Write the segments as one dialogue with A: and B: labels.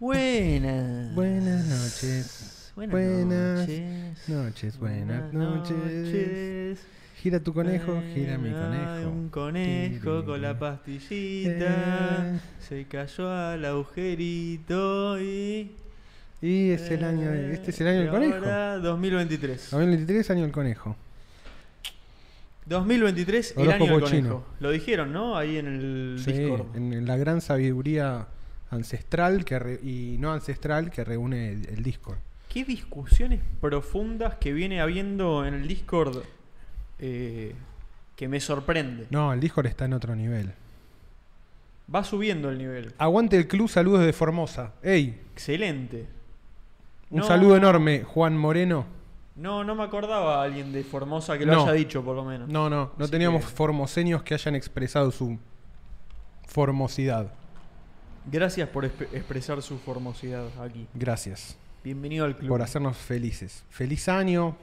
A: Buenas.
B: Buenas noches.
A: Buenas,
B: Buenas
A: noches.
B: noches, buenas noches. Gira tu conejo, gira mi
A: Eh, Ay,
B: conejo.
A: Un conejo
B: Tiri.
A: con la pastillita.
B: Eh.
A: Se cayó al agujerito y.
B: Y es el año, de- este es el año
A: y
B: del conejo.
A: Eh, Ahora 2023.
B: 2023 año del conejo.
A: 2023, el
B: Horóscopo
A: año del
B: chino.
A: conejo. Lo dijeron, ¿no? Ahí en el
B: Sí,
A: Discord.
B: en en la gran sabiduría ancestral que re- y no ancestral que reúne el, el Discord.
A: ¿Qué discusiones profundas que viene habiendo en el Discord eh, que me sorprende?
B: No, el Discord está en otro nivel.
A: Va subiendo el nivel.
B: Aguante el club, saludos de Formosa. Ey,
A: Excelente.
B: un
A: No.
B: saludo enorme, Juan Moreno.
A: No, no me acordaba a alguien de Formosa que lo
B: No.
A: haya dicho, por lo menos.
B: No, no, no
A: Así
B: teníamos
A: que-
B: formoseños que hayan expresado su formosidad.
A: Gracias por exp- expresar su formosidad aquí.
B: Gracias
A: Bienvenido al club.
B: por hacernos felices. Feliz año.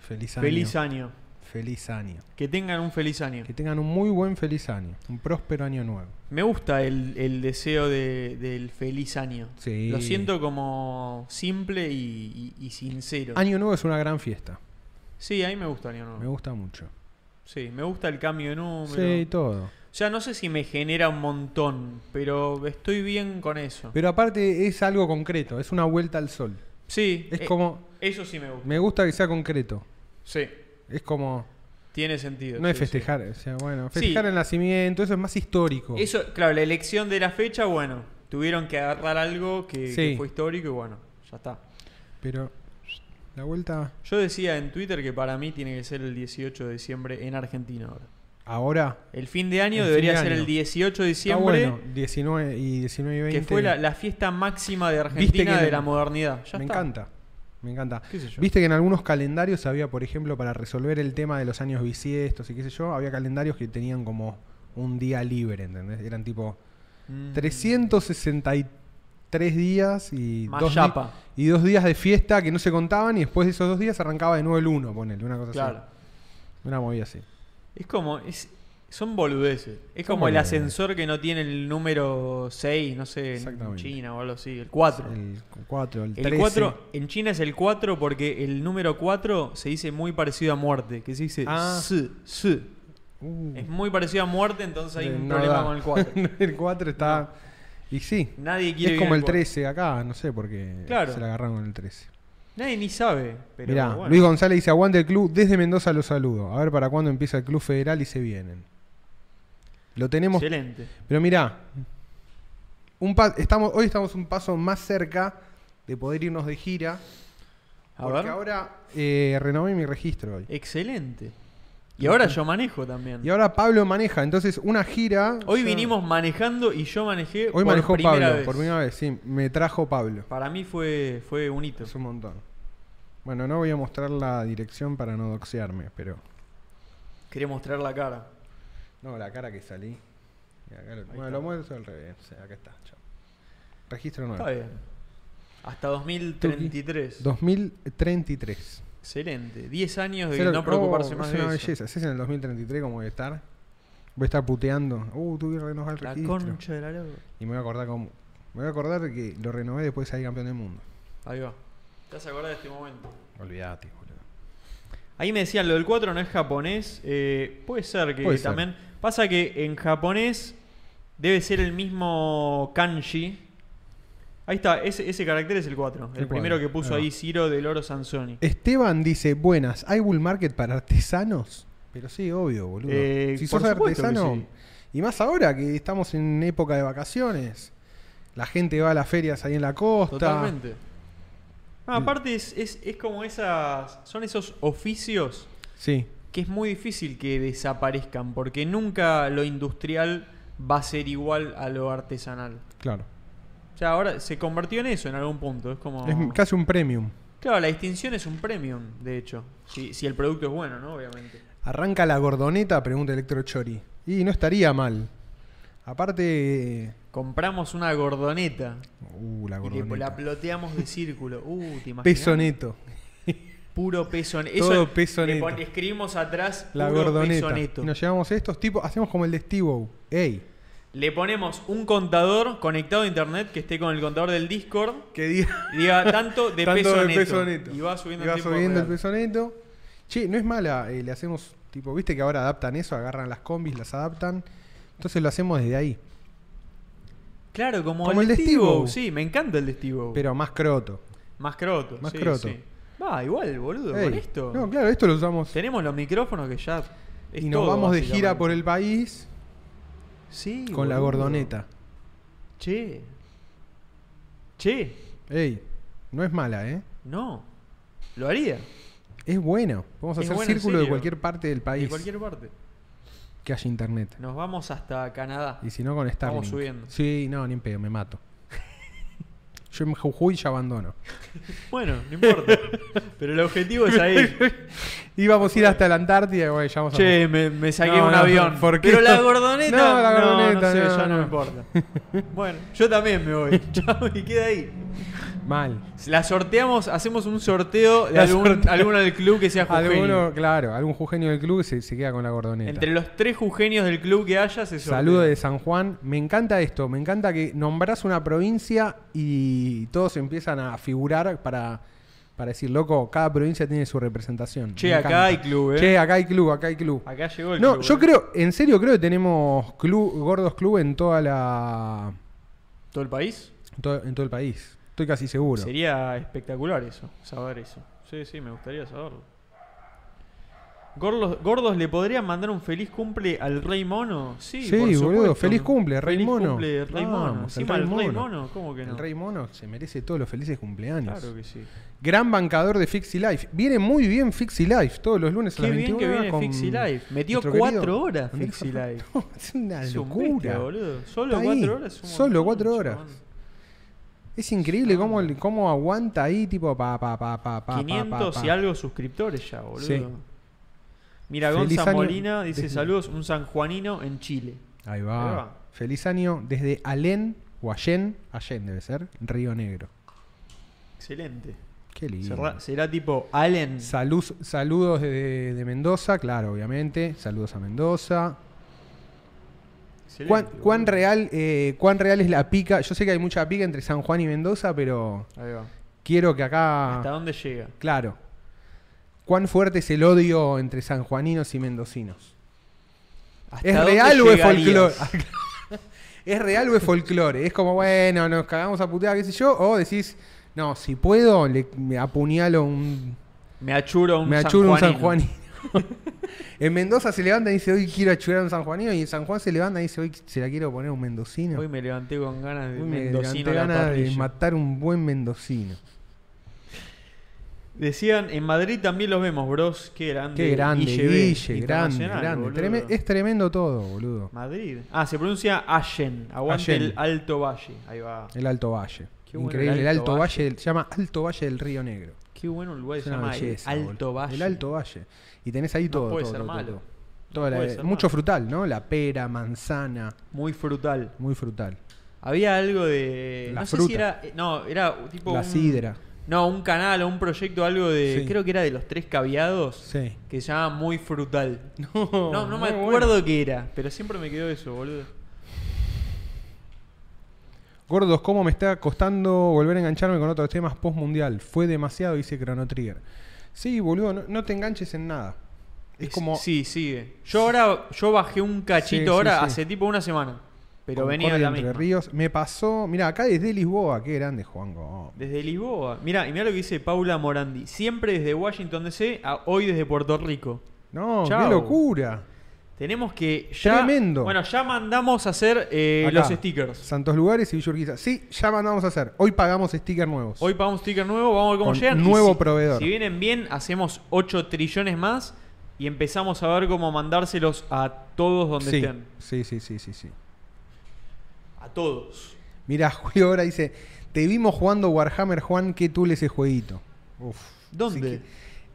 B: Feliz año.
A: feliz año.
B: Feliz año.
A: Que tengan un feliz año.
B: Que tengan un muy buen feliz año. Un próspero año nuevo.
A: Me gusta el, el deseo de- del feliz año.
B: Sí.
A: Lo siento como simple y, y- y sincero.
B: Año nuevo es una gran fiesta.
A: Sí, a mí me gusta año nuevo.
B: Me gusta mucho.
A: Sí, me gusta el cambio de número.
B: Sí, todo.
A: O sea, no sé si me genera un montón, pero estoy bien con eso.
B: Pero aparte es algo concreto, es una vuelta al sol.
A: sí,
B: Es
A: eh,
B: como,
A: eso sí me gusta.
B: me gusta que sea concreto.
A: Sí,
B: Es como,
A: tiene sentido.
B: no es
A: sí, sí.
B: festejar, o sea, bueno, festejar
A: Sí.
B: el nacimiento, eso es más histórico.
A: Eso, claro, la elección de la fecha, bueno, tuvieron que agarrar algo que,
B: Sí.
A: que fue histórico y bueno, ya está.
B: Pero la vuelta
A: Yo decía en Twitter que para mí tiene que ser el 18 de diciembre en Argentina ahora.
B: ahora
A: El fin de año
B: El
A: debería
B: fin de
A: ser el
B: año.
A: 18 de
B: está
A: diciembre,
B: bueno, 19 y 19 y 20.
A: que fue la, la fiesta máxima de
B: Viste
A: Argentina
B: que
A: de
B: no-
A: la modernidad. Ya
B: me
A: está.
B: encanta. Me encanta.
A: ¿Qué sé yo?
B: Viste que en algunos calendarios había, por ejemplo, para resolver el tema de los años bisiestos y qué sé yo, había calendarios que tenían como un día libre, ¿entendés? Eran tipo
A: Mm.
B: 363 días y
A: Más
B: dos, di-
A: chapa.
B: y dos días de fiesta que no se contaban y después de esos dos días arrancaba de nuevo el uno, ponele, una cosa
A: Claro.
B: así. Una movida así.
A: Es como. Es, son boludeces. Es
B: Son
A: como el
B: boludeces.
A: ascensor que no tiene el número 6, no sé, en
B: Exactamente.
A: China o algo así. El 4.
B: El 4, el 3.
A: El 4, en China es el 4 porque el número 4 se dice muy parecido a muerte, que se dice
B: Ah.
A: S, S.
B: Uh,
A: Es muy parecido a muerte, entonces hay un problema con el 4.
B: eh, el 4 está... Y sí,
A: Nadie quiere vivir
B: es como
A: en
B: el
A: cuatro.
B: 13 acá, no sé por qué
A: Claro.
B: se la agarraron con el 13.
A: Nadie ni sabe, pero
B: Mirá,
A: bueno.
B: Luis González dice, aguante el club, desde Mendoza los saludo. A ver para cuándo empieza el club federal y se vienen. Lo tenemos.
A: excelente.
B: Pero mirá, un pa- estamos, hoy estamos un paso más cerca de poder irnos de gira.
A: A
B: porque
A: ver.
B: ahora eh, renové mi registro hoy.
A: Excelente. Y ahora yo manejo también.
B: Y ahora Pablo maneja, entonces una gira...
A: Hoy
B: yo-
A: vinimos manejando y yo manejé
B: Hoy
A: por
B: manejó
A: primera
B: Pablo,
A: vez.
B: por primera vez, sí, me trajo Pablo.
A: Para mí fue, fue un hito.
B: Es un montón. Bueno, no voy a mostrar la dirección para no doxearme, pero...
A: Quería mostrar la cara.
B: No, la cara que salí. Y acá lo, bueno,
A: está.
B: lo muestro al revés. O sea, acá está. chao. Registro
A: Está
B: nuevo.
A: bien. Hasta 2033.
B: 2033.
A: Excelente. 10 años de
B: Cero-
A: no preocuparse
B: oh,
A: más
B: es
A: de
B: una
A: eso.
B: belleza. Si es en el 2033 como voy a estar. Voy a estar puteando. Uh, tuve que renovar el
A: La
B: registro.
A: concha de la lora.
B: Y me voy a acordar cómo. Me voy a acordar que lo renové después de salir campeón del mundo.
A: Ahí va. Te vas a acordar de este momento.
B: Olvídate, boludo.
A: Ahí me decían, lo del 4 no es japonés. Eh, puede ser que
B: Puede ser.
A: también. Pasa que en japonés debe ser el mismo kanji. Ahí está, ese, ese carácter es el 4. El,
B: El
A: primero
B: cuatro,
A: que puso
B: ahí va.
A: ahí Ciro del Oro Sansoni.
B: Esteban dice, buenas, ¿hay bull market para artesanos? Pero sí, obvio, boludo.
A: Eh,
B: si
A: por
B: sos
A: supuesto que
B: artesano,
A: sí.
B: y más ahora que estamos en época de vacaciones, la gente va a las ferias ahí en la costa.
A: Totalmente. No, aparte es, es, es como esas. Son esos oficios
B: Sí,
A: que es muy difícil que desaparezcan, porque nunca lo industrial va a ser igual a lo artesanal.
B: claro.
A: O sea, ahora se convirtió en eso en algún punto. Es como.
B: Es casi un premium.
A: Claro, la distinción es un premium, de hecho. Si, si el producto es bueno, ¿no? Obviamente.
B: Arranca la gordoneta, pregunta Electrochori. Y no estaría mal. Aparte...
A: Compramos una gordoneta.
B: Uh, la
A: y le-
B: gordoneta.
A: la ploteamos de círculo. Uh, te imaginas.
B: Peso neto.
A: Puro peso neto.
B: Todo peso
A: le
B: neto.
A: pon- escribimos atrás
B: La
A: puro
B: gordoneta.
A: peso neto.
B: Nos llevamos estos tipos, hacemos como el de Steve Ey,
A: Le ponemos un contador conectado a internet que esté con el contador del Discord
B: Que diga
A: y diga tanto de,
B: tanto
A: peso,
B: de
A: neto.
B: peso neto.
A: Y va subiendo,
B: Y va
A: en tiempo
B: subiendo el
A: real.
B: peso neto. Che, no es mala, eh, le hacemos, tipo, viste que ahora adaptan eso, agarran las combis, las adaptan. Entonces lo hacemos desde ahí,
A: Claro, como,
B: Como
A: el
B: el de
A: destivo.
B: Steve-O.
A: Sí, me encanta el destivo.
B: pero más croto.
A: Más croto.
B: Más
A: sí,
B: croto.
A: sí. Va, igual, boludo,
B: Ey,
A: con esto.
B: No, claro, esto lo usamos.
A: Tenemos los micrófonos que ya. es
B: Y nos
A: todo,
B: vamos de
A: básicamente.
B: gira por el país
A: Sí,
B: con la
A: boludo.
B: gordoneta.
A: Che. Che,
B: Ey, no es mala, ¿eh?
A: no. Lo haría.
B: Es bueno. Vamos a
A: Es
B: hacer
A: bueno, en
B: círculo de
A: serio.
B: cualquier parte del país
A: De cualquier parte.
B: que haya internet.
A: Nos vamos hasta Canadá.
B: Y si no, con Starlink.
A: subiendo.
B: Sí, no, ni en pedo, me mato. Yo en Jujuy ya abandono.
A: Bueno, no importa. Pero el objetivo es Pues ahí.
B: Íbamos a ir hasta la Antártida y bueno, ya vamos a-
A: che, me, me saqué
B: No,
A: un
B: no,
A: avión.
B: ¿por qué
A: Pero
B: no?
A: la gordoneta.
B: No, la gordoneta,
A: No, sé,
B: no,
A: ya no, me
B: no.
A: importa. bueno, yo también me voy. Chao, y queda ahí.
B: Mal.
A: La sorteamos, hacemos un sorteo de
B: La
A: algún,
B: sortea-
A: alguno del club que sea jujeño.
B: Alguno, claro, algún jujeño del club se, se queda con la gordoneta.
A: Entre los tres jugenios del club que haya, se sortea.
B: Saludo de San Juan. Me encanta esto, me encanta que nombrás una provincia y todos empiezan a figurar para, para decir, loco, cada provincia tiene su representación.
A: Che,
B: Me
A: acá
B: encanta.
A: hay club, eh.
B: Che, acá hay club, acá hay club.
A: Acá llegó el
B: No,
A: club.
B: yo
A: eh.
B: creo, en serio creo que tenemos club, gordos club en toda la
A: ¿Todo el país?
B: en todo, en todo el país. Estoy casi seguro.
A: Sería espectacular eso, saber eso. Sí, sí, me gustaría saberlo. Gordos, gordos, ¿le podrían mandar un feliz cumple al Rey Mono? Sí,
B: Sí,
A: por
B: boludo,
A: supuesto.
B: feliz cumple, Rey
A: Feliz
B: Mono.
A: cumple, Rey Mono.
B: Vamos,
A: Encima el Rey Mono, ¿cómo que no?
B: El Rey Mono se merece todos los felices cumpleaños.
A: Claro que sí.
B: Gran bancador de Fixie Life. Viene muy bien Fixie Life todos los lunes a
A: Qué
B: las
A: bien
B: 21
A: que viene
B: con
A: Fixie Life. Metió
B: nuestro
A: cuatro
B: querido
A: horas
B: Andrés
A: Fixie
B: Fernández.
A: Life.
B: No, es una
A: Es un
B: locura.
A: bestia, boludo. Solo
B: Está ahí,
A: cuatro horas. es un
B: solo
A: montón,
B: cuatro horas.
A: chabón.
B: es increíble cómo, el- cómo aguanta ahí, tipo, pa, pa, pa, pa, pa, pa,
A: 500
B: pa, pa.
A: y algo suscriptores ya, boludo.
B: Sí.
A: Mira,
B: Feliz
A: Gonza
B: año
A: Molina dice
B: desde-
A: saludos, un sanjuanino en Chile.
B: Ahí
A: Ahí
B: va.
A: va.
B: Feliz año desde Alén o Allén. Allén debe ser. Río Negro.
A: Excelente.
B: Qué lindo.
A: Será, será tipo Allen.
B: Salus- saludos de, de Mendoza, claro, obviamente. Saludos a Mendoza.
A: Excelente,
B: ¿Cuán,
A: boludo.
B: cuán real, eh, ¿Cuán real es la pica? Yo sé que hay mucha pica entre San Juan y Mendoza, pero
A: Ahí va.
B: quiero que
A: ¿Hasta
B: acá...
A: dónde llega?
B: Claro. ¿Cuán fuerte es el odio entre sanjuaninos y mendocinos?
A: ¿Hasta
B: ¿Es
A: dónde
B: real o es
A: llegarías?
B: folclore? ¿Es real o es folclore? Es como, bueno, nos cagamos a putear, qué sé yo, o decís, no, si puedo, le, me apuñalo un
A: Me achuro un
B: Me achuro un San
A: sanjuanino.
B: Juan. en Mendoza se levanta y dice, hoy quiero achurar a un San Juanino. Y en San Juan se levanta y dice, hoy se la quiero poner a un mendocino.
A: Hoy me levanté con ganas de
B: Hoy me
A: mendocino
B: levanté
A: a la
B: ganas de
A: parrilla.
B: matar un buen mendocino.
A: Decían, en Madrid también los vemos, bros. Qué grande.
B: Qué grande,
A: Guille
B: Guille,
A: B,
B: grande,
A: internacional,
B: grande.
A: boludo.
B: Treme- es tremendo todo, boludo.
A: Madrid. Ah, se pronuncia Allen. Aguante
B: Allen.
A: el Alto Valle. Ahí va.
B: El Alto Valle.
A: Qué bueno
B: Increíble.
A: el
B: El
A: Alto
B: Alto Valle, del- se llama Alto Valle del Río Negro.
A: Qué bueno el lugar
B: Es
A: se
B: una
A: llama el
B: belleza,
A: Alto
B: boludo.
A: Valle.
B: El Alto Valle. Y tenés ahí
A: No
B: todo.
A: puede
B: todo,
A: ser
B: todo,
A: malo.
B: todo.
A: No
B: Toda la-
A: puede ser
B: mucho
A: malo.
B: frutal, ¿no? La pera, manzana,
A: Muy frutal.
B: muy frutal.
A: Había algo de.
B: La
A: no sé si
B: fruta.
A: era. eh, No, era tipo.
B: la
A: un-
B: sidra.
A: No, un canal o un proyecto, algo de.
B: Sí.
A: Creo que era de los tres caviados.
B: Sí.
A: Que se llama Muy Frutal.
B: No,
A: No, no me
B: muy bueno.
A: acuerdo qué era, pero siempre me quedó eso, boludo.
B: Gordos, ¿cómo me está costando volver a engancharme con otros temas post-mundial? Fue demasiado, dice Chrono Trigger. Sí, boludo, no, no te enganches en nada. Es como...
A: Sí, sigue. Yo ahora. Yo bajé un cachito
B: Sí, sí,
A: ahora
B: sí.
A: hace tipo una semana. Pero
B: con
A: venía
B: Corre
A: la
B: de Entre
A: misma.
B: Ríos. Me pasó... Mira, acá desde Lisboa. Qué grande, Juan Gómez.
A: Desde Lisboa. Mira, y mira lo que dice Paula Morandi. Siempre desde Washington DC a hoy desde Puerto Rico.
B: No,
A: Chau.
B: qué locura.
A: Tenemos que ya.
B: Tremendo.
A: Bueno, ya mandamos a hacer eh,
B: Acá,
A: los stickers.
B: Santos Lugares y Villa Urquiza. Sí, ya mandamos a hacer. Hoy pagamos stickers nuevos.
A: Hoy pagamos un sticker nuevo, vamos a ver cómo
B: Pues Con
A: llegan.
B: nuevo
A: Y si-
B: proveedor.
A: Si vienen bien, hacemos 8 trillones más y empezamos a ver cómo mandárselos a todos donde
B: sí.
A: estén.
B: sí, sí, sí, sí, sí.
A: A todos.
B: Mira, Julio ahora dice... Te vimos jugando Warhammer, Juan. Qué tú ese jueguito. Uf.
A: ¿Dónde?
B: Así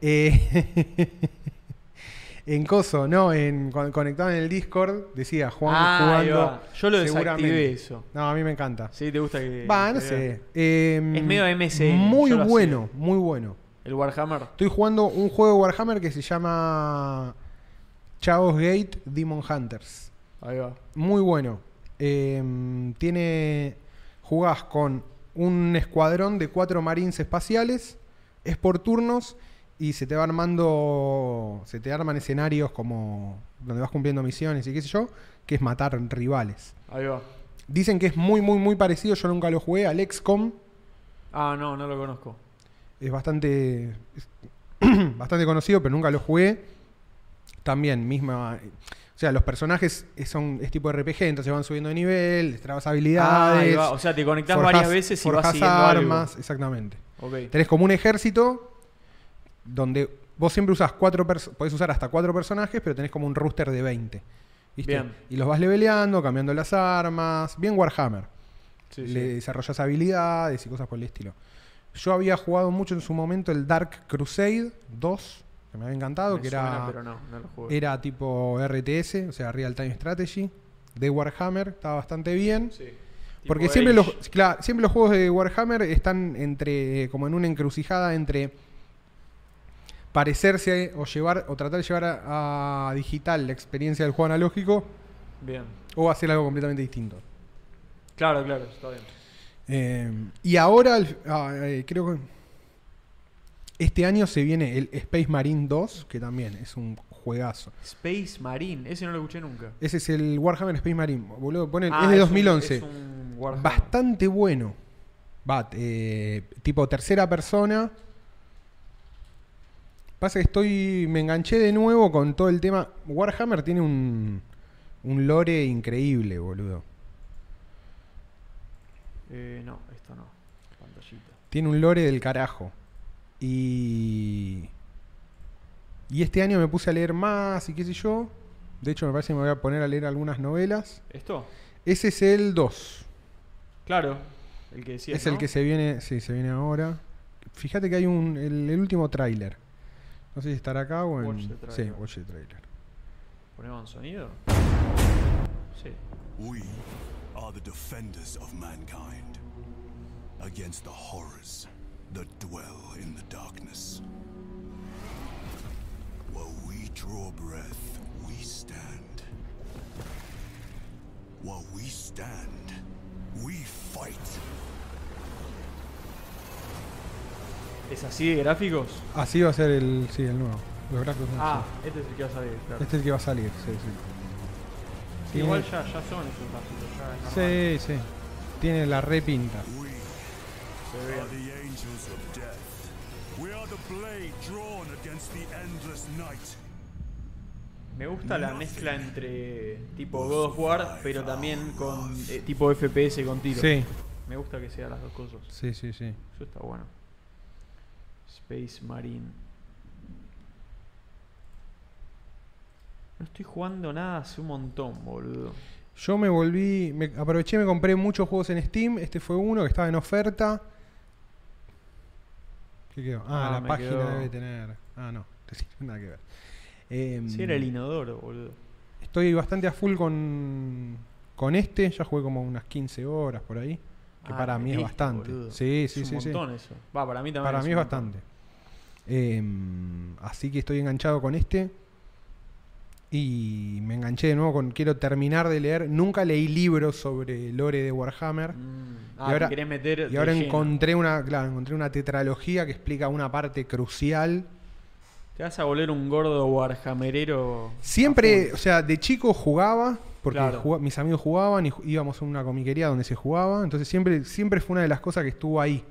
B: Eh, en Coso, no, en, con- conectado en el Discord, decía Juan
A: Ah, ahí
B: jugando.
A: va. Yo lo
B: seguramente.
A: desactivé eso.
B: No, a mí me encanta.
A: Sí, te gusta que.
B: Va, no
A: que
B: sé.
A: vean.
B: Eh,
A: Es medio MSN,
B: Muy
A: yo lo
B: bueno, muy bueno.
A: El Warhammer.
B: Estoy jugando un juego de Warhammer que se llama Chaos Gate Demon Hunters.
A: Ahí va.
B: Muy bueno. Eh, tiene. Jugás con un escuadrón de cuatro marines espaciales. Es por turnos. Y se te va armando. Se te arman escenarios como. donde vas cumpliendo misiones y qué sé yo. Que es matar rivales.
A: Ahí va.
B: Dicen que es muy, muy, muy parecido. Yo nunca lo jugué al XCOM.
A: Ah, no, no lo conozco.
B: Es bastante. es bastante conocido, pero nunca lo jugué. También, misma. O sea, los personajes son es tipo RPG, entonces van subiendo de nivel, destrabas
A: Ah, ahí
B: habilidades.
A: va. O sea, te conectás
B: forjás-
A: varias veces y vas
B: forjás
A: siguiendo
B: armas, exactamente.
A: algo. Ok.
B: Tenés como un ejército donde vos siempre usás cuatro pers- podés usar hasta cuatro personajes, pero tenés como un roster de 20. ¿viste?
A: Bien.
B: Y los vas leveleando, cambiando las armas. Bien Warhammer.
A: Sí,
B: Le
A: sí.
B: desarrollas habilidades y cosas por el estilo. Yo había jugado mucho en su momento el Dark Crusade 2, que me había encantado,
A: Me
B: que
A: suena,
B: era
A: pero no, no lo jugué.
B: era tipo RTS, o sea, Real Time Strategy, de Warhammer, estaba bastante bien.
A: Sí.
B: porque
A: Tipo
B: siempre
A: Age.
B: los, claro, siempre los juegos de Warhammer están entre eh, como en una encrucijada entre parecerse o llevar o tratar de llevar a, a digital la experiencia del juego analógico
A: Bien.
B: o hacer algo completamente distinto.
A: Claro, claro, está bien.
B: Eh, y ahora el- ah, eh, creo que este año se viene el Space Marine 2, que también es un juegazo.
A: Space Marine, ese no lo escuché nunca.
B: Ese es el Warhammer Space Marine, boludo, ponen-
A: Ah,
B: es de
A: un-
B: 2011.
A: es un Warhammer.
B: bastante bueno. Va, eh, tipo tercera persona. Pasa que estoy. Me enganché de nuevo con todo el tema. Warhammer tiene un. Un lore increíble, boludo.
A: Eh, no, esto no. Pantallita.
B: Tiene un lore del carajo. Y. Y este año me puse a leer más y qué sé yo. De hecho, me parece que me voy a poner a leer algunas novelas.
A: ¿Esto?
B: Ese es el 2.
A: Claro, el que decía.
B: es el que se viene, sí, se viene ahora. Fíjate que hay un, el, el último tráiler. No sé si estará acá o en...
A: Watch the
B: sí,
A: trailer.
B: watch the trailer.
A: ¿Ponemos un sonido? Sí.
C: We are the defenders of mankind against the horrors that dwell in the darkness. While we draw breath, we stand. While we stand, we fight.
A: ¿Es así de gráficos?
B: Así va a ser el, sí, el nuevo. Los gráficos son
A: Ah,
B: así.
A: este es el que va a salir, claro.
B: Este es el que va a salir, sí, sí.
A: Sí, Igual ya, ya son esos gráficos, ya es normal.
B: Sí, sí. Tiene la repinta.
C: We
A: Se
C: are
A: ve.
C: the angels of death. We are the blade drawn against the endless night.
A: Me gusta la mezcla entre tipo God of War, pero también con eh, tipo FPS con tiro.
B: Sí,
A: Me gusta que sea las dos cosas.
B: sí, sí, sí.
A: Eso está bueno. Space Marine. No estoy jugando nada hace un montón, boludo.
B: Yo me volví, me aproveché, me compré muchos juegos en Steam. Este fue uno que estaba en oferta. ¿Qué quedó? Ah,
A: Ah,
B: la
A: me
B: página
A: quedó-
B: debe tener. Ah, no, nada que ver. Em,
A: Si era el inodoro, boludo.
B: Estoy bastante a full con, con este. Ya jugué como unas 15 horas por ahí. Que
A: Ah,
B: para
A: te
B: mí es
A: metiste,
B: bastante.
A: boludo.
B: Sí,
A: Es
B: sí, sí.
A: un
B: sí.
A: montón eso. Va, para mí también.
B: Para mí es
A: un
B: bastante. Em, así que estoy enganchado con este. Y me enganché de nuevo con. Quiero terminar de leer. Nunca leí libros sobre lore de Warhammer.
A: montón. Mm.
B: Y
A: Ah, te
B: ahora-
A: querés meter.
B: Y
A: de
B: ahora
A: lleno.
B: encontré una, claro, encontré una tetralogía que explica una parte crucial.
A: Te vas a volver un gordo warhammerero. a
B: Siempre,
A: full.
B: o sea, de chico jugaba, porque
A: Claro.
B: juga- mis amigos jugaban y ju- íbamos a una comiquería donde se jugaba. Entonces siempre, siempre fue una de las cosas que estuvo ahí.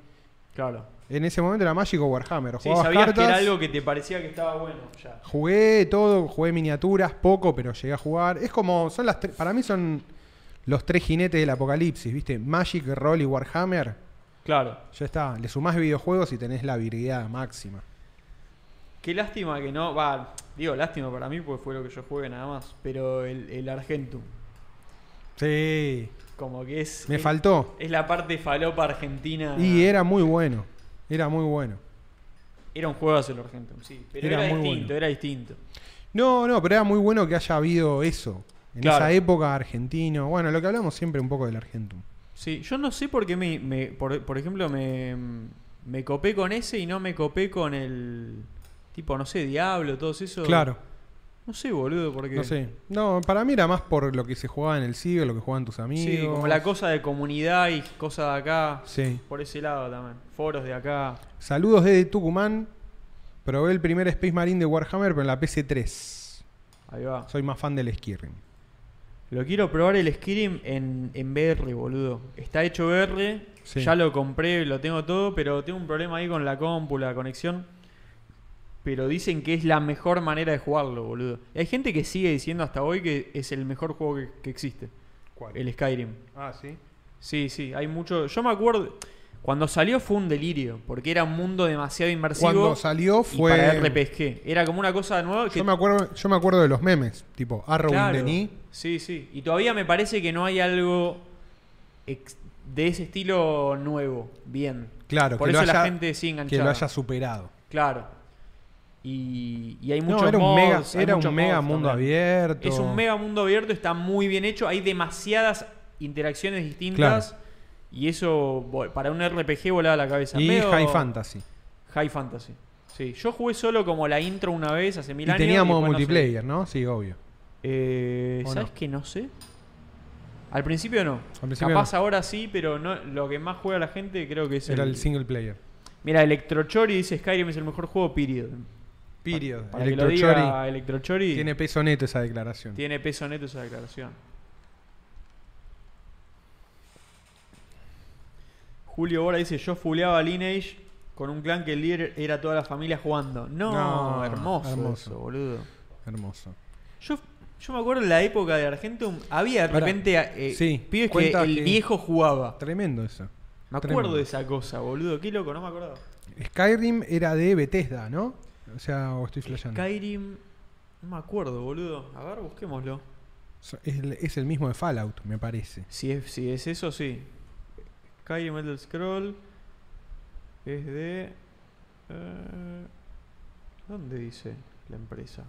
A: Claro.
B: En ese momento era Magic o Warhammer.
A: Sí,
B: Jugabas
A: sabías
B: cartas,
A: que era algo que te parecía que estaba bueno ya.
B: Jugué todo, jugué miniaturas, poco, pero llegué a jugar. Es como, son las tre- para mí son los tres jinetes del apocalipsis, ¿viste? Magic, Roll y Warhammer.
A: Claro.
B: Ya está, le sumás videojuegos y tenés la virilidad máxima.
A: Qué lástima que no. Va, digo, lástima para mí porque fue lo que yo jugué nada más. Pero el, el Argentum.
B: Sí.
A: Como que es.
B: Me
A: es-
B: faltó.
A: Es la parte falopa argentina.
B: Y era muy bueno. Era muy bueno.
A: Era un juego el Argentum, sí. Pero
B: Era
A: era,
B: muy
A: distinto,
B: bueno.
A: era distinto.
B: No, no, pero era muy bueno que haya habido eso. En
A: Claro.
B: esa época argentino. Bueno, lo que hablamos siempre un poco del argentum.
A: Sí, yo no sé por qué me. me- por, por ejemplo, me. Me copé con ese y no me copé con el. Tipo, no sé, Diablo, todos esos. No sé, boludo, porque.
B: No sé. No, para mí era más por lo que se jugaba en el siglo, lo que jugaban tus amigos.
A: Sí, como la cosa de comunidad y cosa de acá.
B: Sí.
A: Por ese lado también. Foros de acá.
B: Saludos desde Tucumán. Probé el primer Space Marine de Warhammer, pero en la PC3.
A: Ahí va.
B: Soy más fan del Skyrim.
A: Lo quiero probar el Skyrim en, en VR, boludo. Está hecho VR,
B: Sí.
A: ya lo compré, lo tengo todo, pero tengo un problema ahí con la compu, la conexión. Pero dicen que es la mejor manera de jugarlo, boludo. Y hay gente que sigue diciendo hasta hoy que es el mejor juego que, que existe, el Skyrim.
B: Ah, sí.
A: Sí, sí, hay mucho. Yo me acuerdo, cuando salió fue un delirio, porque era un mundo demasiado inmersivo.
B: Cuando salió
A: y
B: fue.
A: para RPG. Era como una cosa nueva que
B: Yo me acuerdo, yo me acuerdo de los memes, tipo Arrow in the
A: Claro.
B: Knee.
A: Sí, sí. Y todavía me parece que no hay algo ex- de ese estilo nuevo. Bien.
B: Claro,
A: Por
B: que
A: eso
B: lo haya,
A: la gente sigue
B: que
A: enganchada.
B: lo haya superado.
A: Claro. Y, y hay
B: No,
A: muchos
B: era un
A: mods,
B: mega,
A: hay
B: era
A: muchos
B: un mega
A: mods
B: mundo
A: también.
B: abierto.
A: Es un mega mundo abierto, está muy bien hecho. Hay demasiadas interacciones distintas. Y eso, bo- para un RPG, volaba la cabeza.
B: y
A: Medio-
B: High Fantasy.
A: High Fantasy. Sí, yo jugué solo como la intro una vez hace mil
B: Y
A: años.
B: teníamos
A: después no seguí.
B: multiplayer, ¿no? Sí, obvio.
A: Eh,
B: ¿O
A: ¿Sabes
B: no?
A: que no sé? Al principio no.
B: Al principio
A: Capaz
B: no.
A: ahora sí, pero no, lo que más juega la gente creo que es
B: Era el single player.
A: Mira, Electrochori dice Skyrim es el mejor juego, period.
B: Period.
A: Para que lo
B: Electrochori.
A: diga Electrochori,
B: Tiene
A: tiene,
B: peso neto esa declaración.
A: peso neto esa declaración. Julio Bora dice, yo fuleaba Lineage con un clan que el líder era toda la familia jugando. No,
B: No,
A: hermoso,
B: hermoso.
A: eso, boludo.
B: Hermoso.
A: Yo, yo me acuerdo en la época de Argentum, había de
B: Pará.
A: repente eh,
B: Sí,
A: pibes que
B: cuenta
A: el
B: que-
A: viejo jugaba.
B: Tremendo eso.
A: Me acuerdo
B: tremendo.
A: de esa cosa, boludo. Qué loco, no me acuerdo.
B: Skyrim era de Bethesda, ¿no? O sea, o estoy flasheando.
A: Skyrim. No me acuerdo, boludo. A ver, busquémoslo.
B: So- Es el, es el mismo de Fallout, me parece.
A: Si es, si es eso, sí. Skyrim Metal Scroll es de. eh, ¿Dónde dice la empresa?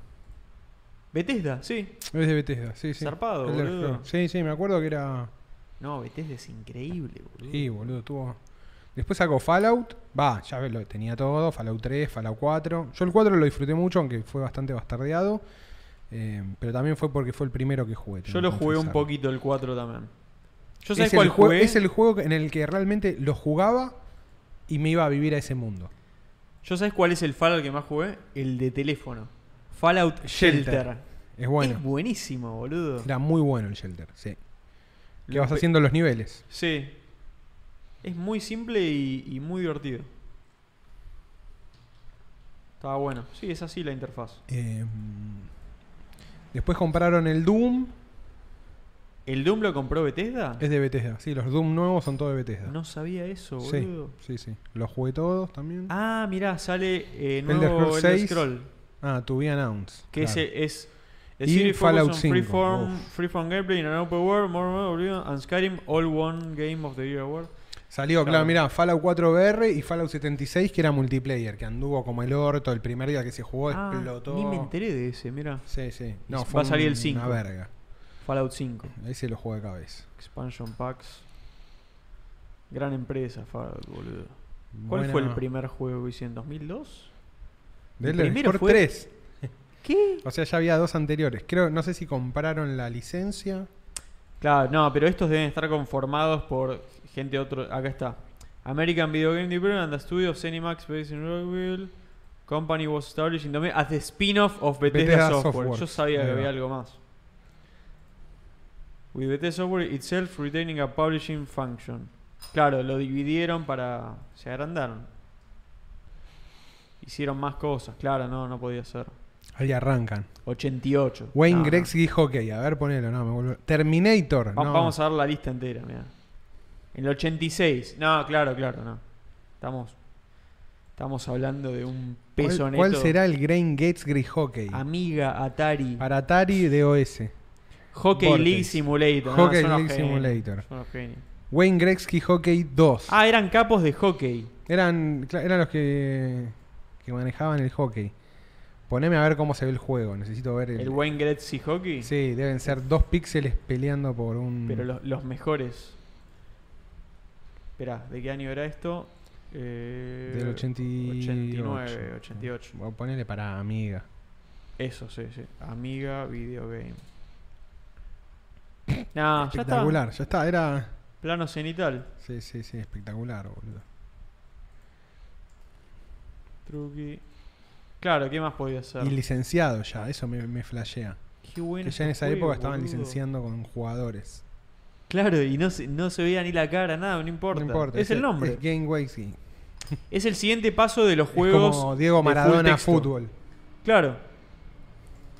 A: Bethesda, sí.
B: Es de Bethesda, sí, sí.
A: Zarpado,
B: Elder
A: boludo.
B: Scrolls. Sí, sí, me acuerdo que era.
A: No, Bethesda es increíble, boludo.
B: Sí, boludo, tuvo. Después sacó Fallout. Va, ya ves, lo tenía todo. Fallout 3, Fallout 4. Yo el 4 lo disfruté mucho, aunque fue bastante bastardeado. Eh, pero también fue porque fue el primero que jugué. tengo
A: Yo
B: que
A: lo jugué un
B: confesar.
A: poquito el 4 también. Yo
B: es
A: sé
B: el
A: cuál
B: jue-
A: jugué.
B: Es el juego en el que realmente lo jugaba y me iba a vivir a ese mundo.
A: ¿Yo sabes cuál es el Fallout que más jugué? El de teléfono. Fallout Shelter.
B: Shelter. Es bueno.
A: Es buenísimo, boludo.
B: Era muy bueno el Shelter, sí. Que
A: Lo
B: vas
A: pe-
B: haciendo los niveles.
A: Sí. Es muy simple y, y muy divertido. Estaba bueno. Sí, es así la interfaz.
B: Eh, después compraron el Doom.
A: ¿El Doom lo compró Bethesda?
B: Es de Bethesda. Sí, los Doom nuevos son todos de Bethesda.
A: No sabía eso,
B: sí,
A: boludo.
B: sí, sí. Los jugué todos también. Ah,
A: Ah, mirá, sale eh,
B: Elder
A: nuevo
B: Scrolls
A: Elder
B: 6,
A: Scroll.
B: Ah, to be announced.
A: Que
B: claro.
A: ese es. The
B: Y
A: series focus
B: Fallout
A: on
B: 5,
A: Freeform,
B: uf.
A: freeform gameplay in an open world, more, more Oblivion and Skyrim all one game of the year award.
B: Salió, claro,
A: claro.
B: mirá, Fallout 4 VR y Fallout 76, que era multiplayer, que anduvo como el orto el primer día que se jugó,
A: Ah,
B: explotó.
A: Ni me enteré de ese, mira.
B: Sí, sí. No,
A: Va
B: fue
A: a salir el
B: una
A: 5.
B: verga.
A: Fallout 5,
B: Ahí se lo juego de cabeza.
A: expansion packs. Gran empresa, Fallout, boludo. ¿Cuál
B: Buena-
A: fue el primer juego que hice en 2002?
B: de
A: el
B: Elder
A: primero
B: Scrolls
A: fue-
B: 3.
A: ¿Qué?
B: O sea, ya había dos anteriores. Creo, no sé si compraron la licencia.
A: Claro, no, pero estos deben estar conformados por gente otro. Acá está. American Video Game Development and the studio of Cinemax based in Rockville. Company was established in Dominion as the spin-off of Bethesda,
B: Bethesda
A: Software.
B: Softworks.
A: Yo sabía
B: Ahí
A: que había
B: va.
A: algo más. With Bethesda Software itself retaining a publishing function. Claro, lo dividieron para. Se agrandaron. Hicieron más cosas, claro, no, no podía ser.
B: Ahí arrancan.
A: 88.
B: Wayne
A: No, no.
B: Grex dijo, ok, a ver, ponelo, no, me vuelvo. Terminator.
A: Va-
B: no.
A: Vamos a dar la lista entera, mira. El 86. No, claro, claro, no. Estamos, estamos hablando de un
B: ¿Cuál,
A: peso neto.
B: cuál será el Grain Gates Gris Hockey?
A: Amiga, Atari,
B: Para Atari DOS.
A: Hockey
B: Vortex.
A: League Simulator. no,
B: Hockey
A: son unos
B: League
A: genios,
B: Simulator.
A: son unos genios.
B: Wayne Gretzky Hockey 2.
A: Ah, eran capos de hockey.
B: Eran, cla- eran los que, que manejaban el hockey. Poneme a ver cómo se ve el juego. Necesito ver el.
A: El Wayne Gretzky Hockey.
B: Sí, deben ser dos píxeles peleando por un.
A: Pero los, los mejores. Esperá, ¿de qué año era esto? Eh,
B: Del 88.
A: 89, 88.
B: Bueno, ponele para Amiga.
A: Eso, sí, sí. Amiga Video Game. Nah, ya está.
B: espectacular, ya está, era.
A: Plano cenital.
B: Sí, sí, sí, espectacular, boludo.
A: Truqui. Claro, ¿qué más podía hacer?
B: Y licenciado ya, eso me, me flashea.
A: Qué bueno
B: Que ya en
A: este
B: esa
A: juego,
B: época estaban
A: boludo.
B: licenciando con jugadores.
A: Claro, y no se, no se veía ni la cara, nada, no importa.
B: No importa.
A: es el nombre.
B: Es Game Wacky.
A: Es el siguiente paso de los
B: Es
A: juegos.
B: como Diego
A: de full
B: Maradona
A: texto.
B: Fútbol.
A: Claro.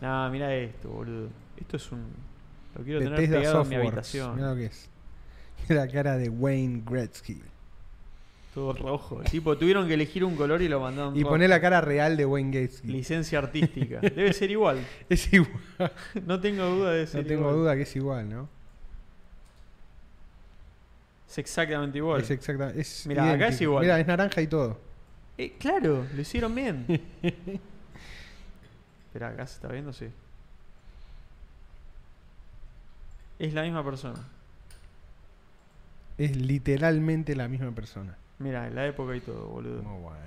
A: Nah, mira esto, boludo. Esto es un. Lo quiero tener
B: Bethesda
A: pegado en mi
B: Softworks.
A: habitación.
B: Mira lo que es. Mirá la cara de Wayne Gretzky.
A: Todo rojo. Tipo, tuvieron que elegir un color y lo mandaron.
B: Y
A: rojo.
B: poné la cara real de Wayne Gretzky.
A: Licencia artística. Debe ser igual.
B: Es igual.
A: No tengo duda de ser
B: No tengo
A: igual.
B: duda que es igual, ¿no?
A: Es exactamente igual.
B: Es exactamente. Es
A: Mirá, acá es
B: idéntico.
A: igual.
B: Mirá, es naranja y todo.
A: Eh, claro, lo hicieron bien. Espera, acá se está viendo, sí. Es la misma persona.
B: Es literalmente la misma persona.
A: Mira, la época y todo, boludo.
B: Muy bueno.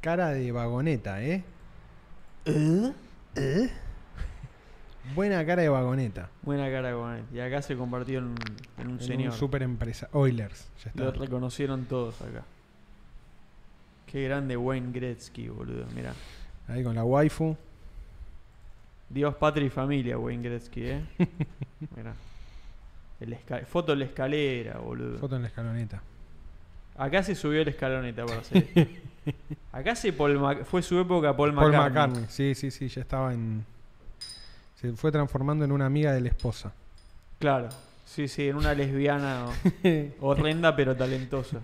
B: Cara de vagoneta, ¿eh? ¿Eh? Buena cara de vagoneta.
A: Buena cara, Gonet. Y acá se convirtió en, en un
B: En
A: señor.
B: Un super empresa. Oilers. Ya
A: Lo
B: está.
A: reconocieron todos acá. Qué grande Wayne Gretzky, boludo. Mira.
B: Ahí con la waifu.
A: Dios, patria y familia, Wayne Gretzky, ¿eh? Mira. foto en la escalera, boludo.
B: Foto en la escaloneta.
A: Acá se subió la escaloneta para hacer esto. Acá se Paul Mac- fue su época Paul
B: Paul
A: McCartney.
B: McCartney. Sí, sí, sí. Ya estaba en. Se fue transformando en una amiga de la esposa.
A: Claro. Sí, sí, en una lesbiana horrenda pero talentosa.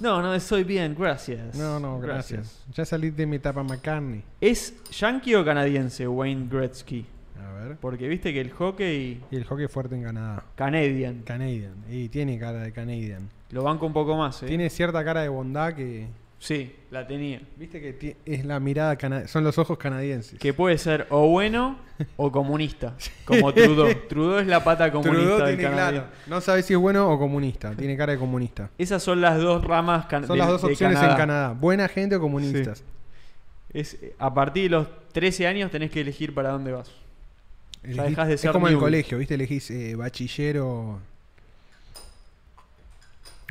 A: No, no, soy bien, gracias.
B: No, no, gracias. Ya salí de mi etapa McCartney.
A: ¿Es yankee o canadiense Wayne Gretzky?
B: A ver.
A: Porque viste que el hockey
B: Y el hockey fuerte en Canadá.
A: canadian
B: Canadian. Y tiene cara de Canadian.
A: lo banco un poco más, ¿eh?
B: Tiene cierta cara de bondad que.
A: Sí, la tenía.
B: Viste que ti- es la mirada canadiense. Son los ojos canadienses.
A: Que puede ser o bueno o comunista, como Trudeau. Trudeau es la pata comunista
B: Trudeau
A: del
B: tiene
A: Canadá.
B: claro. No sabes si es bueno o comunista. Tiene cara de comunista.
A: Esas son las dos ramas can-
B: Son
A: de-
B: las dos
A: de
B: opciones en Canadá. Buena gente o comunistas.
A: Es, eh, a partir de los 13 años tenés que elegir para dónde vas.
B: Elegí-
A: dejás de
B: es
A: ser
B: como en el
A: newbie.
B: colegio, ¿viste? Elegís eh, bachiller o...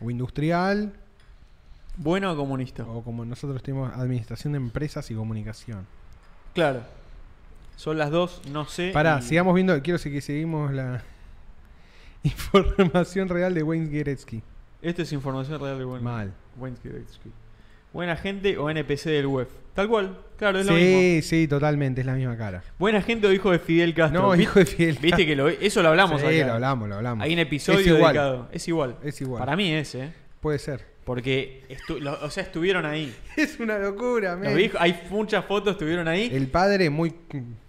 B: o industrial.
A: Bueno o comunista.
B: O como nosotros tenemos administración de empresas y comunicación.
A: Claro. Son las dos, no sé.
B: Pará,
A: y-
B: sigamos viendo. Quiero que seguimos la información real de Wayne Gretzky.
A: Esto es información real de Wayne.
B: Mal.
A: Wayne Gretzky. Buena gente o NPC del web. Tal cual, claro, es lo mismo.
B: Sí, sí, totalmente, es la misma cara.
A: Buena gente o hijo de Fidel Castro.
B: No,
A: Vi-
B: hijo de Fidel.
A: Viste que lo, eso lo hablamos
B: Sí,
A: acá.
B: lo hablamos, lo hablamos.
A: Hay un episodio
B: Es igual.
A: dedicado. Es igual.
B: Es igual.
A: Para mí es, ¿eh?
B: Puede ser.
A: Porque, estu- lo- o sea, estuvieron ahí.
B: Es una locura,
A: Los
B: men.
A: vi- hay muchas fotos, estuvieron ahí.
B: El padre muy...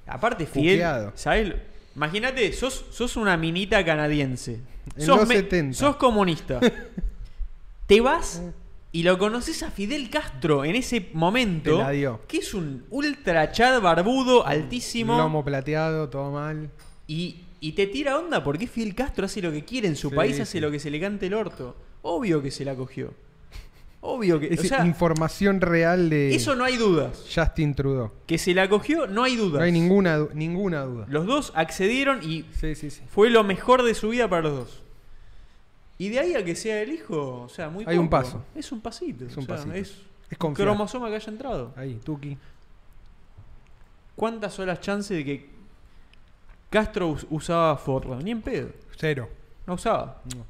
A: Aparte, Fidel,
B: Cuqueado.
A: ¿sabes? lo- Imagínate, sos, sos una minita canadiense.
B: En
A: Sos,
B: los
A: me-
B: 70.
A: sos comunista. Te vas y lo conoces a Fidel Castro en ese momento.
B: Te la dio.
A: Que es un ultra chat barbudo, altísimo.
B: Lomo plateado, todo mal.
A: Y, y te tira onda porque Fidel Castro hace lo que quiere en su
B: Sí,
A: país, hace
B: sí.
A: lo que se le cante el orto. Obvio que se la cogió. Obvio que.
B: Es
A: o sea,
B: información real de
A: eso no hay dudas.
B: Justin Trudeau.
A: Que se la cogió, no hay dudas.
B: No hay ninguna, du- ninguna duda.
A: Los dos accedieron y
B: Sí, sí, sí.
A: Fue lo mejor de su vida para los dos. Y de ahí a que sea el hijo, o sea, muy
B: Hay un
A: poco.
B: paso.
A: Es un pasito.
B: Es un
A: o sea,
B: pasito.
A: Es
B: Es
A: un
B: confiar.
A: cromosoma que haya entrado.
B: Ahí, Tuki.
A: ¿Cuántas son las chances de que Castro us- usaba Forra? Ni en pedo.
B: Cero.
A: No usaba.
B: No.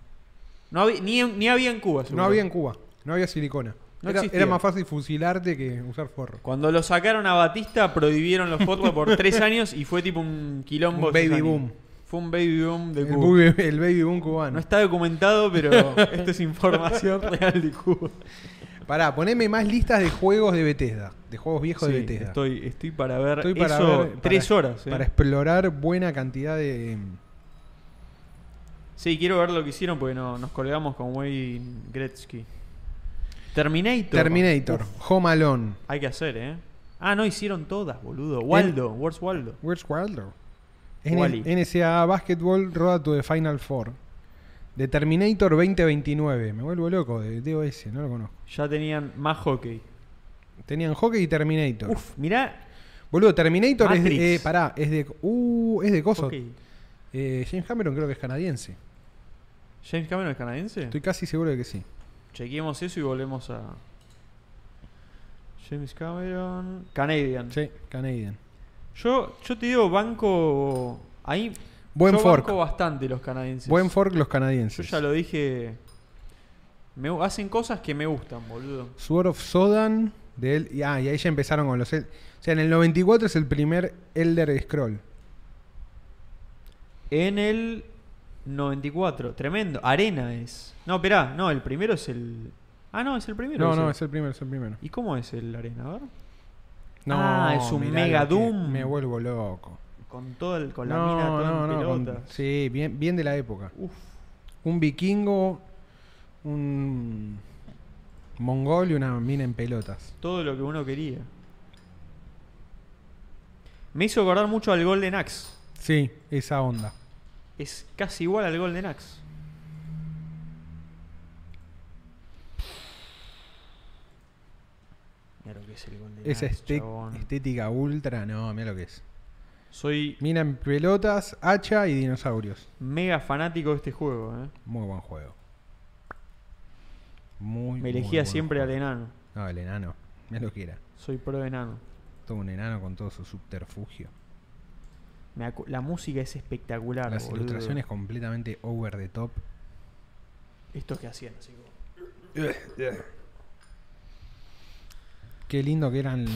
A: No había, ni, en- ni había en Cuba. seguro.
B: No había en Cuba. No había silicona.
A: No
B: era,
A: existía.
B: era más fácil fusilarte que usar forro.
A: Cuando lo sacaron a Batista, prohibieron los Forra por tres años y fue tipo un quilombo.
B: Un baby
A: esos años.
B: boom.
A: Fue un baby boom de
B: El
A: Cuba.
B: baby, el baby boom
A: No
B: cubano.
A: está documentado, pero esto es información real de Cuba.
B: Pará, poneme más listas de juegos de Bethesda. De juegos viejos
A: Sí,
B: de Bethesda.
A: Estoy, estoy para ver
B: Estoy
A: eso
B: ver-
A: tres
B: para-
A: horas. eh.
B: Para explorar buena cantidad de. eh,
A: Sí, quiero ver lo que hicieron porque no, nos colgamos con Wayne Gretzky. Terminator.
B: Terminator,
A: Uf,
B: Home Alone.
A: hay que hacer, ¿eh? Ah, no, hicieron todas, boludo. Waldo, Where's Waldo?
B: Where's Waldo?
A: Wall-E.
B: NCAA Basketball Road to the Final Four. De Terminator 2029. Me vuelvo loco de DOS, no lo conozco.
A: Ya tenían más hockey.
B: Tenían Hockey y Terminator.
A: Uf, mirá.
B: Boludo, Terminator es de.
A: Matrix.
B: eh, pará, es de. Uh, es de Coso.
A: hockey.
B: Eh, James Cameron creo que es canadiense.
A: ¿James Cameron es canadiense?
B: Estoy casi seguro de que sí.
A: Chequeemos eso y volvemos a. James Cameron. Canadian.
B: Sí, Canadian.
A: Yo, yo te digo, banco. Ahí.
B: Buen
A: yo
B: fork.
A: banco bastante los canadienses.
B: Buen fork los
A: Yo
B: canadienses.
A: ya lo dije. Me, gu- hacen cosas que me gustan, boludo.
B: Sword of Sodan. De él, y, ah, y ahí ya empezaron con los. el- O sea, en el 94 es el primer Elder Scroll.
A: En el 94. Tremendo. Arena es. No, esperá. No, el primero es el. Ah, no, es el primero.
B: No,
A: ese.
B: no, es el primero, es el primero.
A: ¿Y cómo es el Arena? A ver.
B: No,
A: Ah, es un
B: mirá lo
A: Mega
B: que-
A: Doom.
B: Me vuelvo loco.
A: Con todo el, con la
B: No,
A: mina toda
B: no,
A: en
B: no, con-
A: pelotas.
B: sí, bien, bien de la época.
A: Uf.
B: Un vikingo, un mongol y una mina en pelotas.
A: Todo lo que uno quería. Me hizo acordar mucho al Golden Axe.
B: Sí, esa onda.
A: Es casi igual al Golden Axe. Mira lo que es el Golden
B: Esa
A: Axe,
B: este-
A: chabón.
B: estética ultra, no, mira lo que es.
A: Soy
B: Mina en pelotas, hacha y dinosaurios.
A: mega fanático de este juego. ¿eh?
B: Muy buen juego.
A: Me
B: Muy muy
A: elegía
B: buen
A: siempre
B: juego.
A: al enano.
B: No, el enano. Mira lo que era.
A: Soy pro enano.
B: Todo un enano con todo su subterfugio.
A: Me acu- la música es espectacular.
B: Las
A: boludo.
B: ilustraciones completamente over the top.
A: Esto que hacían, así como-
B: Qué lindo que eran.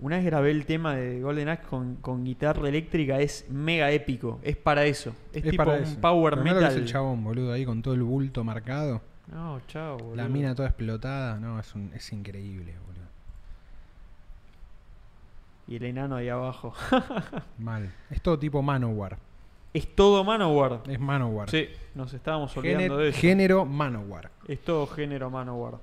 A: Una vez grabé el tema de Golden Axe con, con guitarra eléctrica, es mega épico. Es para eso. Es, tipo
B: para
A: un
B: eso.
A: power
B: Pero mirá lo que
A: metal.
B: es el chabón, boludo, ahí con todo el bulto marcado.
A: No, chao, boludo.
B: La mina toda explotada. No, es, un- es increíble, boludo.
A: Y el enano ahí abajo.
B: Mal. Es todo tipo Manowar.
A: es todo Manowar.
B: Es Manowar.
A: Sí, nos estábamos olvidando
B: Géner-
A: de eso.
B: género Manowar.
A: Es todo género Manowar.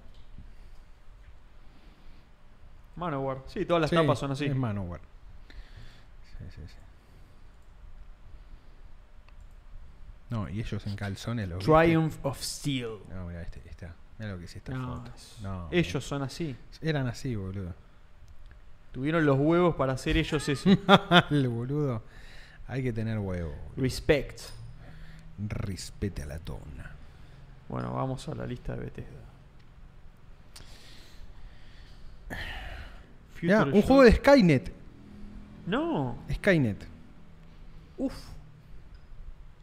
A: Manowar. Sí, todas las
B: Sí,
A: tapas son así.
B: Es Manowar. Sí, sí, sí. No, y ellos en calzones los
A: Triumph of Steel.
B: No, mira, este, esta. Mira lo que es esta
A: No,
B: foto.
A: es-
B: No,
A: ellos son así.
B: Eran así, boludo.
A: Tuvieron los huevos para hacer ellos eso.
B: Mal, boludo. Hay que tener huevo. boludo.
A: Respect.
B: Respete a la tona.
A: Bueno, vamos a la lista de Bethesda.
B: Mirá,
A: Future
B: un
A: Shock.
B: juego de Skynet.
A: No.
B: Skynet.
A: Uf.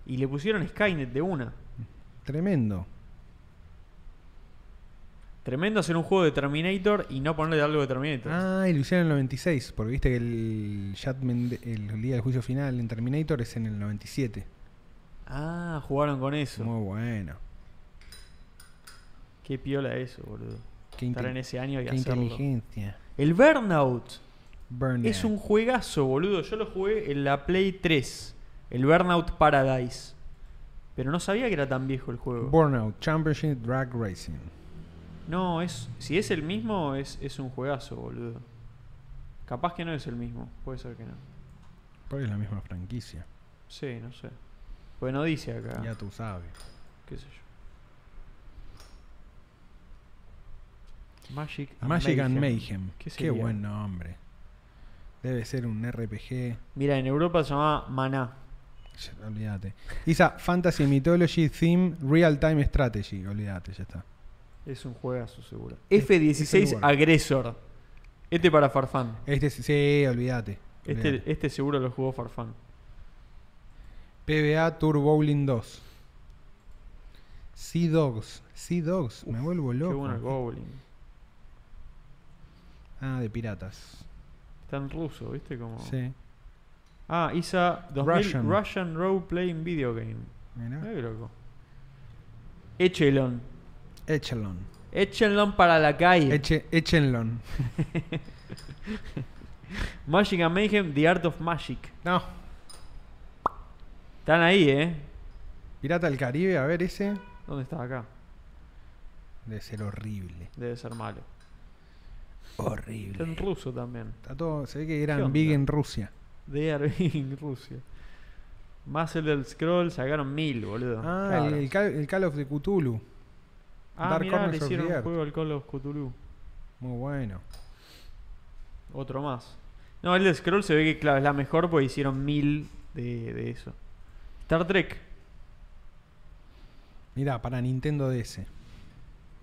A: Y le pusieron Skynet de una.
B: Tremendo.
A: Tremendo hacer un juego de Terminator y no ponerle algo de Terminator.
B: Ah, y lo hicieron en el 96, porque viste que el, Judgment- el día del juicio final en Terminator es en el 97.
A: Ah, jugaron con eso.
B: Muy bueno.
A: Qué piola eso, boludo.
B: Qué,
A: Estar
B: inte-
A: en ese año y
B: qué
A: hacerlo.
B: inteligencia.
A: El Burnout
B: Burnout.
A: es un juegazo, boludo. Yo lo jugué en la Play 3. El Burnout Paradise. Pero no sabía que era tan viejo el juego.
B: Burnout Championship Drag Racing.
A: No, es. Si es el mismo, es, es un juegazo, boludo. Capaz que no es el mismo, puede ser que no.
B: Porque es la misma franquicia.
A: Sí, no sé. Pues no dice acá,
B: Ya tú sabes.
A: qué sé yo. Magic and
B: Magic and
A: Ah, Mayhem.
B: Mayhem.
A: ¿Qué
B: Qué,
A: sería?
B: buen nombre. Debe ser un RPG.
A: Mira, en Europa se llamaba Maná.
B: Ya, olvídate. Isa, Fantasy Mythology Theme Real Time Strategy. Olvídate, ya está.
A: Es un juegazo, seguro.
B: Es-
A: F-16
B: es el lugar.
A: Agresor. Este para Farfán.
B: Este es- sí, olvídate.
A: Este,
B: olvídate.
A: este seguro lo jugó Farfán.
B: PBA Tour Bowling 2. Sea Dogs. Sea Dogs. Me vuelvo
A: Qué
B: loco.
A: bueno el Goblin.
B: ah, de piratas.
A: Está en ruso, ¿viste? Como...
B: Sí.
A: Ah, ISA 2000
B: Russian.
A: Russian Role Playing Video Game.
B: Mirá.
A: Mirá qué loco. Echelon.
B: Echelon.
A: Echelon para la calle.
B: Eche- Echelon.
A: Magic and Mayhem, The Art of Magic.
B: No.
A: Están ahí, ¿eh?
B: Pirata del Caribe, a ver ese.
A: ¿Dónde está acá?
B: Debe ser horrible.
A: Debe ser malo. Está en
B: Horrible.
A: ruso también.
B: Está todo, se ve que
A: ¿Qué
B: eran
A: onda?
B: big en Rusia.
A: De Arvin, Rusia. Más el del Scroll sacaron mil, boludo.
B: Ah,
A: Claro.
B: el, el Call, el Call of the Cthulhu.
A: Ah,
B: Dark
A: mirá, le
B: Corners of
A: hicieron
B: the
A: un
B: Earth.
A: juego al Call of Cthulhu.
B: Muy bueno.
A: Otro más. No, el de Scroll se ve que claro, es la mejor porque hicieron mil de, de eso. Star Trek.
B: Mirá, para Nintendo DS.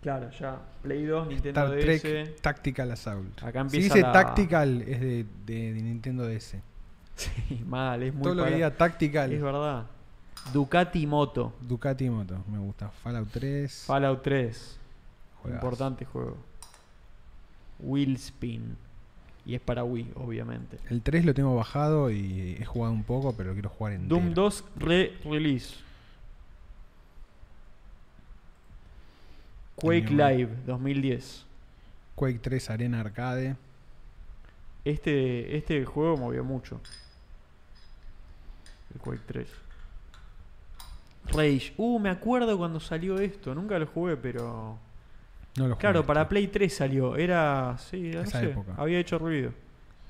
A: Claro, ya. Play 2, Nintendo
B: Star
A: DS.
B: Trek Tactical Assault.
A: Acá
B: Si
A: empieza
B: dice
A: la-
B: Tactical es de, de- de Nintendo DS.
A: Sí, mal, es muy
B: Todo lo que
A: para-
B: diga Tactical.
A: Es verdad. Ducati Moto.
B: Ducati Moto, me gusta. Fallout 3.
A: Fallout 3.
B: juegazo.
A: Importante juego. Wheelspin. Y es para Wii, obviamente.
B: El 3 lo tengo bajado y he jugado un poco, pero lo quiero jugar en
A: Doom 2 re-release. Quake
B: Tenía
A: Live 2010.
B: Quake 3 Arena Arcade.
A: Este, este juego movió mucho. El Quake 3. Rage. Uh, me acuerdo cuando salió esto. Nunca lo jugué, pero.
B: No lo jugué
A: Claro, para
B: este.
A: Play 3 salió. Era. Sí, no
B: Esa
A: sé,
B: época.
A: Había hecho ruido.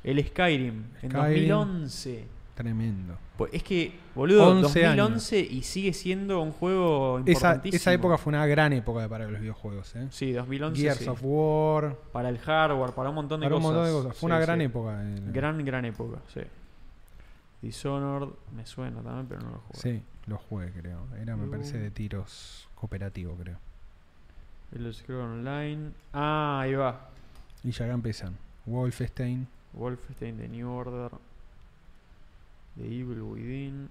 A: El Skyrim, en
B: Skyrim.
A: 2011.
B: Tremendo.
A: Pues es que, boludo,
B: 11 años.
A: 2011 y sigue siendo un juego
B: Esa,
A: importantísimo.
B: esa época fue una gran época para los videojuegos. ¿eh?
A: Sí, 2011.
B: Gears
A: sí.
B: of War.
A: Para el hardware, para un montón de
B: para un
A: cosas.
B: montón de cosas. Fue
A: Sí,
B: una
A: sí.
B: gran época. el-
A: Gran, gran época, sí. Dishonored me suena también, pero no lo jugué.
B: Sí, lo jugué, creo. Era, me
A: Doom.
B: parece, de tiros cooperativo, creo.
A: El Scroll Online. Ah, ahí va.
B: Y ya acá empiezan. Wolfenstein.
A: Wolfenstein The New Order. The Evil Within.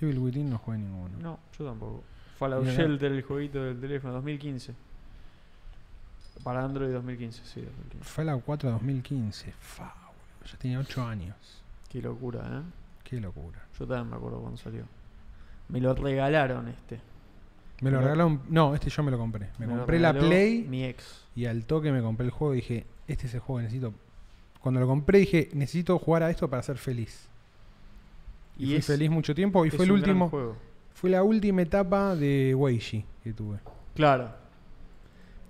B: Evil Within no jugué ninguno.
A: No, yo tampoco. Fallout
B: Y acá-
A: Shelter, el jueguito del teléfono, 2015. Para Android 2015, sí, 2015.
B: Fallout 4 2015. Fa, boludo, ya tenía 8 años.
A: Qué locura, ¿eh?
B: Qué locura.
A: Yo también me acuerdo cuando salió. Me lo regalaron este.
B: Me lo
A: Pero-
B: regalaron. No, este yo me lo compré. Me,
A: lo
B: compré la
A: regaló
B: Play
A: Mi ex.
B: y al toque me compré el juego y dije, este es el juego que necesito. Cuando lo compré dije, necesito jugar a esto para ser feliz. Y, fui
A: es-
B: feliz mucho tiempo y
A: es
B: fue el
A: un gran
B: último.
A: juego.
B: Fue la última etapa de Weiji que tuve.
A: Claro.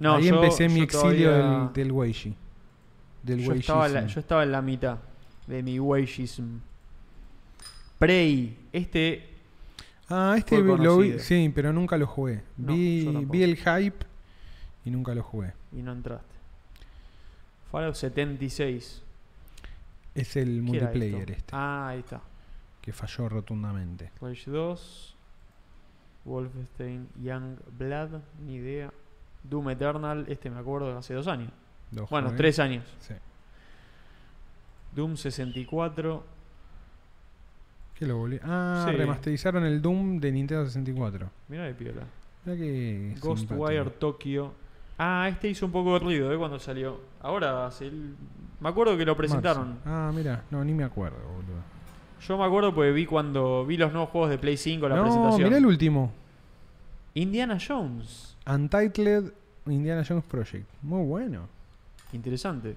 A: No,
B: Ahí
A: yo-
B: empecé mi
A: yo
B: exilio
A: todavía-
B: del, del Weiji. Del
A: yo, estaba en la-
B: Weijism.
A: yo estaba en la mitad de mi Weijism. Prey. Este.
B: Ah, este
A: fue
B: vi- lo vi,
A: conocido.
B: sí, pero nunca lo jugué.
A: No, yo
B: vi,
A: tampoco.
B: vi el hype y nunca lo jugué.
A: Y no entraste. Fallout 76.
B: Es el
A: ¿Qué era
B: multiplayer
A: esto?
B: este,
A: Ah, ahí está.
B: que falló rotundamente.
A: Rage 2. Wolfenstein Young Blood. Ni idea. Doom Eternal. Este me acuerdo de hace dos años.
B: Lo
A: Bueno,
B: jugué.
A: tres años.
B: eh. Sí.
A: Doom 64.
B: Que lo volví- Ah,
A: Sí.
B: remasterizaron el Doom de Nintendo 64.
A: Mirá de piola.
B: Mirá que
A: Ghostwire
B: simpático.
A: Tokyo. Ah, este hizo un poco de ruido ¿eh? cuando salió. Ahora, hace el- me acuerdo que lo presentaron.
B: Marzo. Ah, mira, no, ni me acuerdo, boludo.
A: Yo me acuerdo porque vi cuando vi los nuevos juegos de Play 5, la
B: No,
A: presentación.
B: mirá el último.
A: Indiana Jones.
B: Untitled Indiana Jones Project. Muy bueno.
A: Interesante.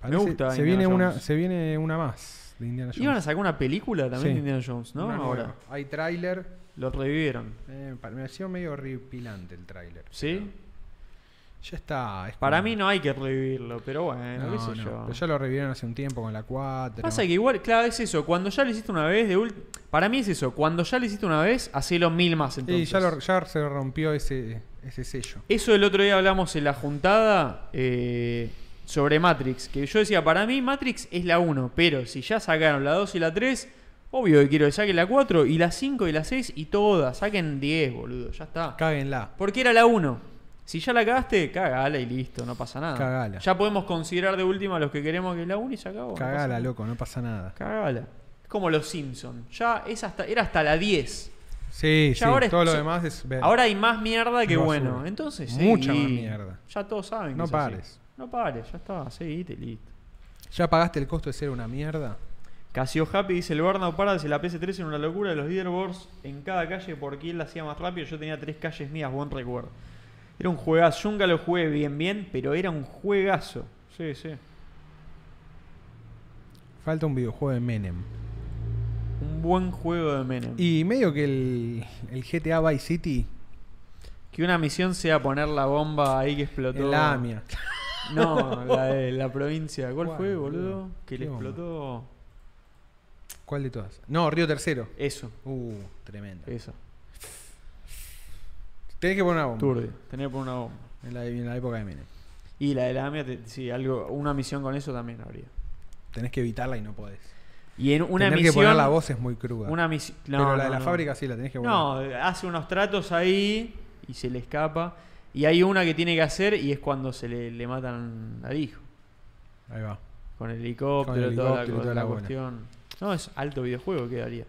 B: Parece-
A: gusta
B: se
A: Indiana
B: viene una
A: Jones.
B: Se viene una más de Indiana Jones.
A: Iban a sacar una película también
B: Sí.
A: de Indiana Jones, ¿no?
B: Una nueva.
A: Ahora.
B: Hay tráiler.
A: Lo revivieron.
B: Eh, pa- me pareció medio horripilante el tráiler.
A: ¿Sí?
B: Ya está. es
A: Para
B: como-
A: mí no hay que revivirlo, pero bueno,
B: No,
A: qué sé
B: no,
A: yo.
B: Pero ya lo revivieron hace un tiempo con la 4.
A: Pasa que igual, claro, es eso. Cuando ya lo hiciste una vez, de ult- para mí es eso. Cuando ya lo hiciste una vez, hacelo mil más entonces.
B: y ya, lo- ya se rompió ese, ese sello.
A: Eso el otro día hablamos en la juntada eh, sobre Matrix. Que yo decía, para mí Matrix es la 1, pero si ya sacaron la 2 y la 3, obvio que quiero que saquen la 4 y la 5 y la 6 y todas. Saquen 10, boludo, ya está.
B: Cáguenla.
A: Porque era la 1. Si ya la cagaste, cagala y listo, no pasa nada.
B: Cagala.
A: Ya podemos considerar de última los que queremos que es la 1 y se acabó. Oh, no pasa
B: Cagala,
A: nada.
B: loco, no pasa nada.
A: Cagala. Es como los Simpsons. Ya es hasta, era hasta la 10. Ya
B: Sí, sí.
A: ahora es-
B: todo lo
A: ya-
B: demás es. ver-
A: Ahora hay más mierda que
B: Basura.
A: bueno. Entonces,
B: Mucha
A: seguí.
B: más mierda.
A: Ya todos saben. que
B: No
A: es así.
B: pares.
A: No pares, ya está. Seguite, listo.
B: ¿Ya pagaste el costo de ser una mierda?
A: Casio Happy dice: el Burnout Paradise y la PS3 era una locura. Los leaderboards en cada calle por quién la hacía más rápido. Yo tenía tres calles mías, buen recuerdo. Era un juegazo. Yo nunca lo jugué bien, bien, pero era un juegazo. Sí, sí.
B: Falta un videojuego de Menem.
A: Un buen juego de Menem.
B: Y medio que el, el GTA Vice City
A: que una misión sea poner la bomba ahí que explotó.
B: en la AMIA.
A: No, la de la provincia. ¿Cuál
B: ¿Cuál,
A: fue,
B: boludo?
A: boludo? Que le
B: ¿Qué bomba?
A: explotó.
B: ¿Cuál de todas? No, Río Tercero.
A: Eso,
B: Uh, tremendo.
A: eso.
B: Tenés que poner una bomba.
A: Turbio. Tenía por una bomba.
B: En la, en la época de Menem.
A: Y la de la AMIA, te- sí, algo, una misión con eso también habría.
B: Tenés que evitarla y no podés.
A: Y en una
B: Tener
A: misión.
B: que poner la voz es muy cruda.
A: Una misión.
B: Pero la de la fábrica sí la tenés que poner.
A: No, hace unos tratos ahí y se le escapa. Y hay una que tiene que hacer y es cuando se le, le matan al hijo.
B: Ahí va.
A: Con el helicóptero,
B: Con el
A: toda, la,
B: helicóptero y
A: co-
B: toda la
A: la
B: bola.
A: cuestión. No, es alto videojuego que haría.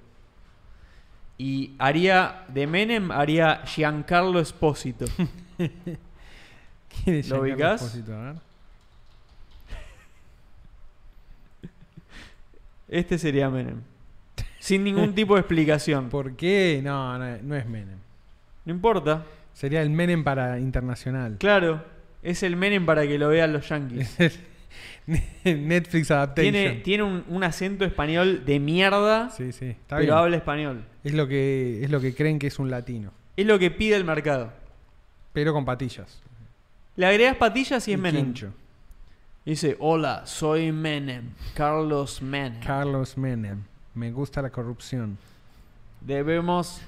A: Y haría, de Menem, haría Giancarlo Espósito.
B: ¿Quién es
A: ¿Lo
B: Giancarlo
A: ubicás?
B: Esposito? A ver.
A: Este sería Menem. Sin ningún tipo de explicación.
B: ¿Por qué? No, no, no es Menem.
A: No importa.
B: Sería el Menem para internacional.
A: Claro, es el Menem para que lo vean los yankees.
B: Netflix Adaptation.
A: Tiene, tiene un, un acento español de mierda,
B: Sí, sí. Está
A: pero
B: bien.
A: habla español.
B: Es lo que es lo que creen que es un latino,
A: Es lo que pide el mercado.
B: pero con patillas.
A: Le agregas patillas y es
B: Y
A: Menem.
B: quincho.
A: Y dice, hola, soy Menem, Carlos Menem.
B: Carlos Menem. Me gusta la corrupción.
A: Debemos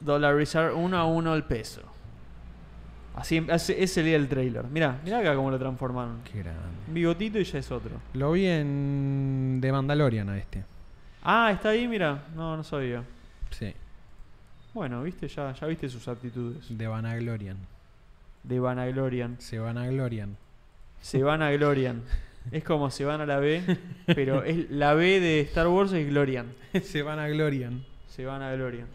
A: dolarizar uno a uno el peso. Así, ese ese sería el trailer. Mirá, mirá acá cómo lo transformaron.
B: Qué grande.
A: Un bigotito y ya es otro.
B: Lo vi en The Mandalorian a este.
A: Ah, está ahí, mira. No, no sabía.
B: Sí,
A: Bueno, viste, ya, ya viste sus aptitudes.
B: The Vanaglorian.
A: De Vanaglorian.
B: Se Vanaglorian.
A: Se van a Glorian. Es como se van a la B, pero es la B de Star Wars es Glorian.
B: Se Vanaglorian.
A: Se van a Glorian.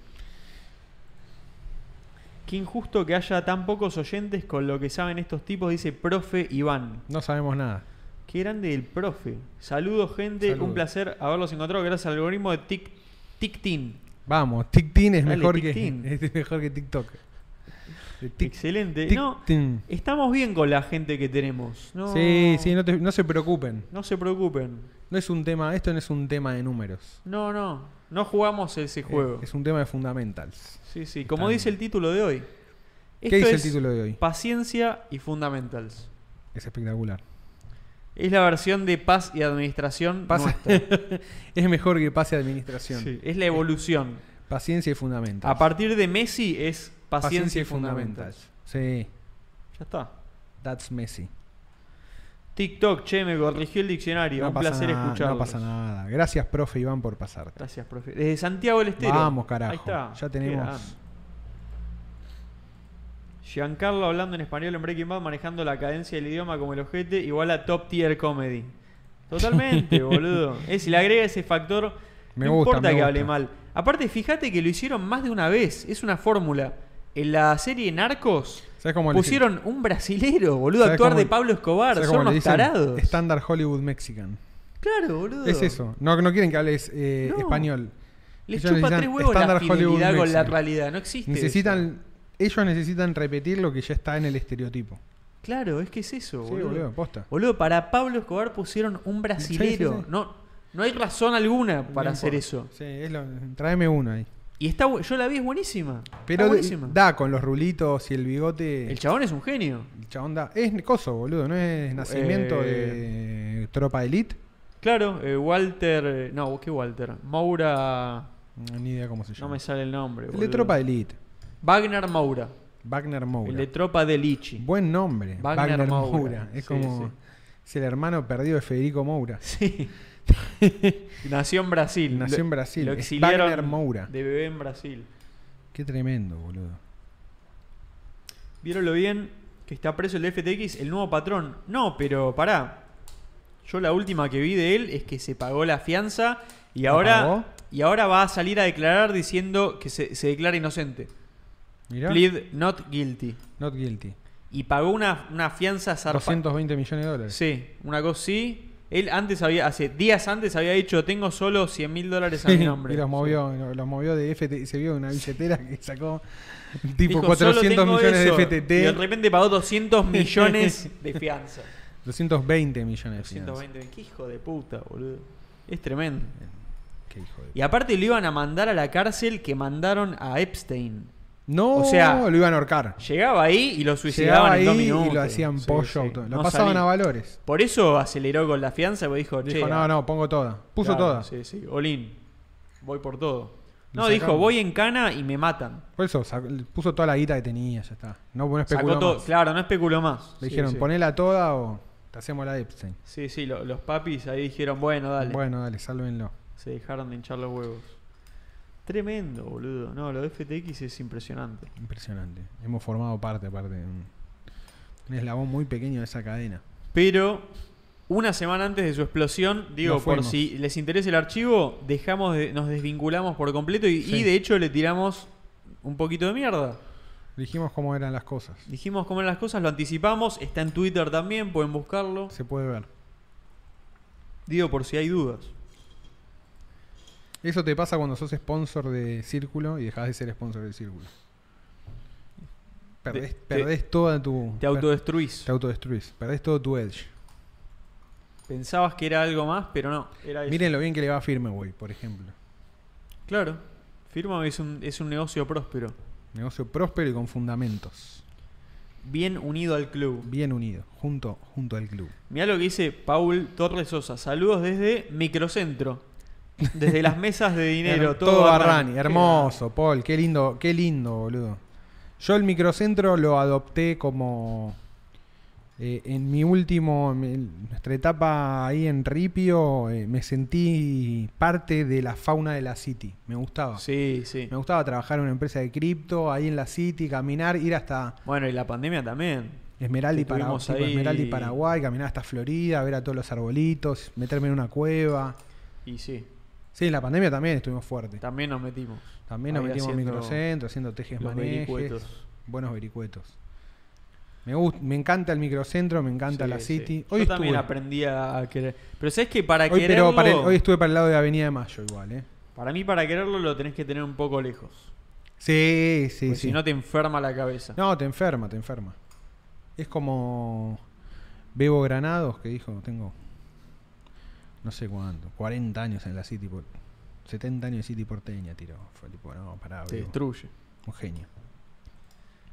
A: Qué injusto que haya tan pocos oyentes con lo que saben estos tipos, dice profe Iván.
B: No sabemos nada.
A: Qué grande el profe. Saludos, gente.
B: Saludos.
A: Un placer haberlos encontrado gracias al algoritmo de Tic, TikTin.
B: Vamos, TikTin es
A: Dale,
B: mejor
A: TikTin.
B: que es mejor que TikTok. De Tik-
A: Excelente. No,
B: TikTin.
A: estamos bien con la gente que tenemos. No,
B: Sí, sí, no, te- no se preocupen.
A: no se preocupen.
B: No es un tema, esto no es un tema de números.
A: No, no. No jugamos ese juego.
B: Es, es un tema de fundamentals.
A: Sí, sí, como
B: Están-
A: dice el título de hoy.
B: ¿Qué
A: Esto
B: dice el
A: es
B: título de hoy?
A: Paciencia y Fundamentals.
B: Es espectacular.
A: Es la versión de paz y administración.
B: Pasa-
A: nuestra.
B: es mejor que pase administración.
A: Sí, es la evolución.
B: Paciencia y fundamentals.
A: A partir de Messi es Paciencia, y Fundamentals.
B: Sí,
A: Ya está.
B: that's Messi.
A: TikTok, che, me corrigió el diccionario. Un
B: pasa
A: placer
B: nada,
A: escucharlo.
B: No pasa nada. Gracias, profe Iván, por pasarte.
A: Gracias, profe. Desde Santiago del Estero.
B: Vamos, carajo.
A: Ahí está.
B: Ya
A: Qué grande.
B: tenemos.
A: Giancarlo hablando en español en Breaking Bad, manejando la cadencia del idioma como el ojete, igual a top tier comedy. Totalmente, boludo. Es, le agrega ese factor.
B: Me
A: no
B: gusta,
A: importa
B: me
A: que
B: gusta.
A: hable mal. Aparte, fíjate que lo hicieron más de una vez. Es una fórmula. En la serie Narcos
B: ¿Sabes cómo le-
A: pusieron un brasilero, boludo, a
B: ¿Sabés
A: actuar
B: cómo-
A: de Pablo Escobar.
B: ¿sabes
A: Son
B: cómo le
A: unos
B: dicen?
A: tarados.
B: Estándar Hollywood Mexican.
A: Claro, boludo.
B: Es eso. No, no quieren que hables eh,
A: No.
B: español.
A: Les
B: Ellos
A: chupa
B: necesitan
A: tres huevos la
B: estándar Hollywood
A: fidelidad con la
B: Mexican.
A: realidad. No existe. eso.
B: Necesitan, ellos necesitan repetir lo que ya está en el estereotipo.
A: Claro, es que es eso,
B: Sí,
A: boludo.
B: boludo, posta.
A: Boludo, para Pablo Escobar pusieron un brasilero.
B: Sí, sí, sí.
A: No, no hay razón alguna para
B: No
A: hacer
B: importa.
A: eso.
B: Sí, es lo- tráeme uno ahí.
A: Y está bu- yo la vi, es buenísima. Está
B: Pero de-
A: buenísima.
B: da con los rulitos y el bigote.
A: El chabón es un genio.
B: El chabón da. Es coso, boludo, no es nacimiento
A: Eh.
B: de tropa elite.
A: Claro, eh, Walter. eh, No, ¿qué Walter? Maura.
B: No, Ni idea cómo se
A: No
B: llama.
A: me sale el nombre.
B: el de
A: boludo.
B: tropa elite.
A: Wagner Maura.
B: Wagner
A: El
B: Moura.
A: de Tropa de Lichi.
B: Buen nombre.
A: Wagner
B: Wagner,
A: Moura.
B: Moura. Es
A: Sí,
B: como.
A: sí.
B: Es el hermano perdido de Federico Moura.
A: Sí. Nació en Brasil.
B: Nació en
A: Lo-
B: Brasil.
A: Lo
B: Es
A: exiliaron
B: Wagner Moura.
A: de bebé en Brasil.
B: Qué tremendo, boludo.
A: ¿Vieron lo bien que está preso el de FTX, el nuevo patrón? No, pero pará. Yo la última que vi de él es que se pagó la fianza y
B: ¿La pagó?
A: ahora, y ahora va a salir a declarar diciendo que se, se declara inocente.
B: Mirá.
A: Plead not guilty.
B: Not guilty.
A: Y pagó una, una fianza zarpada.
B: 220 millones de dólares.
A: Sí, una cosa sí. Él antes había, hace días antes había dicho, tengo solo 100 mil dólares a mi nombre.
B: y los
A: Sí.
B: movió, lo- los movió de FT, se vio una billetera que sacó tipo
A: Dijo, "Solo
B: 400
A: tengo
B: millones
A: eso". Y de
B: de FTT,
A: repente pagó 200 millones de fianza.
B: 220 millones de finanzas.
A: 220. Qué hijo de puta, boludo. Es tremendo.
B: Qué hijo de-
A: Y aparte lo iban a mandar a la cárcel que mandaron a Epstein.
B: No,
A: o sea,
B: lo iban a ahorcar.
A: Llegaba ahí y lo
B: Llegaba
A: suicidaban
B: ahí
A: en dos minutos.
B: y lo hacían
A: Sí,
B: pollo.
A: sí.
B: auto- Lo
A: No
B: pasaban
A: salí.
B: a valores.
A: Por eso aceleró con la fianza porque dijo, che,
B: Dijo, no, no, pongo toda. Puso
A: claro,
B: toda.
A: Sí, sí, Olin. voy por todo.
B: Lo
A: No, dijo,
B: sacaron.
A: voy en cana y me matan.
B: Por eso, sacó- puso toda la guita que tenía, ya está. No, no especuló
A: Sacó todo.
B: más.
A: Claro, no especuló más.
B: Le
A: Sí,
B: dijeron,
A: sí.
B: ponela toda o te hacemos la de Epstein.
A: Sí, sí, lo- los papis ahí dijeron, bueno, dale.
B: Bueno, dale, sálvenlo.
A: Se dejaron de hinchar los huevos. Tremendo, boludo. No, lo de FTX es impresionante.
B: Impresionante. Hemos formado parte, aparte. de Un, un eslabón muy pequeño de esa cadena.
A: Pero una semana antes de su explosión, digo,
B: Nos
A: por
B: fuimos.
A: si les interesa el archivo, dejamos de- nos desvinculamos por completo y,
B: Sí.
A: y de hecho le tiramos un poquito de mierda.
B: Dijimos cómo eran las cosas.
A: Dijimos cómo eran las cosas, lo anticipamos, está en Twitter también, pueden buscarlo.
B: Se puede ver.
A: Digo, por si hay dudas.
B: Eso te pasa cuando sos sponsor de Círculo y dejas de ser sponsor de Círculo. Perdés,
A: Te-
B: perdés toda tu.
A: Te
B: per-
A: autodestruís.
B: te autodestruís. Perdés todo tu edge.
A: Pensabas que era algo más, pero no. Era eso.
B: Miren lo bien que le va a firme, güey, por ejemplo.
A: Claro. Firma es un, es un negocio próspero.
B: Negocio próspero y con fundamentos.
A: Bien unido al club.
B: Bien unido. Junto, junto al club.
A: Mirá lo que dice Paul Torres Sosa. Saludos desde Microcentro. Desde las mesas de dinero.
B: Her- todo
A: Barrani.
B: Barrani. Hermoso, Paul. Qué lindo, qué lindo, boludo. Yo el microcentro lo adopté como. eh, en mi último. en mi- nuestra etapa ahí en Ripio, eh, me sentí parte de la fauna de la City. Me gustaba.
A: Sí, sí.
B: Me gustaba trabajar en una empresa de cripto, ahí en la City, caminar, ir hasta
A: Bueno, y la pandemia también.
B: Esmeralda y,
A: Que
B: Paraguay,
A: tuvimos
B: tipo,
A: ahí-
B: Esmeralda y Paraguay, caminar hasta Florida, ver a todos los arbolitos, meterme en una cueva.
A: Y sí,
B: Sí, en la pandemia también estuvimos fuertes.
A: también nos metimos.
B: También nos
A: Ahí
B: metimos en
A: haciendo
B: microcentro, haciendo tejes
A: los
B: manejes,
A: vericuetos.
B: buenos vericuetos. Me, gust- me encanta el microcentro, me encanta
A: Sí,
B: la
A: sí.
B: City.
A: Yo
B: Hoy
A: también
B: estuve,
A: aprendí a querer. Pero sabes que para
B: hoy,
A: quererlo.
B: pero para el- hoy estuve para el lado de Avenida de Mayo igual, ¿eh?
A: Para mí, para quererlo, lo tenés que tener un poco lejos.
B: Sí, sí,
A: Porque
B: sí.
A: Si no, te enferma la cabeza.
B: No, te enferma, te enferma. Es como Bebo Granados que dijo, tengo no sé cuánto, 40 años en la City, por, 70 años de City porteña, tiró. Fue tipo, no, pará,
A: te
B: Bebo,
A: destruye.
B: un genio.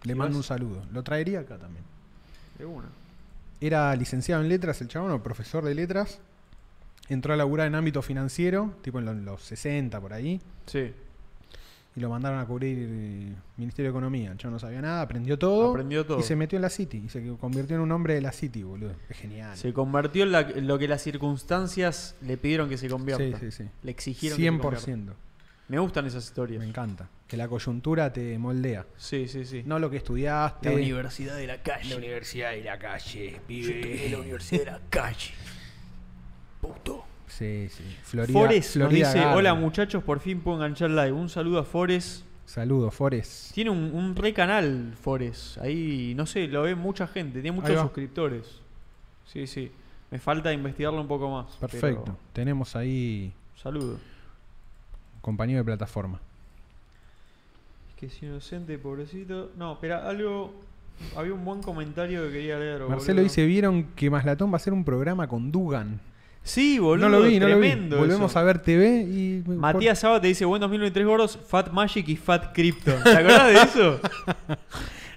B: Le
A: ¿Y
B: mando
A: vas?
B: un saludo. Lo traería acá también.
A: De una.
B: Era licenciado en letras el chabón, o profesor de letras. Entró a laburar en ámbito financiero, tipo en lo- los, 60 por ahí,
A: Sí.
B: y lo mandaron a cubrir eh, Ministerio de Economía. El chabón no sabía nada, aprendió todo.
A: Aprendió todo.
B: Y se metió en la City, y se convirtió en un hombre de la City, boludo. Es genial.
A: Se convirtió en, la- en lo que las circunstancias le pidieron que se convierta.
B: Sí, sí, sí.
A: Le exigieron que se convierta.
B: 100%.
A: Me gustan esas
B: Me
A: historias.
B: encanta. Que la coyuntura te moldea.
A: Sí, sí, sí.
B: No eh, lo que estudiaste.
A: la universidad de la calle.
D: Universidad de la calle,
E: Yo estudié en la universidad de la calle. Puto.
B: Sí, sí. Florida.
A: Fores nos
B: Florida
A: dice,
B: Garden.
A: hola muchachos, por fin puedo enganchar live. Un saludo a Fores.
B: Saludos, Forest.
A: Tiene un, un re canal, Fores. Ahí, no sé, lo ve mucha gente. Tiene
B: Ahí
A: muchos
B: va.
A: suscriptores. Sí, sí. Me falta investigarlo un poco más. pero
B: Perfecto. Tenemos ahí
A: Saludo.
B: compañero de plataforma.
A: Es que es inocente, pobrecito. No, espera, algo... Había un buen comentario que quería leer.
B: Marcelo
A: boludo.
B: dice, ¿vieron que Maslatón va a hacer un programa con Dugan?
A: Sí, boludo,
B: no lo vi, no
A: tremendo
B: lo vi. Volvemos
A: eso.
B: a ver TV y...
A: Matías Saba te dice, buen 2023 gordos, Fat Magic y Fat Krypton. ¿Te acordás de eso?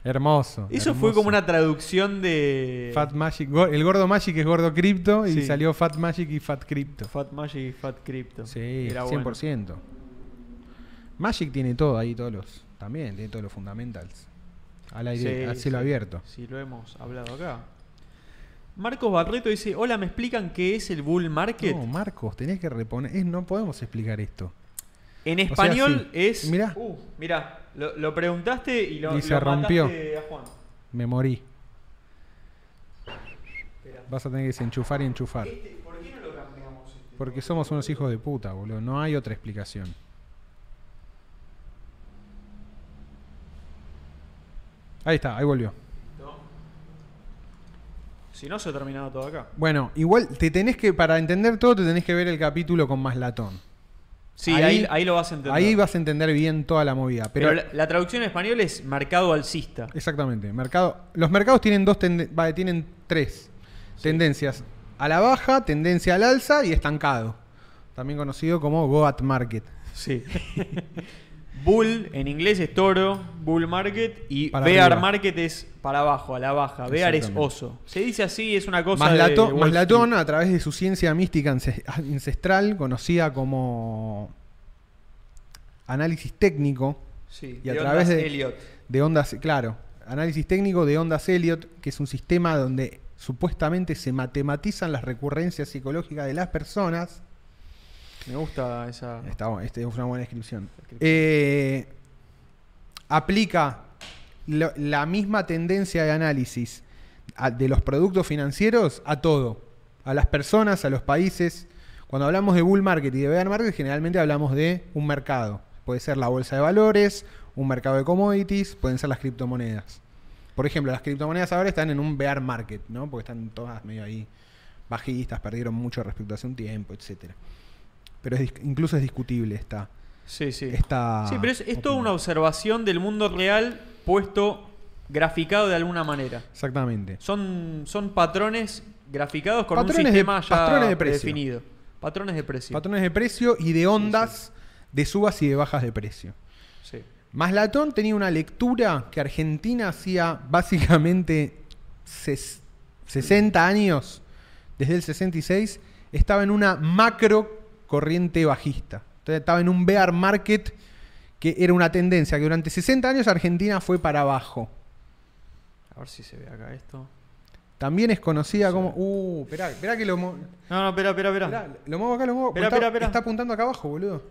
B: Hermoso.
A: Eso fue como
B: hermoso.
A: una traducción de...
B: Fat Magic, go- el gordo Magic es gordo cripto y
A: Sí.
B: salió Fat Magic y Fat Crypto.
A: Fat Magic y Fat Crypto.
B: Sí,
A: Era bueno.
B: 100%. Magic tiene todo ahí, todos los. También tiene todos los fundamentals. Al aire,
A: Sí,
B: al cielo
A: sí.
B: abierto.
A: Sí, lo hemos hablado acá. Marcos Barreto dice, hola, ¿me explican qué es el bull market?
B: No, Marcos, tenés que reponer. eh, no podemos explicar esto.
A: en
B: sea,
A: español
B: sí.
A: es...
B: Mirá.
A: Uh, mirá, lo, lo preguntaste y lo,
B: Y
A: lo
B: se rompió.
A: mataste a Juan.
B: Me morí. Vas a tener que desenchufar y enchufar.
A: Este, ¿Por qué no lo cambiamos? este?
B: Porque somos unos hijos de puta, boludo. No hay otra explicación. Ahí está, ahí volvió.
A: Si no, se ha terminado todo acá.
B: Bueno, igual te tenés que, para entender todo, te tenés que ver el capítulo con más latón.
A: Sí,
B: Ahí-
A: ahí, ahí, lo vas a entender.
B: Ahí vas a entender bien toda la movida. Pero,
A: Pero, la, la traducción en español es mercado alcista.
B: exactamente, mercado. Los mercados tienen dos tenden- va, tienen tres tendencias. A la baja, tendencia al alza y estancado. También conocido como Goat Market.
A: Sí. Bull en inglés es toro, bull market y
B: Para
A: bear
B: arriba.
A: market es para abajo, a la baja. Bear es
B: Exactamente.
A: oso. Se dice así, es una cosa.
B: Más,
A: de
B: lato-
A: Wall
B: más
A: Street.
B: latón, a través de su ciencia mística ance- ancestral, conocida como análisis técnico
F: Sí,
B: Y a través
F: ondas
B: de-
F: Elliot.
B: de ondas, claro, análisis técnico de ondas Elliot, que es un sistema donde supuestamente se matematizan las recurrencias psicológicas de las personas.
A: Me gusta esa.
B: Está bueno, esta es una buena descripción. Eh, aplica lo- la misma tendencia de análisis a- de los productos financieros a todo. A las personas, a los países. Cuando hablamos de bull market y de bear market, generalmente hablamos de un mercado. Puede ser la bolsa de valores, un mercado de commodities, pueden ser las criptomonedas. Por ejemplo, las criptomonedas ahora están en un bear market, ¿no? Porque están todas medio ahí bajistas, perdieron mucho respecto a hace un tiempo, etcétera. Pero es dis- incluso es discutible esta.
A: Sí, sí.
B: esta
A: sí, pero es, es toda
B: opinión.
A: una observación del mundo real puesto graficado de alguna manera.
B: Exactamente.
A: Son, son patrones graficados con un
B: Patrones de-
A: sistema
B: patrones
A: ya
B: de precio.
A: definido. Patrones de precio.
B: Patrones de precio y de ondas de subas y de bajas de precio.
A: Sí.
B: Maslatón tenía una lectura que Argentina hacía básicamente ses- 60 años, desde el 66, estaba en una macro corriente bajista. Entonces, estaba en un bear market que era una tendencia, que durante 60 años Argentina fue para abajo.
A: A ver si se ve acá esto.
B: También es conocida como... Uh, esperá, esperá que lo... mo-
A: No, no, espera, espera,
B: Esperá,
A: espera.
B: lo muevo acá, lo muevo.
A: Esperá,
B: está,
A: esperá, esperá.
B: está apuntando acá abajo, boludo.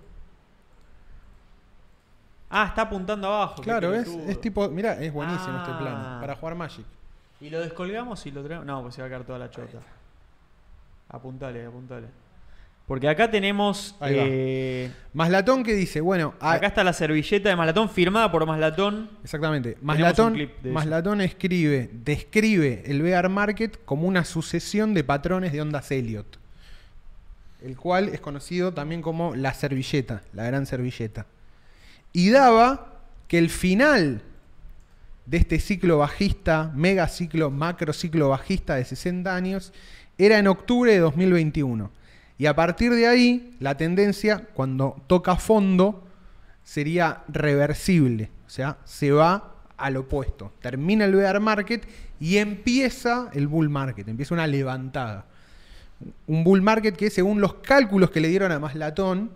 A: Ah, está apuntando abajo. qué
B: Claro, es,
A: pelotudo.
B: es tipo... Mirá, es buenísimo este
A: Ah.
B: plano para jugar Magic.
A: ¿Y lo descolgamos y lo traemos? No, pues se va a caer toda la chota. Apuntale, apuntale. Porque acá tenemos.
B: Ahí va. Ah.
A: eh,
B: Maslatón que dice, bueno, a-
A: Acá está la servilleta de Maslatón firmada por Maslatón.
B: exactamente.
A: un
B: Maslatón,
A: clip de eso.
B: Maslatón escribe, describe el bear market como una sucesión de patrones de ondas Elliot, el cual es conocido también como la servilleta, la gran servilleta. Y daba que el final de este ciclo bajista, mega ciclo, macro ciclo bajista de 60 años, era en octubre de 2021. Y a partir de ahí, la tendencia, cuando toca fondo, sería reversible. O sea, se va al opuesto. Termina el bear market y empieza el bull market, empieza una levantada. Un bull market que, según los cálculos que le dieron a Maslatón,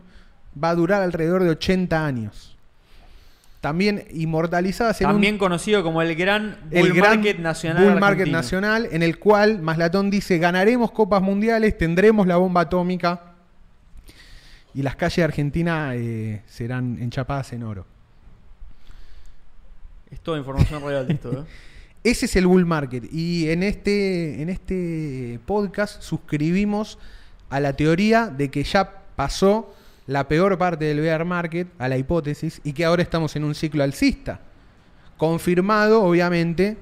B: va a durar alrededor de 80 años. También inmortalizadas en un-
A: También conocido como el gran Bull
B: el gran
A: Market Nacional.
B: Bull Market
A: argentino.
B: Nacional, en el cual Maslatón dice, ganaremos copas mundiales, tendremos la bomba atómica y las calles de Argentina eh, serán enchapadas en oro.
A: Es toda información real de esto, ¿eh?
B: Ese es el bull market. Y en este, en este podcast suscribimos a la teoría de que ya pasó la peor parte del bear market, a la hipótesis, y que ahora estamos en un ciclo alcista. Confirmado, obviamente,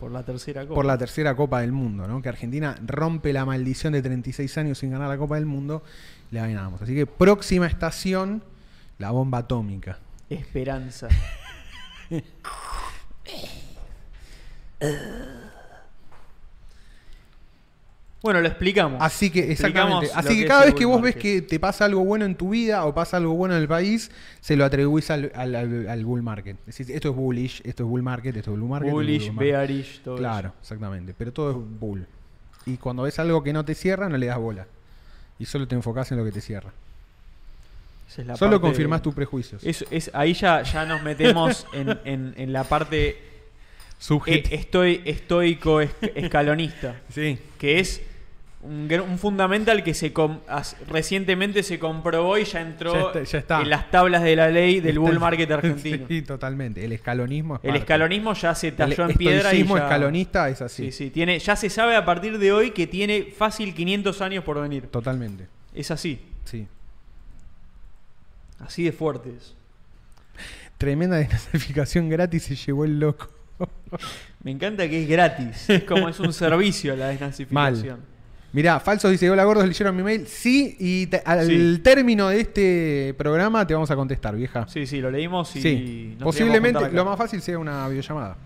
A: Por la tercera cosa.
B: por la tercera Copa del Mundo, ¿no? Que Argentina rompe la maldición de 36 años sin ganar la Copa del Mundo, la ganamos. Así que próxima estación, la bomba atómica.
A: Esperanza. bueno, lo explicamos.
B: Así que,
A: Explicamos
B: exactamente.
A: lo
B: Así que
A: es
B: cada
A: el
B: vez que
A: bull
B: vos ves
A: market.
B: que te pasa algo bueno en tu vida o pasa algo bueno en el país, se lo atribuís al, al- al- al bull market. Decís, esto es bullish, esto es bull market, esto es bull market. esto es
A: Bullish,
B: bull market".
A: bearish, todo
B: Claro, exactamente. Pero todo es bull. Y cuando ves algo que no te cierra, no le das bola. Y solo te enfocás en lo que te cierra.
A: eso. Esa es la
B: solo
A: parte-
B: confirmás tus prejuicios.
A: Es, es- ahí ya, ya nos metemos en, en- en la parte eh,
B: Subjeti-
A: estoy, estoico es- escalonista,
B: Sí.
A: que es un, gr- un fundamental que se com- as- recientemente se comprobó y ya entró
B: Ya está- ya está.
A: en las tablas de la ley del
B: Está-
A: bull market argentino.
B: Sí, totalmente. El escalonismo es
A: El
B: parte.
A: escalonismo ya se
B: El
A: talló en piedra y
B: estoicismo
A: ya-
B: escalonista es así.
A: Sí, sí, tiene, ya se sabe a partir de hoy que tiene fácil 500 años por venir.
B: Totalmente.
A: Es así,
B: Sí.
A: así de fuertes.
B: Tremenda desnazificación gratis se llevó el loco.
A: Me encanta que es gratis, es como es un servicio la desnazificación.
B: Mirá, Falsos dice, hola gordos, leyeron mi mail. Sí, y te- al
A: Sí.
B: término de este programa te vamos a contestar, vieja.
A: Sí, sí, lo leímos y
B: Sí.
A: nos queríamos
B: Posiblemente
A: juntar
B: lo
A: acá.
B: más fácil sea una videollamada.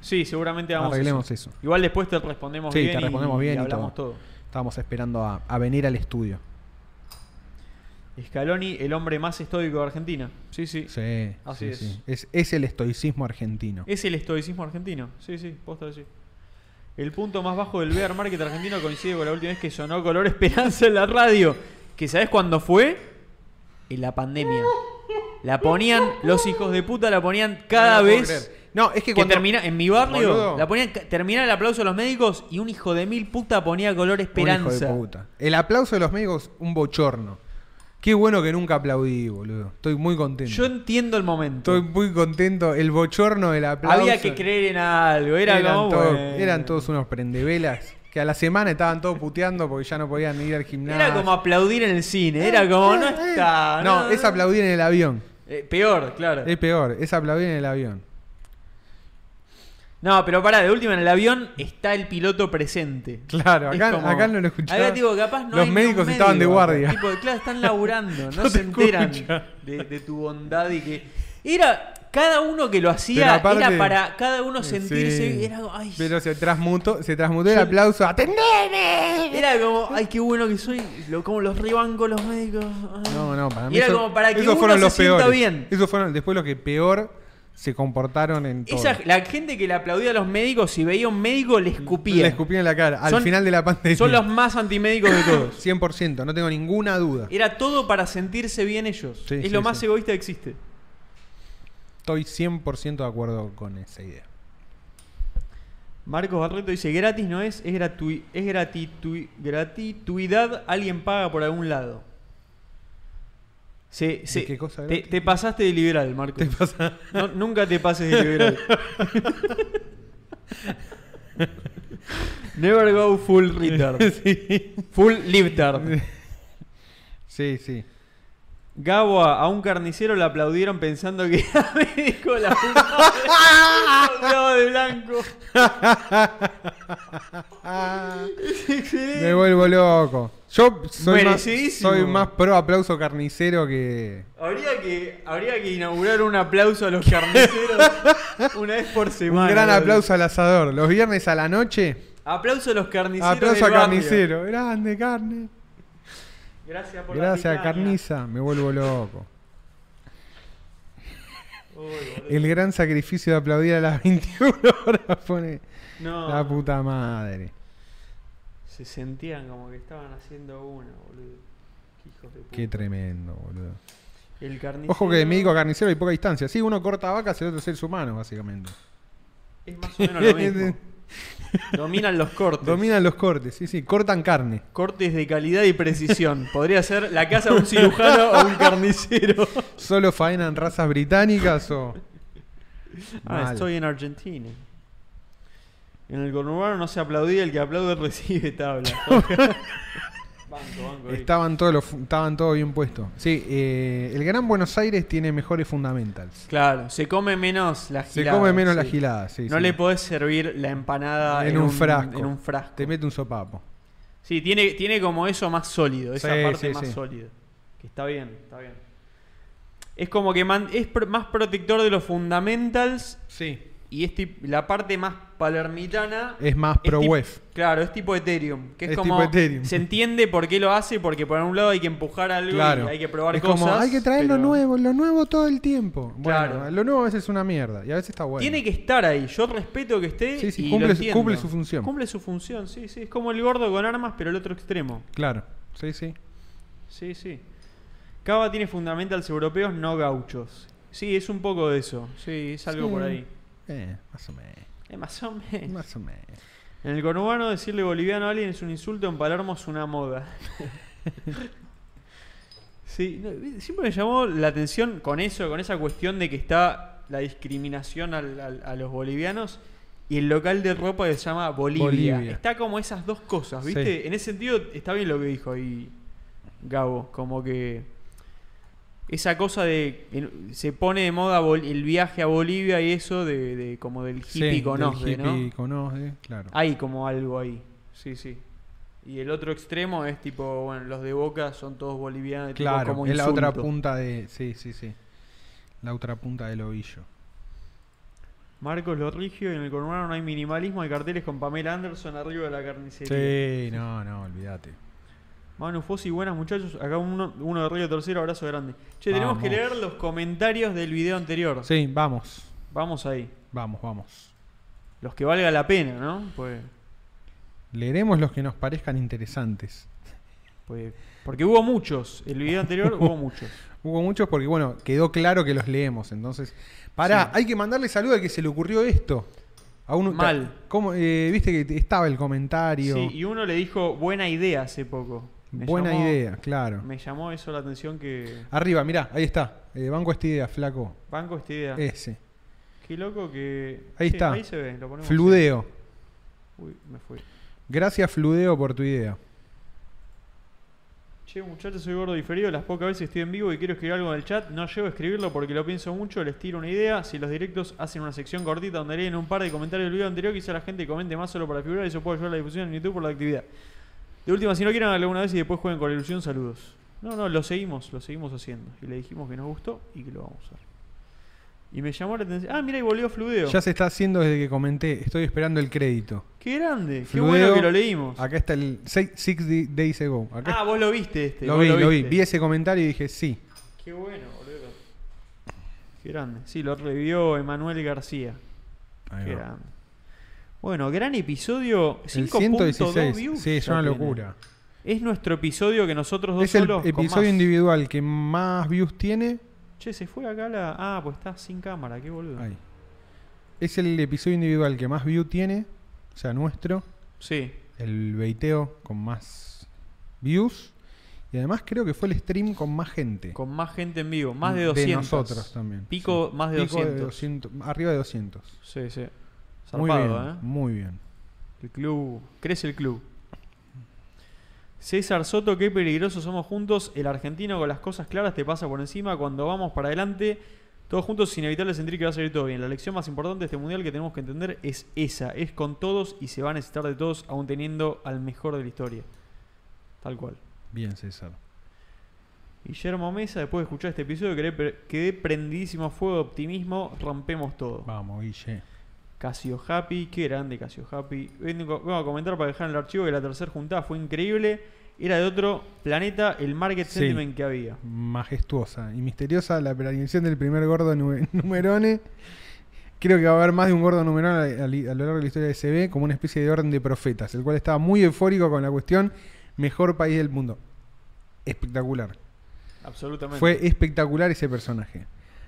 A: Sí, seguramente vamos
B: Arreglemos
A: eso.
B: eso.
A: Igual después te respondemos
B: Sí,
A: bien
B: te respondemos
A: y,
B: bien y
A: y hablamos todo.
B: Estábamos esperando a, a venir al estudio.
A: Scaloni, el hombre más estoico de Argentina. Sí, sí.
B: Sí.
A: Así
B: sí,
A: es.
B: sí. Es, es el estoicismo argentino.
A: Es el estoicismo argentino. Sí, sí, posta que sí. El punto más bajo del bear market argentino coincide con la última vez que sonó Color Esperanza en la radio. ¿Que sabes cuándo fue? en la pandemia. La ponían, los hijos de puta la ponían cada
B: No lo puedo
A: vez
B: creer. No, es que,
A: que
B: cuando
A: termina en mi barrio,
B: Boludo.
A: la ponían, terminaba el aplauso de los médicos y un hijo de mil puta ponía color
B: Un hijo de
A: esperanza.
B: puta. El aplauso de los médicos, un bochorno. Qué bueno que nunca aplaudí, boludo. Estoy muy contento.
A: Yo entiendo el momento.
B: Estoy muy contento. El bochorno del aplauso.
A: Oh. Había que creer en algo, era
B: eran,
A: como,
B: todos-
A: bueno.
B: eran todos unos prendevelas. Que a la semana estaban todos puteando porque ya no podían ir al gimnasio. Eh,
A: Era como aplaudir en el cine, era como no está.
B: No, es aplaudir en el avión.
A: Eh, peor, claro.
B: Es peor, es aplaudir en el avión.
A: No, pero pará, de última en el avión está el piloto presente.
B: Claro,
A: Es
B: acá,
A: como-
B: acá no lo escuchaba.
A: Acá, tipo, capaz no
B: Los
A: hay ni
B: médicos
A: un
B: estaban de
A: médico.
B: guardia.
A: Tipo, claro, están laburando, no,
B: No
A: se
B: te
A: enteran
B: escuchan.
A: de, de tu bondad y que. Era. Cada uno que lo hacía
B: Pero aparte-
A: era para cada uno sentirse.
B: Sí.
A: Era, como, ay,
B: Pero se transmutó, se transmutó el aplauso. ¡Atendeme!
A: era como, ay, qué bueno que soy. Lo, como los rebanco los médicos. ay.
B: No, no, para mí.
A: Y era
B: eso-
A: como para que
B: esos
A: uno
B: fueron
A: se
B: los
A: sienta
B: peores.
A: bien.
B: Esos fueron después los que peor se comportaron en todo.
A: Esa- la gente que le aplaudía a los médicos, si veía a un médico, le escupía.
B: Le escupían en la cara. Al
A: Son-
B: final de la pandemia.
A: Son los más antimédicos de todos.
B: 100%, no tengo ninguna duda.
A: Era todo para sentirse bien ellos.
B: Sí,
A: es
B: sí,
A: lo más
B: sí.
A: egoísta que existe.
B: Estoy 100% de acuerdo con esa idea.
A: Marcos Barreto dice, gratis no es, es, gratui es gratitui- gratuidad, alguien paga por algún lado. Se, se-
B: qué cosa
A: te,
B: gratis?
A: te pasaste de liberal, Marcos.
B: pasa?
A: No, nunca te pases de liberal. Never go full retard.
B: sí.
A: Full libtard.
B: sí, sí.
A: Gabo, a a un carnicero le aplaudieron pensando que era médico la puta madre. Gabo de blanco. Es excelente.
B: Me vuelvo loco. Yo soy más,
A: Merecidísimo.
B: soy más pro aplauso carnicero que.
A: Habría que, habría que inaugurar un aplauso a los carniceros una vez por semana.
B: Un gran
A: boludo.
B: aplauso al asador. Los viernes a la noche,
A: Aplauso a los carniceros.
B: aplauso
A: del
B: a
A: barrio.
B: carnicero. Grande carne.
A: Gracias por la
B: Gracias,
A: picaña.
B: carniza. Me vuelvo loco.
A: Uy, boludo.
B: El gran sacrificio de aplaudir a las 21 horas pone
A: No,
B: la puta madre.
A: se sentían como que estaban haciendo uno, boludo. Hijos de puta.
B: Qué tremendo, boludo.
A: El carnicero
B: Ojo que de médico a carnicero hay poca distancia. Sí, uno corta vacas, el otro es ser humano, básicamente.
A: es más o menos lo mismo. Dominan los cortes.
B: Dominan los cortes, sí, sí. Cortan carne.
A: Cortes de calidad y precisión. Podría ser la casa de un cirujano o un carnicero.
B: Solo faenan razas británicas o.
A: Ah,
B: Mal.
A: estoy en Argentina. En el conurbano no se aplaudía, el que aplaude recibe tabla. banco, banco. ahí.
B: Estaban todos, los fu- estaban todos bien puestos. Sí, eh, el Gran Buenos Aires tiene mejores fundamentals.
A: Claro, se come menos la
B: Se
A: gilada.
B: come menos la
A: sí.
B: gilada, sí.
A: No
B: sí.
A: le podés servir la empanada
B: En un frasco.
A: en un frasco.
B: Te mete un sopapo.
A: Sí, tiene, tiene como eso más sólido, esa
B: Sí,
A: parte
B: sí,
A: más
B: sí.
A: sólida. Que está bien, está bien. Es como que man- es pr- más protector de los fundamentals
B: Sí.
A: y es tip- la parte más palermitana
B: Es más
A: Es
B: pro
A: tip-
B: web.
A: Claro, es tipo Ethereum. Que es,
B: Es
A: como.
B: tipo Ethereum.
A: Se entiende por qué lo hace, porque por un lado hay que empujar algo
B: Claro.
A: y hay que probar
B: es
A: cosas.
B: como, hay que traer lo
A: pero
B: nuevo, lo nuevo todo el tiempo. Bueno,
A: Claro.
B: lo nuevo a veces es una mierda y a veces está bueno.
A: Tiene que estar ahí. Yo respeto que esté.
B: Sí, sí,
A: y lo
B: cumple su-
A: entiendo.
B: cumple su función.
A: Cumple su función, sí, sí. Es como el gordo con armas, pero el otro extremo.
B: Claro, sí, sí.
A: Sí, sí. Cava tiene fundamentals europeos, no gauchos. Sí, es un poco de eso. Sí, es algo
B: Sí.
A: por ahí.
B: Eh, más o menos.
A: Es más o menos.
B: Más o menos.
A: En el conurbano decirle boliviano a alguien es un insulto, en Palermo es una moda. sí, no, siempre me llamó la atención con eso, con esa cuestión de que está la discriminación al- al- a los bolivianos y el local de ropa que se llama Bolivia.
B: Bolivia.
A: Está como esas dos cosas, ¿viste?
B: Sí.
A: En ese sentido está bien lo que dijo ahí Gabo, como que esa cosa de en- se pone de moda Bol- el viaje a Bolivia y eso de, de- como del hippie
B: Sí,
A: con
B: del
A: Osde, ¿no?
B: hippie con Osde, claro.
A: Hay como algo ahí. Sí, sí. Y el otro extremo es tipo, bueno, los de Boca son todos bolivianos. tipo,
B: claro,
A: como
B: es la otra
A: insulto.
B: punta de. Sí, sí, sí. La otra punta del ovillo.
A: Marcos Lorrigio, en el conurbano no hay minimalismo, hay carteles con Pamela Anderson arriba de la carnicería.
B: Sí, no, no, olvídate.
A: Manu Fossi, buenas muchachos. Acá uno, uno de Río Tercero, abrazo grande. Che, tenemos que
B: Vamos.
A: leer los comentarios del video anterior.
B: Sí, vamos.
A: Vamos ahí.
B: Vamos, vamos.
A: Los que valga la pena, ¿no? Pues,
B: Leeremos los que nos parezcan interesantes.
A: pues Porque hubo muchos. El video anterior hubo muchos.
B: Hubo muchos porque, bueno, quedó claro que los leemos. Entonces, pará,
A: Sí.
B: hay que mandarle saludo al que se le ocurrió esto. A uno,
A: Mal.
B: ¿cómo, eh, Viste que te- estaba el comentario.
A: Sí, y uno le dijo buena idea hace poco. Me
B: Buena
A: llamó-
B: idea, claro.
A: Me llamó eso la atención que.
B: Arriba, mirá, ahí está. Eh, banco esta idea, flaco.
A: Banco esta idea.
B: Ese.
A: Qué loco que.
B: Eh, Ahí
A: Sí,
B: está.
A: Ahí se ve, lo ponemos.
B: Fludeo.
A: Uy, me fui.
B: Gracias, Fludeo, por tu idea.
A: Che, muchachos, soy gordo diferido. Las pocas veces estoy en vivo y quiero escribir algo en el chat. No llego a escribirlo porque lo pienso mucho. Les tiro una idea. Si los directos hacen una sección cortita donde leen un par de comentarios del video anterior, quizá la gente comente más solo para figurar. Eso puede ayudar a la difusión en YouTube por la actividad. De última, si no quieren alguna vez y después jueguen con la ilusión, saludos. No, no, lo seguimos, lo seguimos haciendo. Y le dijimos que nos gustó y que lo vamos a hacer. Y me llamó la atención. Ah, mira, y volvió Fludeo.
B: Ya se está haciendo desde que comenté. Estoy esperando el crédito.
A: Qué grande.
B: Fludeo,
A: Qué bueno que lo leímos.
B: Acá está el 6 Days Ago. Acá
A: Ah, vos lo viste este.
B: lo
A: vos
B: vi, lo vi.
A: viste.
B: Vi ese comentario y dije, sí.
A: Qué bueno, boludo. Qué grande. Sí, lo revivió Emanuel García.
B: Ahí
A: Qué
B: va.
A: grande. Bueno, gran episodio.
B: El
A: 5.2
B: 116.
A: views.
B: Sí, es
A: ya
B: una
A: tiene.
B: locura.
A: Es nuestro episodio que nosotros dos
B: Es el
A: solos con
B: episodio
A: más.
B: individual que más views tiene.
A: Che, se fue acá la. Ah, pues está sin cámara, qué boludo.
B: Ahí. Es el episodio individual que más views tiene. O sea, nuestro.
A: Sí.
B: El veiteo con más views. Y además creo que fue el stream con más gente.
A: Con más gente en vivo, más de 200.
B: Mm, nosotros también.
A: Pico
B: sí.
A: más de
B: Pico
A: 200.
B: 200, Arriba de 200.
A: Sí, sí.
B: Muy
A: Zarpado,
B: bien,
A: ¿eh?
B: muy bien.
A: El club. Crece el club. César Soto, qué peligrosos somos juntos. El argentino con las cosas claras te pasa por encima. Cuando vamos para adelante, todos juntos es inevitable sentir que va a salir todo bien. La lección más importante de este mundial que tenemos que entender es esa. Es con todos y se va a necesitar de todos, aún teniendo al mejor de la historia. Tal cual.
B: Bien, César.
A: Guillermo Mesa, después de escuchar este episodio, quedé pre- quedé prendidísimo a fuego de optimismo. Rompemos todo.
B: Vamos, Guille.
A: Casio Happy, qué grande Casio Happy. Vengo, vengo a comentar para dejar en el archivo que la tercera juntada fue increíble. Era de otro planeta el market
B: Sí.
A: sentiment que había.
B: Majestuosa y misteriosa la aparición del primer gordo nu- numerone. Creo que va a haber más de un gordo numerone a, a li- a lo largo de la historia de CB como una especie de orden de profetas, el cual estaba muy eufórico con la cuestión mejor país del mundo. Espectacular.
A: Absolutamente.
B: Fue espectacular ese personaje.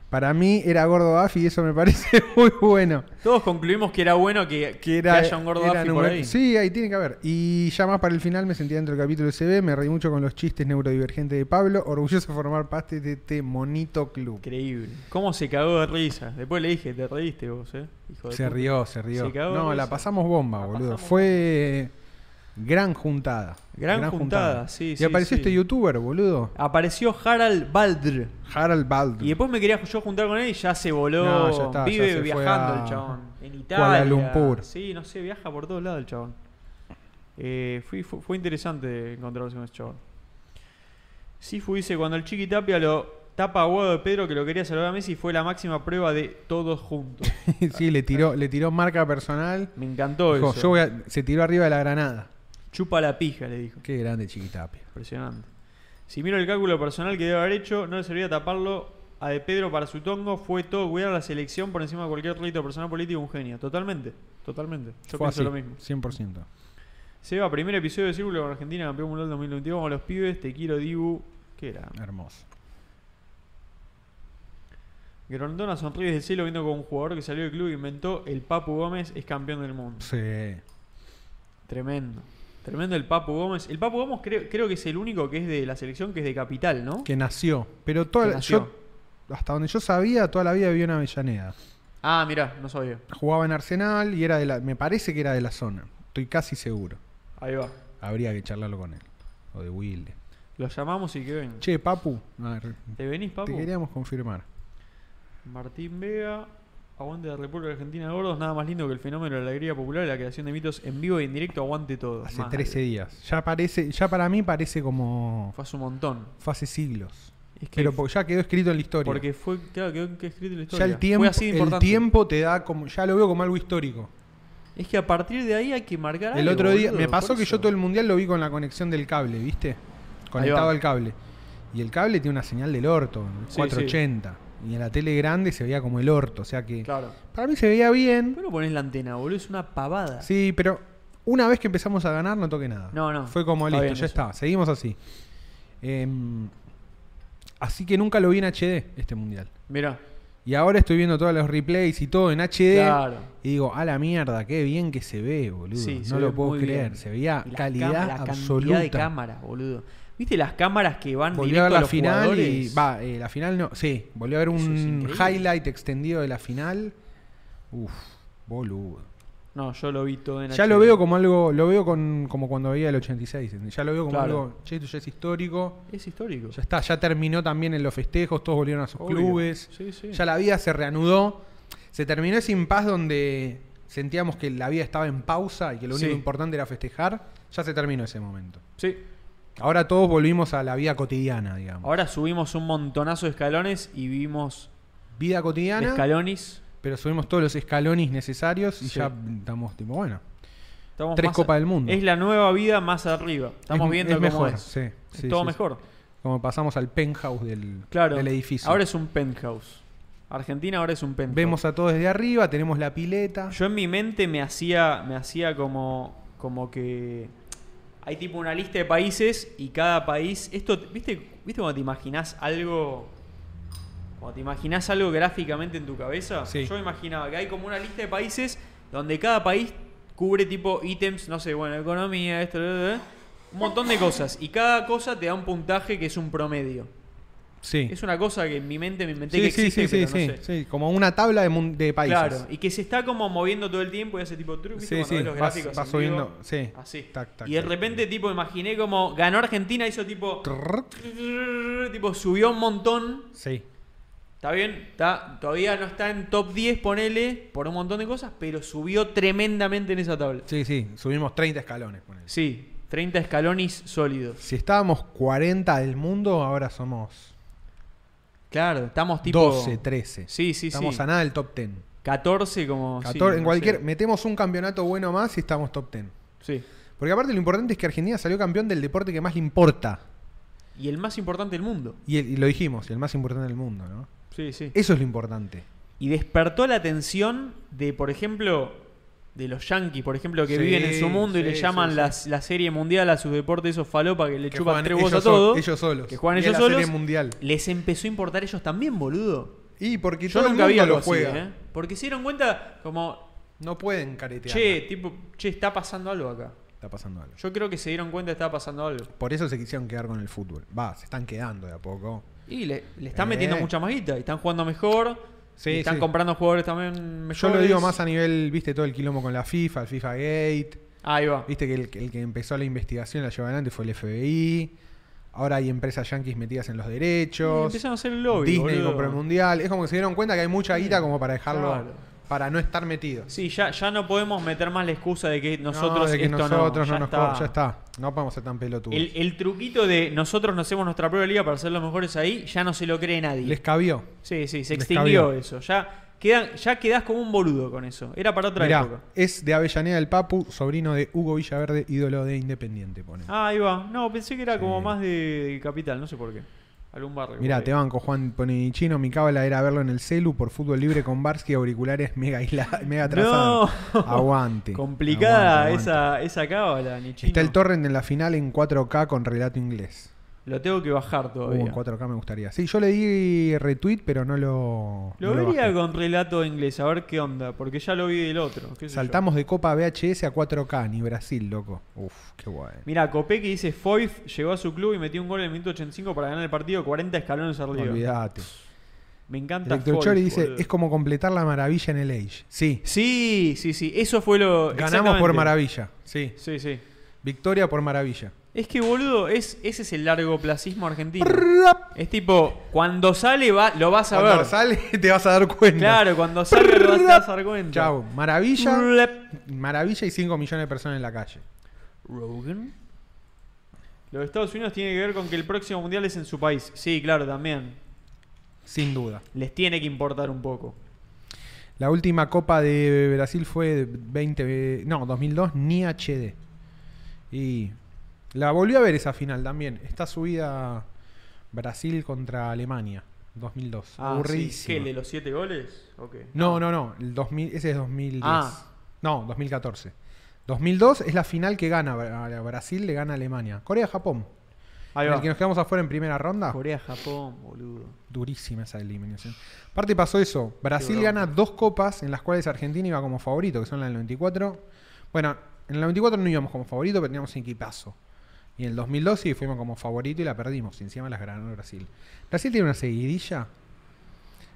B: Para mí era gordo Afi y eso me parece muy bueno.
A: Todos concluimos que era bueno que,
B: que era,
A: que haya un gordo
B: era
A: Duffy por
B: número-
A: ahí.
B: Sí, ahí tiene que haber. Y ya más para el final me sentía dentro del capítulo de CB, me reí mucho con los chistes neurodivergentes de Pablo, orgulloso de formar parte de este monito club.
A: Increíble. ¿Cómo se cagó de risa? Después le dije, te reíste vos, ¿eh? Hijo de
B: Se
A: puta.
B: rió, se rió.
A: Se cagó de
B: no,
A: risa.
B: la pasamos bomba,
A: La
B: boludo.
A: pasamos
B: Fue gran juntada.
A: Gran juntada, sí,
B: Y
A: sí,
B: apareció
A: sí.
B: este youtuber, boludo.
A: Apareció Harald Baldr.
B: Harald Baldur.
A: Y después me quería yo juntar con él y ya se voló.
B: No, ya está, ya
A: Vive
B: se fue
A: viajando
B: a
A: el chabón. En Italia.
B: Kuala Lumpur.
A: Sí, no sé, viaja por todos lados el chabón. Eh, fui- fu- fue interesante encontrarse con ese chabón. Sí, fuese cuando el Chiqui Tapia lo tapa a huevo de Pedro que lo quería saludar a Messi fue la máxima prueba de todos juntos.
B: sí, le tiró, le tiró marca personal.
A: Me encantó
B: Dijo,
A: eso.
B: "Yo voy a-" se tiró arriba de la granada.
A: Chupa la pija, le dijo.
B: Qué grande chiquitapia.
A: Impresionante. Si miro el cálculo personal que debe haber hecho, no le servía taparlo a De Pedro para su tongo. Fue todo cuidar a la selección por encima de cualquier rédito personal político. Un genio. Totalmente. Totalmente. Yo
B: Fue
A: pienso
B: así,
A: lo mismo.
B: 100%.
A: Seba, primer episodio de Círculo con Argentina, campeón mundial 2021. Con los pibes, te quiero, Dibu. ¿Qué era?
B: Hermoso.
A: Grondona sonríe desde el cielo viendo como un jugador que salió del club e inventó el Papu Gómez es campeón del mundo.
B: Sí.
A: Tremendo. Tremendo el Papu Gómez. El Papu Gómez creo, creo que es el único que es de la selección que es de capital, ¿no?
B: Que nació. Pero toda
A: Que
B: la-
A: nació.
B: yo, hasta donde yo sabía, toda la vida vivió en Avellaneda.
A: Ah, mirá, no sabía.
B: Jugaba en Arsenal y era de la, me parece que era de la zona. Estoy casi seguro.
A: Ahí va.
B: Habría que charlarlo con él. O de Wilde.
A: Lo llamamos y que venga.
B: Che, Papu. a ver,
A: ¿Te venís,
B: te
A: Papu?
B: queríamos confirmar.
A: Martín Vega, aguante de la República Argentina de Gordos, nada más lindo que el fenómeno de la alegría popular y la creación de mitos en vivo y en directo, aguante todo.
B: Hace
A: Mal.
B: 13 días. Ya parece, ya para mí parece como.
A: Fue hace un montón.
B: Fue hace siglos.
A: Es que
B: Pero po- ya quedó escrito en la historia.
A: porque fue, claro, quedó que escrito en la
B: ya
A: historia.
B: el tiempo,
A: fue así de
B: el
A: importante.
B: tiempo te da como. Ya lo veo como algo histórico.
A: Es que a partir de ahí hay que marcar
B: El
A: algo,
B: otro día,
A: boludo,
B: me pasó
A: por
B: que
A: eso.
B: yo todo el mundial lo vi con la conexión del cable, ¿viste? Conectado
A: va.
B: al cable. Y el cable tiene una señal del orto,
A: Sí,
B: 480. Y en la tele grande se veía como el orto, o sea que.
A: Claro.
B: Para mí se veía bien.
A: ¿Por qué no pones la antena, boludo? Es una pavada.
B: Sí, pero una vez que empezamos a ganar, no toqué nada.
A: No, no.
B: Fue como
A: Está
B: listo,
A: bien eso.
B: ya está, seguimos así. Em, así que nunca lo vi en HD este mundial.
A: Mirá,
B: Y ahora estoy viendo todos los replays y todo en HD.
A: Claro.
B: Y digo, a la mierda, qué bien que se ve, boludo.
A: Sí, se
B: no
A: ve
B: lo puedo
A: muy
B: creer.
A: bien.
B: Se veía
A: Y las
B: calidad
A: cam- la
B: absoluta.
A: cantidad de cámaras, boludo. ¿Viste las cámaras que van
B: Volví
A: directo
B: a ver
A: a
B: la
A: los
B: final y.
A: jugadores?
B: Va, eh, la final no. Sí, volvió a ver
A: Eso es
B: un
A: increíble.
B: highlight extendido de la final. Uf, boludo.
A: No, yo lo vi todo en
B: Ya
A: HD.
B: lo veo como algo. Lo veo con, como cuando veía el 86. ¿entendés? Ya lo veo como
A: Claro.
B: algo. Che, esto ya es histórico.
A: Es histórico.
B: Ya está, ya terminó también en los festejos. Todos volvieron a sus
A: Obvio.
B: clubes.
A: Sí, sí.
B: Ya la vida se reanudó. Se terminó ese impas donde sentíamos que la vida estaba en pausa y que lo único
A: Sí.
B: importante era festejar. Ya se terminó ese momento.
A: Sí.
B: Ahora todos volvimos a la vida cotidiana, digamos.
A: Ahora subimos un montonazo de escalones y vimos
B: vida
A: de
B: cotidiana,
A: escalones.
B: pero subimos todos los escalones necesarios y
A: Sí.
B: ya estamos tipo, bueno.
A: Estamos
B: Tres
A: más
B: Copas
A: a-
B: del Mundo.
A: Es la nueva vida más arriba. Estamos
B: Es-
A: viendo
B: es
A: cómo
B: mejor,
A: es.
B: sí,
A: Es
B: sí,
A: todo
B: sí,
A: mejor.
B: Como pasamos al penthouse del,
A: Claro.
B: del edificio.
A: Ahora es un penthouse. Argentina ahora es un penthouse.
B: Vemos a todos desde arriba, tenemos la pileta.
A: Yo en mi mente me hacía, me hacía como, como que hay tipo una lista de países y cada país. Esto, ¿viste, ¿viste cuando te imaginás algo? Cuando te imaginás algo gráficamente en tu cabeza,
B: Sí.
A: yo imaginaba que hay como una lista de países donde cada país cubre tipo ítems, no sé, bueno, economía, esto, bla, bla, bla, un montón de cosas. Y cada cosa te da un puntaje que es un promedio.
B: sí.
A: Es una cosa que en mi mente me inventé que
B: Sí, sí,
A: existe,
B: sí, sí,
A: pero no
B: sí,
A: sé.
B: sí, Como una tabla de, mun- de países.
A: Claro, y que se está como moviendo todo el tiempo y hace tipo truco,
B: Sí, sí,
A: los
B: vas-
A: gráficos
B: vas
A: en vivo?
B: subiendo, sí.
A: Así.
B: Tac, tac,
A: y de
B: tac.
A: repente tipo imaginé como ganó Argentina, hizo tipo
B: Trrr.
A: tipo subió un montón,
B: Sí.
A: está bien, está todavía no está en top 10, ponele, por un montón de cosas, pero subió tremendamente en esa tabla.
B: Sí, sí, subimos 30 escalones. ponele.
A: Sí, 30 escalones sólidos.
B: Si estábamos 40 del mundo, ahora somos
A: Claro, estamos tipo
B: 12, 13.
A: Sí, sí,
B: estamos
A: sí.
B: a nada del top 10.
A: 14 como sí,
B: 14, en
A: no
B: cualquier,
A: sé.
B: metemos un campeonato bueno más y estamos top 10.
A: Sí.
B: Porque aparte lo importante es que Argentina salió campeón del deporte que más le importa.
A: Y el más importante del mundo.
B: Y, el- y lo dijimos, y el más importante del mundo, ¿no?
A: Sí, sí.
B: Eso es lo importante.
A: Y despertó la atención de, por ejemplo, de los yankees, por ejemplo, que
B: Sí,
A: viven en su mundo y
B: sí,
A: le llaman
B: sí, sí.
A: las- la serie mundial a sus deportes, esos falopa que le
B: Que
A: chupan
B: juegan
A: tres huevos a
B: ellos sol-
A: todo.
B: ellos solos.
A: Que juegan
B: Y a
A: ellos
B: la
A: solos.
B: serie mundial.
A: Les empezó a importar ellos también, boludo.
B: Y porque
A: Yo
B: todo
A: nunca
B: el
A: vi
B: mundo
A: algo
B: lo juega.
A: así, ¿eh? Porque se dieron cuenta como,
B: No pueden caretear.
A: che, tipo, che, está pasando algo acá.
B: Está pasando algo.
A: Yo creo que se dieron cuenta que estaba pasando algo.
B: Por eso se quisieron quedar con el fútbol. Va, se están quedando de a poco.
A: Y le, le están
B: Eh.
A: metiendo mucha más guita. Y están jugando mejor.
B: Sí,
A: y están
B: sí.
A: comprando jugadores también
B: Yo
A: mejores.
B: lo digo más a nivel, viste, todo el quilombo con la FIFA, el FIFA Gate.
A: Ahí va.
B: Viste que el, que el que empezó la investigación la llevó adelante fue el FBI. Ahora hay empresas yanquis metidas en los
A: Y
B: derechos.
A: empiezan a hacer el lobby,
B: Disney
A: boludo.
B: compró el mundial. Es como que se dieron cuenta que hay mucha guita como para dejarlo.
A: claro.
B: Para no estar metidos.
A: Sí, ya, ya no podemos meter más la excusa de que
B: No,
A: nosotros
B: de que
A: esto
B: nosotros
A: no, ya
B: no, nos
A: está.
B: co- Ya está. No podemos ser tan pelotudos.
A: El, el truquito de nosotros no hacemos nuestra propia liga para ser los mejores ahí, ya no se lo cree nadie.
B: Les cabió.
A: sí, sí, se
B: les
A: extinguió
B: cabió.
A: eso. Ya, quedan, ya quedás como un boludo con eso. Era para otra
B: Mirá,
A: época.
B: es de Avellaneda del Papu, sobrino de Hugo Villaverde, ídolo de Independiente, pone.
A: Ah, ahí va. No, pensé que era como
B: Sí.
A: más de, de capital, no sé por qué. Algún barrio.
B: Mirá,
A: por
B: te
A: ahí.
B: banco, Juan pone chino, mi cábala era verlo en el celu por fútbol libre con Barsky, auriculares mega isla, mega atrasado.
A: No.
B: Aguante.
A: Complicada
B: Aguante, aguante.
A: esa, esa cábala, ni chino.
B: Está el torrent en la final en 4K con relato inglés.
A: Lo tengo que bajar
B: Uh,
A: todavía.
B: en 4K me gustaría. Sí, yo le di retweet, pero no lo.
A: Lo
B: no lo
A: vería
B: bajé.
A: con relato de inglés, a ver qué onda, porque ya lo vi del otro. qué sé yo.
B: Saltamos de Copa VHS a 4K, ni Brasil, loco. Uf, qué guay.
A: Mira, Copé que dice Foyf llegó a su club y metió un gol en el minuto 85 para ganar el partido 40 escalones arriba.
B: Olvídate.
A: Me encanta
B: Electro
A: Foyf,
B: Chori dice:
A: boludo.
B: es como completar la maravilla en el Age. Sí,
A: Sí, sí, sí, eso fue lo
B: ganamos
A: exactamente.
B: por maravilla. Sí,
A: Sí, sí.
B: victoria por maravilla.
A: Es que boludo, es ese es el largo placismo argentino. Es tipo, cuando sale va, lo vas a
B: Cuando
A: ver.
B: sale, te vas a dar cuenta.
A: Claro, cuando sale lo vas te vas a dar cuenta.
B: Chau, maravilla.
A: Rep.
B: Maravilla y 5 millones de personas en la calle.
A: Rogan. Lo de Estados Unidos tiene que ver con que el próximo mundial es en su país. Sí, claro, también.
B: Sin duda.
A: Les tiene que importar un poco.
B: La última Copa de Brasil fue 20, no, 2002, ni HD. Y la volví a ver esa final también. Está subida Brasil contra Alemania, 2002.
A: Ah, sí.
B: Aburridísima.
A: ¿Qué, ¿El de los siete goles? ¿O qué?
B: No, no, no, el 2000, ese es 2010.
A: Ah.
B: No, 2014. 2002 es la final que gana Bra- Brasil, le gana a Alemania. Corea-Japón.
A: Ahí
B: en
A: va.
B: el que nos quedamos afuera en primera ronda.
A: Corea, Japón, boludo.
B: Durísima esa eliminación. Aparte pasó eso. Brasil
A: bronca.
B: gana dos copas en las cuales Argentina iba como favorito, que son la del 94. Bueno, en el 94 no íbamos como favorito, pero teníamos un equipazo. Y en el 2002 sí fuimos como favorito y la perdimos. Y encima las ganó Brasil. Brasil tiene una seguidilla.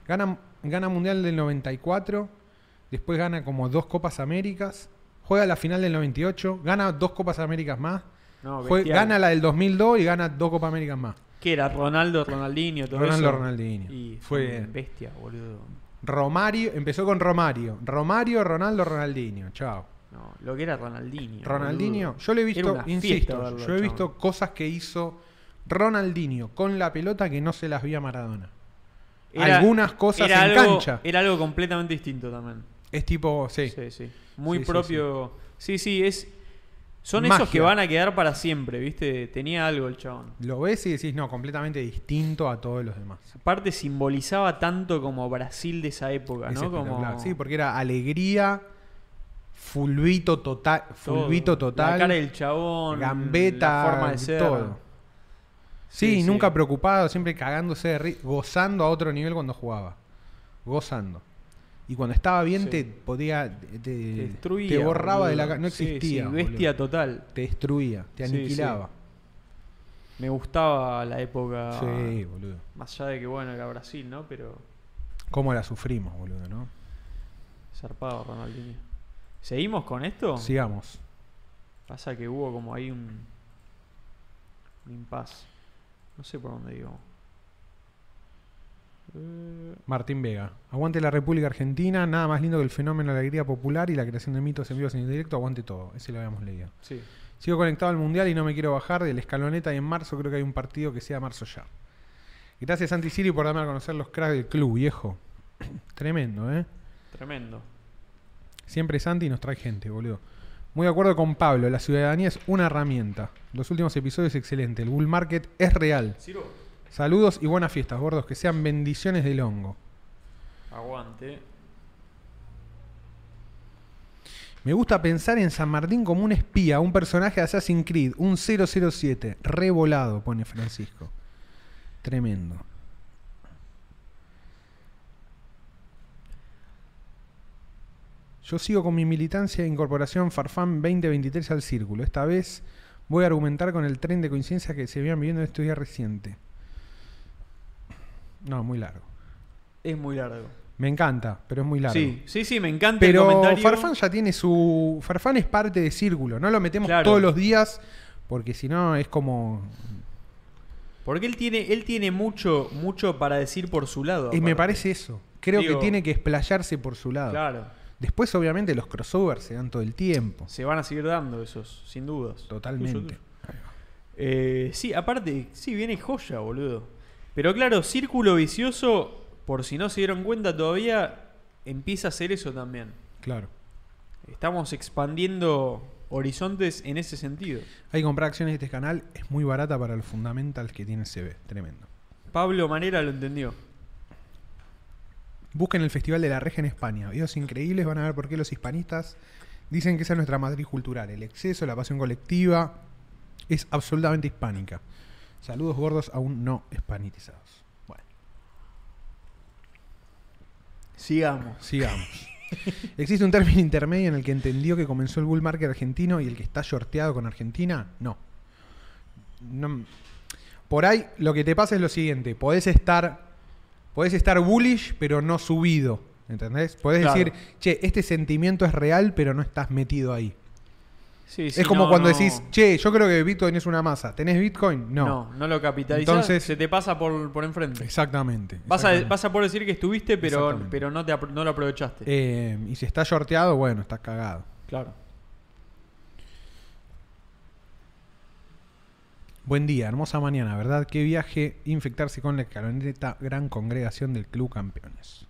B: Gana, gana Mundial del 94. Después gana como dos Copas Américas. Juega la final del 98. Gana dos Copas Américas más.
A: No,
B: Jue-
A: bestial.
B: gana la del 2002 y gana dos Copas Américas más.
A: ¿Qué era? Ronaldo, Ronaldinho, todo
B: Ronaldo
A: eso.
B: Ronaldinho.
A: Y
B: Fue-
A: fue bestia, boludo.
B: Romario, empezó con Romario. Romario, Ronaldo, Ronaldinho. Chao.
A: No, lo que era Ronaldinho.
B: Ronaldinho,
A: boludo.
B: yo le he
A: Era
B: visto,
A: una fiesta
B: insisto,
A: verlo,
B: yo he
A: chabón.
B: visto cosas que hizo Ronaldinho con la pelota que no se las vio a Maradona. algunas cosas
A: era
B: en
A: algo-
B: cancha.
A: Era algo completamente distinto también.
B: Es tipo, sí.
A: Sí, sí. Muy
B: Sí, sí,
A: propio. Sí, sí, es. Son esos
B: Magia.
A: que van a quedar para siempre, ¿viste? Tenía algo el chabón.
B: Lo ves y decís, no, completamente distinto a todos los demás.
A: Aparte simbolizaba tanto como Brasil de esa época,
B: Es
A: ¿no?
B: espectacular.
A: Como
B: Sí, porque era alegría, fulbito total,
A: todo.
B: fulbito total,
A: La cara del chabón.
B: gambeta,
A: La forma de ser.
B: todo.
A: Sí,
B: Sí,
A: sí.
B: nunca preocupado, siempre cagándose de ri- gozando a otro nivel cuando jugaba. Gozando. Y cuando estaba bien
A: Sí.
B: te podía. te- Te,
A: Te destruía.
B: te borraba de la.
A: boludo.
B: ca- No
A: Sí, sí,
B: existía.
A: bestia
B: boludo.
A: total.
B: Te destruía, te
A: Sí, sí.
B: aniquilaba.
A: Me gustaba la época.
B: Sí, boludo.
A: Más allá de que, bueno, era Brasil, ¿no? Pero
B: ¿Cómo la sufrimos, boludo, no?
A: zarpado Ronaldinho. ¿Seguimos con esto?
B: Sigamos.
A: Pasa que hubo como ahí un. Un impas. No sé por dónde digo. Eh,
B: Martín Vega. Aguante la República Argentina, nada más lindo que el fenómeno de la alegría popular y la creación de mitos en vivo en directo, aguante todo. Ese lo habíamos leído.
A: sí.
B: Sigo conectado al mundial y no me quiero bajar del escaloneta y en marzo creo que hay un partido que sea marzo ya. Gracias Santi Siri por darme a conocer los cracks del club, viejo. Tremendo, ¿eh?
A: Tremendo.
B: Siempre Santi nos trae gente, boludo. Muy de acuerdo con Pablo, la ciudadanía es una herramienta. Los últimos episodios excelente, el bull market es real.
A: Ciro,
B: Saludos y buenas fiestas, gordos, que sean bendiciones del hongo.
A: aguante.
B: Me gusta pensar en San Martín como un espía, un personaje de Assassin's Creed, un 007, revolado, pone Francisco. Tremendo. Yo sigo con mi militancia de incorporación Farfán 2023 al círculo. Esta vez voy a argumentar con el tren de coincidencias que se venían viviendo en este día reciente. No, muy largo.
A: Es muy largo.
B: Me encanta, pero es muy largo.
A: Sí, sí, sí, me encanta el
B: Pero
A: comentario.
B: Farfán ya tiene su. Farfán es parte de círculo, no lo metemos
A: Claro.
B: todos los días, porque si no es como.
A: Porque él tiene, él tiene mucho, mucho para decir por su lado.
B: Y eh, me
A: aparte.
B: parece eso. Creo
A: Digo-
B: que tiene que explayarse por su lado.
A: Claro.
B: Después, obviamente, los crossovers se dan todo el tiempo.
A: Se van a seguir dando esos, sin dudas. Tuyo, tuyo.
B: Totalmente.
A: Eh, sí, aparte, sí, viene joya, boludo. Pero claro, círculo vicioso, por si no se dieron cuenta todavía, empieza a ser eso también.
B: Claro.
A: Estamos expandiendo horizontes en ese sentido.
B: Hay que comprar acciones de este canal, es muy barata para los fundamentals que tiene CB. Tremendo.
A: Pablo Manera lo entendió.
B: Busquen el Festival de la Reja en España. Videos increíbles, van a ver por qué los hispanistas dicen que esa es nuestra matriz cultural. El exceso, la pasión colectiva es absolutamente hispánica. Saludos gordos aún no hispanitizados. Bueno,
A: Sigamos.
B: sigamos. ¿Existe un término intermedio en el que entendió que comenzó el bull market argentino y el que está shorteado con Argentina? No. No- Por ahí lo que te pasa es lo siguiente. Podés estar, podés estar bullish, pero no subido. ¿Entendés? Podés
A: Claro.
B: decir, che, este sentimiento es real, pero no estás metido ahí.
A: Sí, sí,
B: es como
A: no,
B: cuando
A: no.
B: decís, che, yo creo que Bitcoin es una masa. ¿Tenés Bitcoin? No.
A: No, no, lo capitalizás.
B: Entonces-
A: se te pasa por, por enfrente.
B: Exactamente.
A: Vas a,
B: exactamente.
A: vas a poder decir que estuviste, pero,
B: Exactamente.
A: pero no, te, apro- no lo aprovechaste.
B: Eh, y si está shorteado, bueno, estás cagado.
A: claro.
B: Buen día, hermosa mañana, ¿verdad? Qué viaje infectarse con la escaloneta gran congregación del Club Campeones.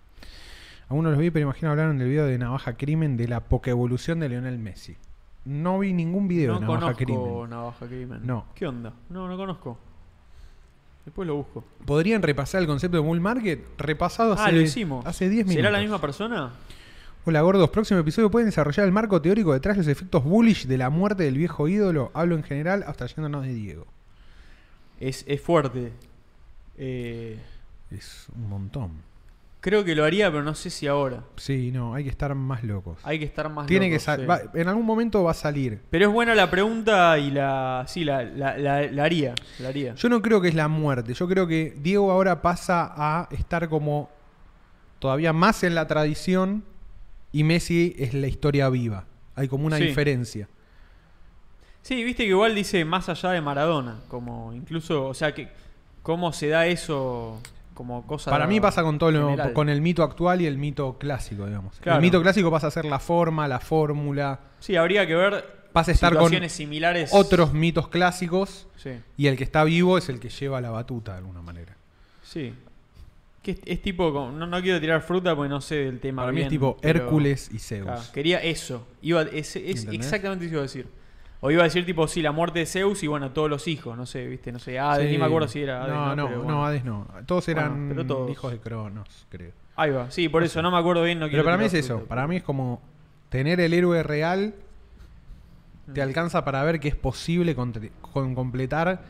B: Aún no los vi, pero imagino hablaron del video de Navaja Crimen de la Pokevolución de Lionel Messi. No vi ningún video
A: No
B: de Navaja
A: conozco
B: Crimen.
A: Navaja Crimen.
B: No.
A: ¿Qué onda? No, no conozco. Después lo busco.
B: ¿Podrían repasar el concepto de Bull Market? Repasado hace,
A: Ah, lo hicimos.
B: hace 10 minutos.
A: ¿Será la misma persona?
B: Hola gordos, próximo episodio pueden desarrollar el marco teórico detrás de los efectos bullish de la muerte del viejo ídolo. Hablo en general, hasta yéndonos de Diego.
A: es, es fuerte. Eh,
B: Es un montón.
A: creo que lo haría, pero no sé si ahora.
B: Sí, no, hay que estar más locos.
A: Hay que estar más
B: Tiene
A: Ah, loco,
B: que sal-
A: sí.
B: va- En algún momento va a salir.
A: Pero es buena la pregunta y la. Sí, la, la, la- la haría. La haría.
B: Yo no creo que es la muerte. Yo creo que Diego ahora pasa a estar como todavía más en la tradición y Messi es la historia viva. Hay como una
A: Sí.
B: diferencia.
A: Sí, viste que igual dice más allá de Maradona. Como incluso. O sea, que. ¿Cómo se da eso como cosa.
B: Para mí pasa con todo lo-
A: general?
B: con el mito actual y el mito clásico, digamos.
A: Claro.
B: El mito clásico pasa a ser la forma, la fórmula.
A: Sí, habría que ver.
B: Pasa a estar con
A: situaciones similares.
B: Otros mitos clásicos
A: Sí.
B: y el que está vivo es el que lleva la batuta de alguna manera.
A: Sí. Que es, es tipo. como- No, no quiero tirar fruta porque no sé del tema.
B: Para mí
A: bien,
B: es tipo
A: pero-
B: Hércules y Zeus.
A: Claro, quería eso. Iba, es, es
B: ¿Entendés?
A: exactamente eso iba a decir. O iba a decir tipo, sí, la muerte de Zeus y bueno, todos los hijos, no sé, viste, no sé, Hades,
B: Sí.
A: ni me acuerdo si era Hades,
B: No, no,
A: pero
B: no,
A: bueno.
B: Hades no. Todos eran
A: Bueno, pero todos.
B: hijos de Cronos, creo.
A: Ahí va, sí, por eso, no me acuerdo bien, no
B: Pero
A: quiero
B: para mí es
A: tirar
B: eso.
A: fruta.
B: Para mí es como tener el héroe real te
A: Mm.
B: alcanza para ver que es posible con, con completar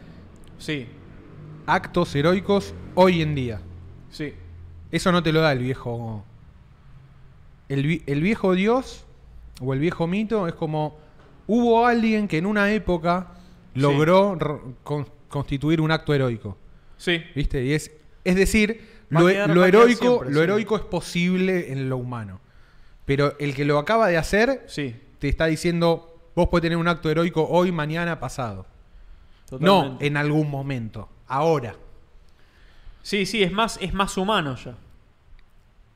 A: Sí,
B: actos heroicos hoy en día.
A: sí,
B: Eso no te lo da el viejo. El, vi- el viejo dios o el viejo mito es como hubo alguien que en una época logró ro- con- constituir un acto heroico.
A: sí,
B: ¿Viste? Y es, es decir,
A: Va a
B: lo,
A: quedar-
B: lo
A: va a quedar
B: heroico,
A: siempre,
B: lo
A: sí.
B: heroico es posible en lo humano. Pero el que lo acaba de hacer
A: sí.
B: te está diciendo, vos podés tener un acto heroico hoy, mañana, pasado. No
A: totalmente.
B: en algún momento, ahora.
A: Sí, sí, es más, es más humano ya.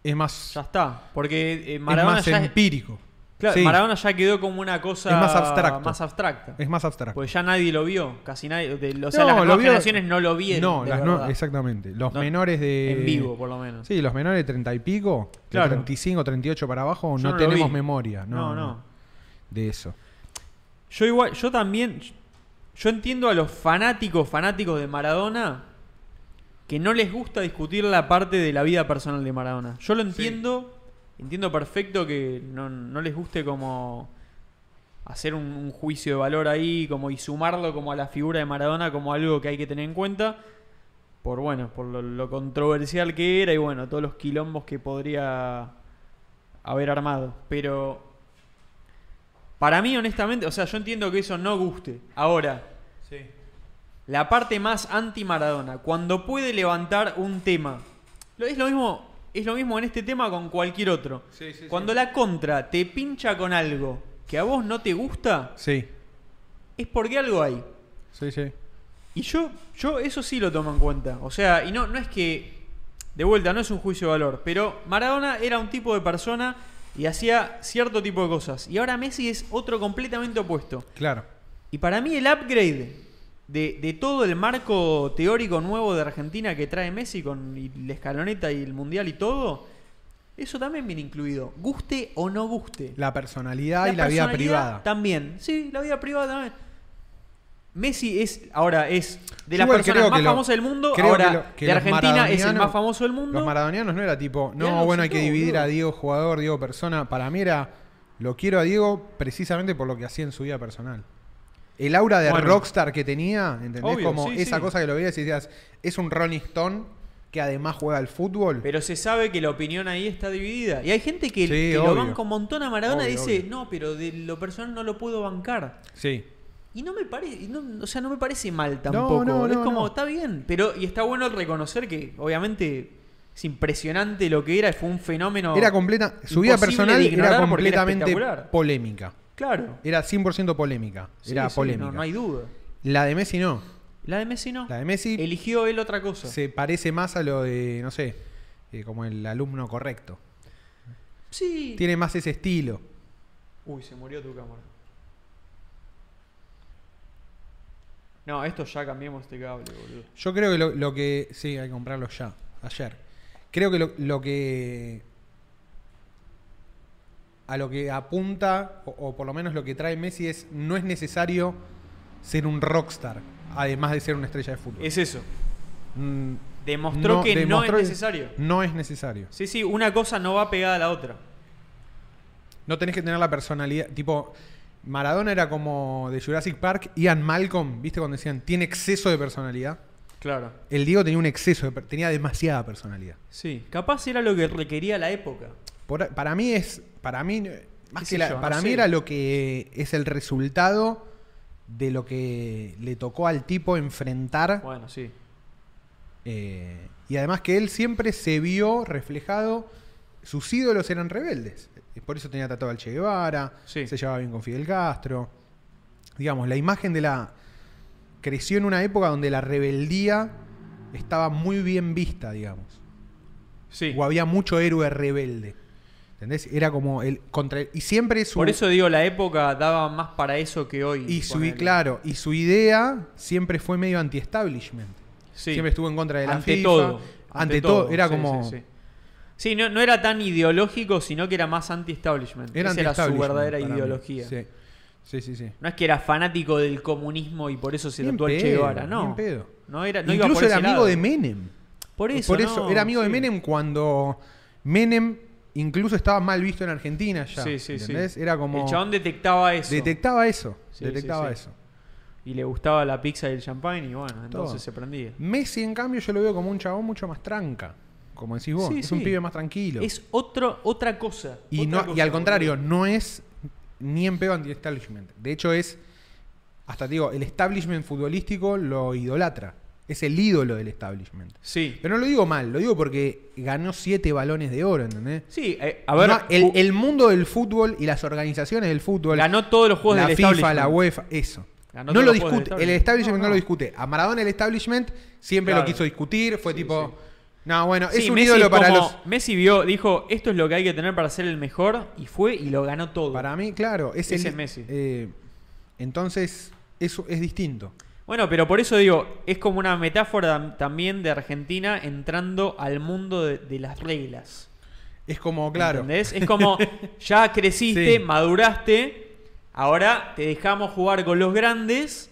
B: Es más,
A: Ya está. Porque eh,
B: es
A: Maradona
B: más
A: ya. es-
B: empírico.
A: claro,
B: Sí,
A: Maradona ya quedó como una cosa
B: Es más abstracto.
A: más abstracta.
B: es más abstracto.
A: Porque ya nadie lo vio, casi nadie. de- o sea,
B: No,
A: las
B: lo
A: nuevas
B: vio-
A: generaciones no lo vieron.
B: no,
A: de
B: las no-
A: verdad.
B: exactamente. Los
A: No,
B: menores de...
A: En vivo, por lo menos.
B: Sí, los menores de 30 y pico, de
A: Claro.
B: 35, 38 para abajo,
A: Yo
B: no,
A: no lo
B: tenemos
A: vi.
B: memoria.
A: no.
B: no,
A: no.
B: De eso.
A: Yo igual, yo también, yo entiendo a los fanáticos, fanáticos de Maradona, que no les gusta discutir la parte de la vida personal de Maradona. Yo lo entiendo, entiendo perfecto que no, no les guste como hacer un, un juicio de valor ahí, como y sumarlo como a la figura de Maradona como algo que hay que tener en cuenta. Por bueno, por lo, lo controversial que era y bueno, todos los quilombos que podría haber armado. Pero para mí, honestamente, o sea, yo entiendo que eso no guste. Ahora, la parte más anti-Maradona, cuando puede levantar un tema, lo- es lo mismo, es lo mismo en este tema con cualquier otro. cuando la contra te pincha con algo que a vos no te gusta,
B: Sí,
A: es porque algo hay.
B: sí, sí.
A: Y yo, yo eso sí lo tomo en cuenta. O sea, y no, no es que. De vuelta, no es un juicio de valor. Pero Maradona era un tipo de persona y hacía cierto tipo de cosas. Y ahora Messi es otro completamente opuesto.
B: Claro.
A: Y para mí el upgrade de, de todo el marco teórico nuevo de Argentina que trae Messi con y la escaloneta y el mundial y todo, eso también viene incluido. Guste o no guste.
B: La personalidad y la vida
A: personalidad
B: privada.
A: También, sí, la vida privada también. Messi es, ahora es de las
B: Yo igual creo
A: personas más
B: que lo-
A: famosas del mundo,
B: creo
A: ahora
B: que lo- que
A: de
B: los
A: Argentina es el
B: maradonianos-
A: más famoso del mundo.
B: Los maradonianos no era tipo, no,
A: Claro,
B: bueno, hay
A: sí,
B: que
A: no,
B: dividir
A: boludo.
B: a Diego jugador, Diego persona. Para mí era, lo quiero a Diego precisamente por lo que hacía en su vida personal. El aura de
A: Bueno.
B: rockstar que tenía, ¿entendés?
A: Obvio,
B: Como
A: sí,
B: esa
A: sí.
B: cosa que lo veías y decías, es un Ronnie Stone que además juega al fútbol.
A: Pero se sabe que la opinión ahí está dividida. Y hay gente que,
B: Sí,
A: que
B: obvio.
A: lo banca un montón a Maradona y
B: Obvio,
A: dice,
B: obvio.
A: no, pero de lo personal no lo puedo bancar.
B: sí.
A: Y no me parece, o sea, no me parece mal tampoco.
B: no,
A: es
B: no,
A: como,
B: no.
A: está bien. Pero, y está bueno reconocer que, obviamente, es impresionante lo que era, fue un fenómeno.
B: Era completa, su vida
A: imposible
B: personal
A: de ignorar
B: era
A: porque era
B: completamente
A: espectacular.
B: polémica.
A: Claro.
B: Era 100% polémica.
A: Sí,
B: era
A: sí,
B: polémica.
A: No, no hay duda.
B: La de Messi no.
A: La de Messi no.
B: La de Messi
A: Eligió él otra cosa. Sí,
B: se parece más a lo de, no sé, eh, como el alumno correcto. Tiene más ese estilo.
A: Uy, se murió tu cámara. No, esto ya cambiamos este cable, boludo.
B: Yo creo que lo, lo que. Sí, hay que comprarlo ya, ayer. Creo que lo, lo que. A lo que apunta, o, o por lo menos lo que trae Messi es: no es necesario ser un rockstar, además de ser una estrella de fútbol.
A: Es eso.
B: Mm,
A: Demostró que no
B: demostró-
A: es necesario.
B: No es necesario.
A: Sí, sí, una cosa no va pegada a la otra.
B: No tenés que tener la personalidad. Tipo, Maradona era como de Jurassic Park, Ian Malcolm, ¿viste? Cuando decían, tiene exceso de personalidad.
A: Claro.
B: El Diego tenía un exceso, de per- tenía demasiada personalidad.
A: Sí. Capaz era lo que requería la época.
B: Por- para mí es. Para mí. eh, más
A: sé
B: que la-
A: yo, no
B: para mí
A: sé.
B: era lo que es el resultado de lo que le tocó al tipo enfrentar.
A: Bueno, sí.
B: Eh, y además que él siempre se vio reflejado. Sus ídolos eran rebeldes. Eh, Por eso tenía tatuado al Che Guevara.
A: Sí.
B: Se llevaba bien con Fidel Castro. Digamos, la imagen de la. creció en una época donde la rebeldía estaba muy bien vista, digamos.
A: Sí.
B: O había mucho héroe rebelde. ¿Entendés? Era como el. Contra y siempre su.
A: Por eso digo, la época daba más para eso que hoy.
B: y su,
A: ponele.
B: claro, y su idea siempre fue medio anti-establishment.
A: Sí.
B: Siempre estuvo en contra de la
A: ante
B: FIFA,
A: todo.
B: Ante todo. Era
A: sí,
B: como.
A: Sí, sí. Sí, no, no era tan ideológico, sino que era más anti-establishment.
B: Era
A: Esa era su
B: anti-establishment
A: verdadera
B: para mí.
A: ideología.
B: Sí, sí, sí. sí.
A: No es que era fanático del comunismo y por eso se
B: Ni en
A: tatuó al Che
B: pedo,
A: Guevara, no.
B: ni en pedo.
A: No era, no iba
B: Incluso
A: por
B: era
A: ese
B: amigo
A: lado.
B: de Menem.
A: Por eso,
B: Por eso,
A: no,
B: era amigo de
A: sí.
B: Menem cuando Menem incluso estaba mal visto en Argentina ya.
A: Sí, sí, sí.
B: ¿entendés? Era como.
A: El chabón detectaba eso.
B: Detectaba eso.
A: Sí,
B: detectaba
A: sí, sí.
B: eso.
A: y le gustaba la pizza y el champagne y bueno, entonces
B: Todo.
A: se prendía.
B: Messi, en cambio, yo lo veo como un chabón mucho más tranca. Como decís vos,
A: Sí,
B: es un
A: sí.
B: pibe más tranquilo.
A: Es otro, otra cosa.
B: y,
A: otra
B: no, y
A: cosa,
B: al contrario, no es ni en pedo anti-establishment. De hecho, es. Hasta te digo, el establishment futbolístico lo idolatra. Es el ídolo del establishment.
A: Sí.
B: Pero no lo digo mal, lo digo porque ganó siete balones de oro, ¿entendés?
A: Sí, eh, a ver.
B: No, el,
A: ju-
B: el mundo del fútbol y las organizaciones del fútbol.
A: ganó todos los juegos
B: la
A: del
B: FIFA,
A: establishment.
B: la UEFA, eso.
A: Ganó
B: no
A: todos
B: lo
A: los juegos del
B: discute. El
A: establishment.
B: establishment no,
A: No, no.
B: lo discute. A Maradona el establishment siempre lo
A: Claro.
B: quiso discutir. Fue
A: Sí,
B: tipo.
A: sí.
B: No, bueno,
A: Sí,
B: es un
A: Messi
B: ídolo para
A: como-
B: los.
A: Messi vio, dijo, esto es lo que hay que tener para ser el mejor y fue y lo ganó todo.
B: Para mí, claro. Es
A: Ese
B: el,
A: es Messi.
B: eh, entonces, eso es distinto.
A: Bueno, pero por eso digo, es como una metáfora también de Argentina entrando al mundo de, de las reglas.
B: Es como, claro.
A: ¿Entendés? Es como, ya creciste,
B: Sí.
A: maduraste, ahora te dejamos jugar con los grandes,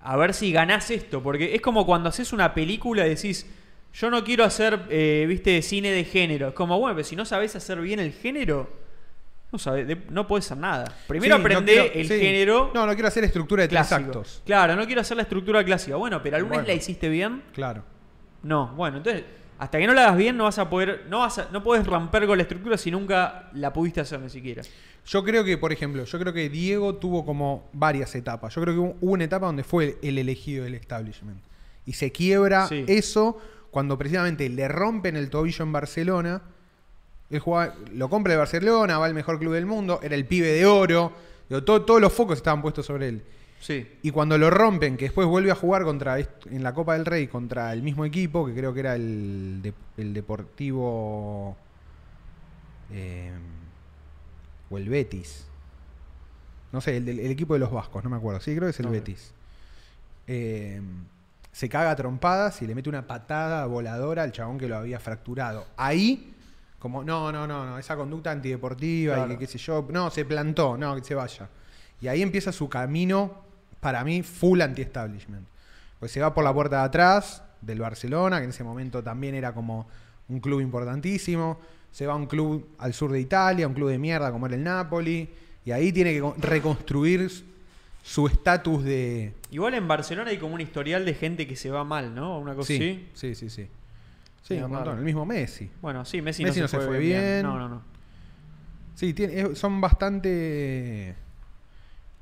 A: a ver si ganás esto. Porque es como cuando haces una película y decís, yo no quiero hacer, eh, viste, cine de género. Es como, bueno, pero si no sabés hacer bien el género, no, sabés, de- no podés hacer nada. Primero
B: Sí, no
A: aprendé
B: quiero-
A: el
B: sí.
A: género
B: No, no quiero hacer estructura de tres
A: clásico.
B: actos.
A: Claro, no quiero hacer la estructura clásica. Bueno, pero alguna vez
B: Bueno.
A: la hiciste bien.
B: Claro.
A: No, bueno, entonces, hasta que no la hagas bien, no vas a poder, no vas a- no puedes romper con la estructura si nunca la pudiste hacer ni siquiera.
B: Yo creo que, por ejemplo, yo creo que Diego tuvo como varias etapas. Yo creo que hubo una etapa donde fue el elegido del establishment. Y se quiebra
A: Sí.
B: eso cuando precisamente le rompen el tobillo en Barcelona. Él jugaba- lo compra de Barcelona, va al mejor club del mundo, era el pibe de oro. Digo, todo- todos los focos estaban puestos sobre él.
A: Sí.
B: Y cuando lo rompen, que después vuelve a jugar contra est- en la Copa del Rey contra el mismo equipo, que creo que era el, de- el Deportivo eh, o el Betis. No sé, el, del- el equipo de los vascos, no me acuerdo. Sí, creo que es el
A: No sé.
B: Betis. Eh, se caga a trompadas y le mete una patada voladora al chabón que lo había fracturado. Ahí, como, no, no, no, no, esa conducta antideportiva
A: Claro.
B: y que qué sé yo, no, se plantó, no, que se vaya. Y ahí empieza su camino, para mí, full anti-establishment. Pues se va por la puerta de atrás del Barcelona, que en ese momento también era como un club importantísimo. Se va a un club al sur de Italia, un club de mierda como era el Napoli. Y ahí tiene que con- reconstruir s- su estatus de...
A: Igual en Barcelona hay como un historial de gente que se va mal, ¿no? Una cosa así.
B: sí, sí. Sí,
A: Sí,
B: Sí, un montón.
A: raro.
B: El mismo Messi.
A: Bueno, sí, Messi,
B: Messi
A: no se, fue bien. No, no, no.
B: Sí, tiene- es- son bastante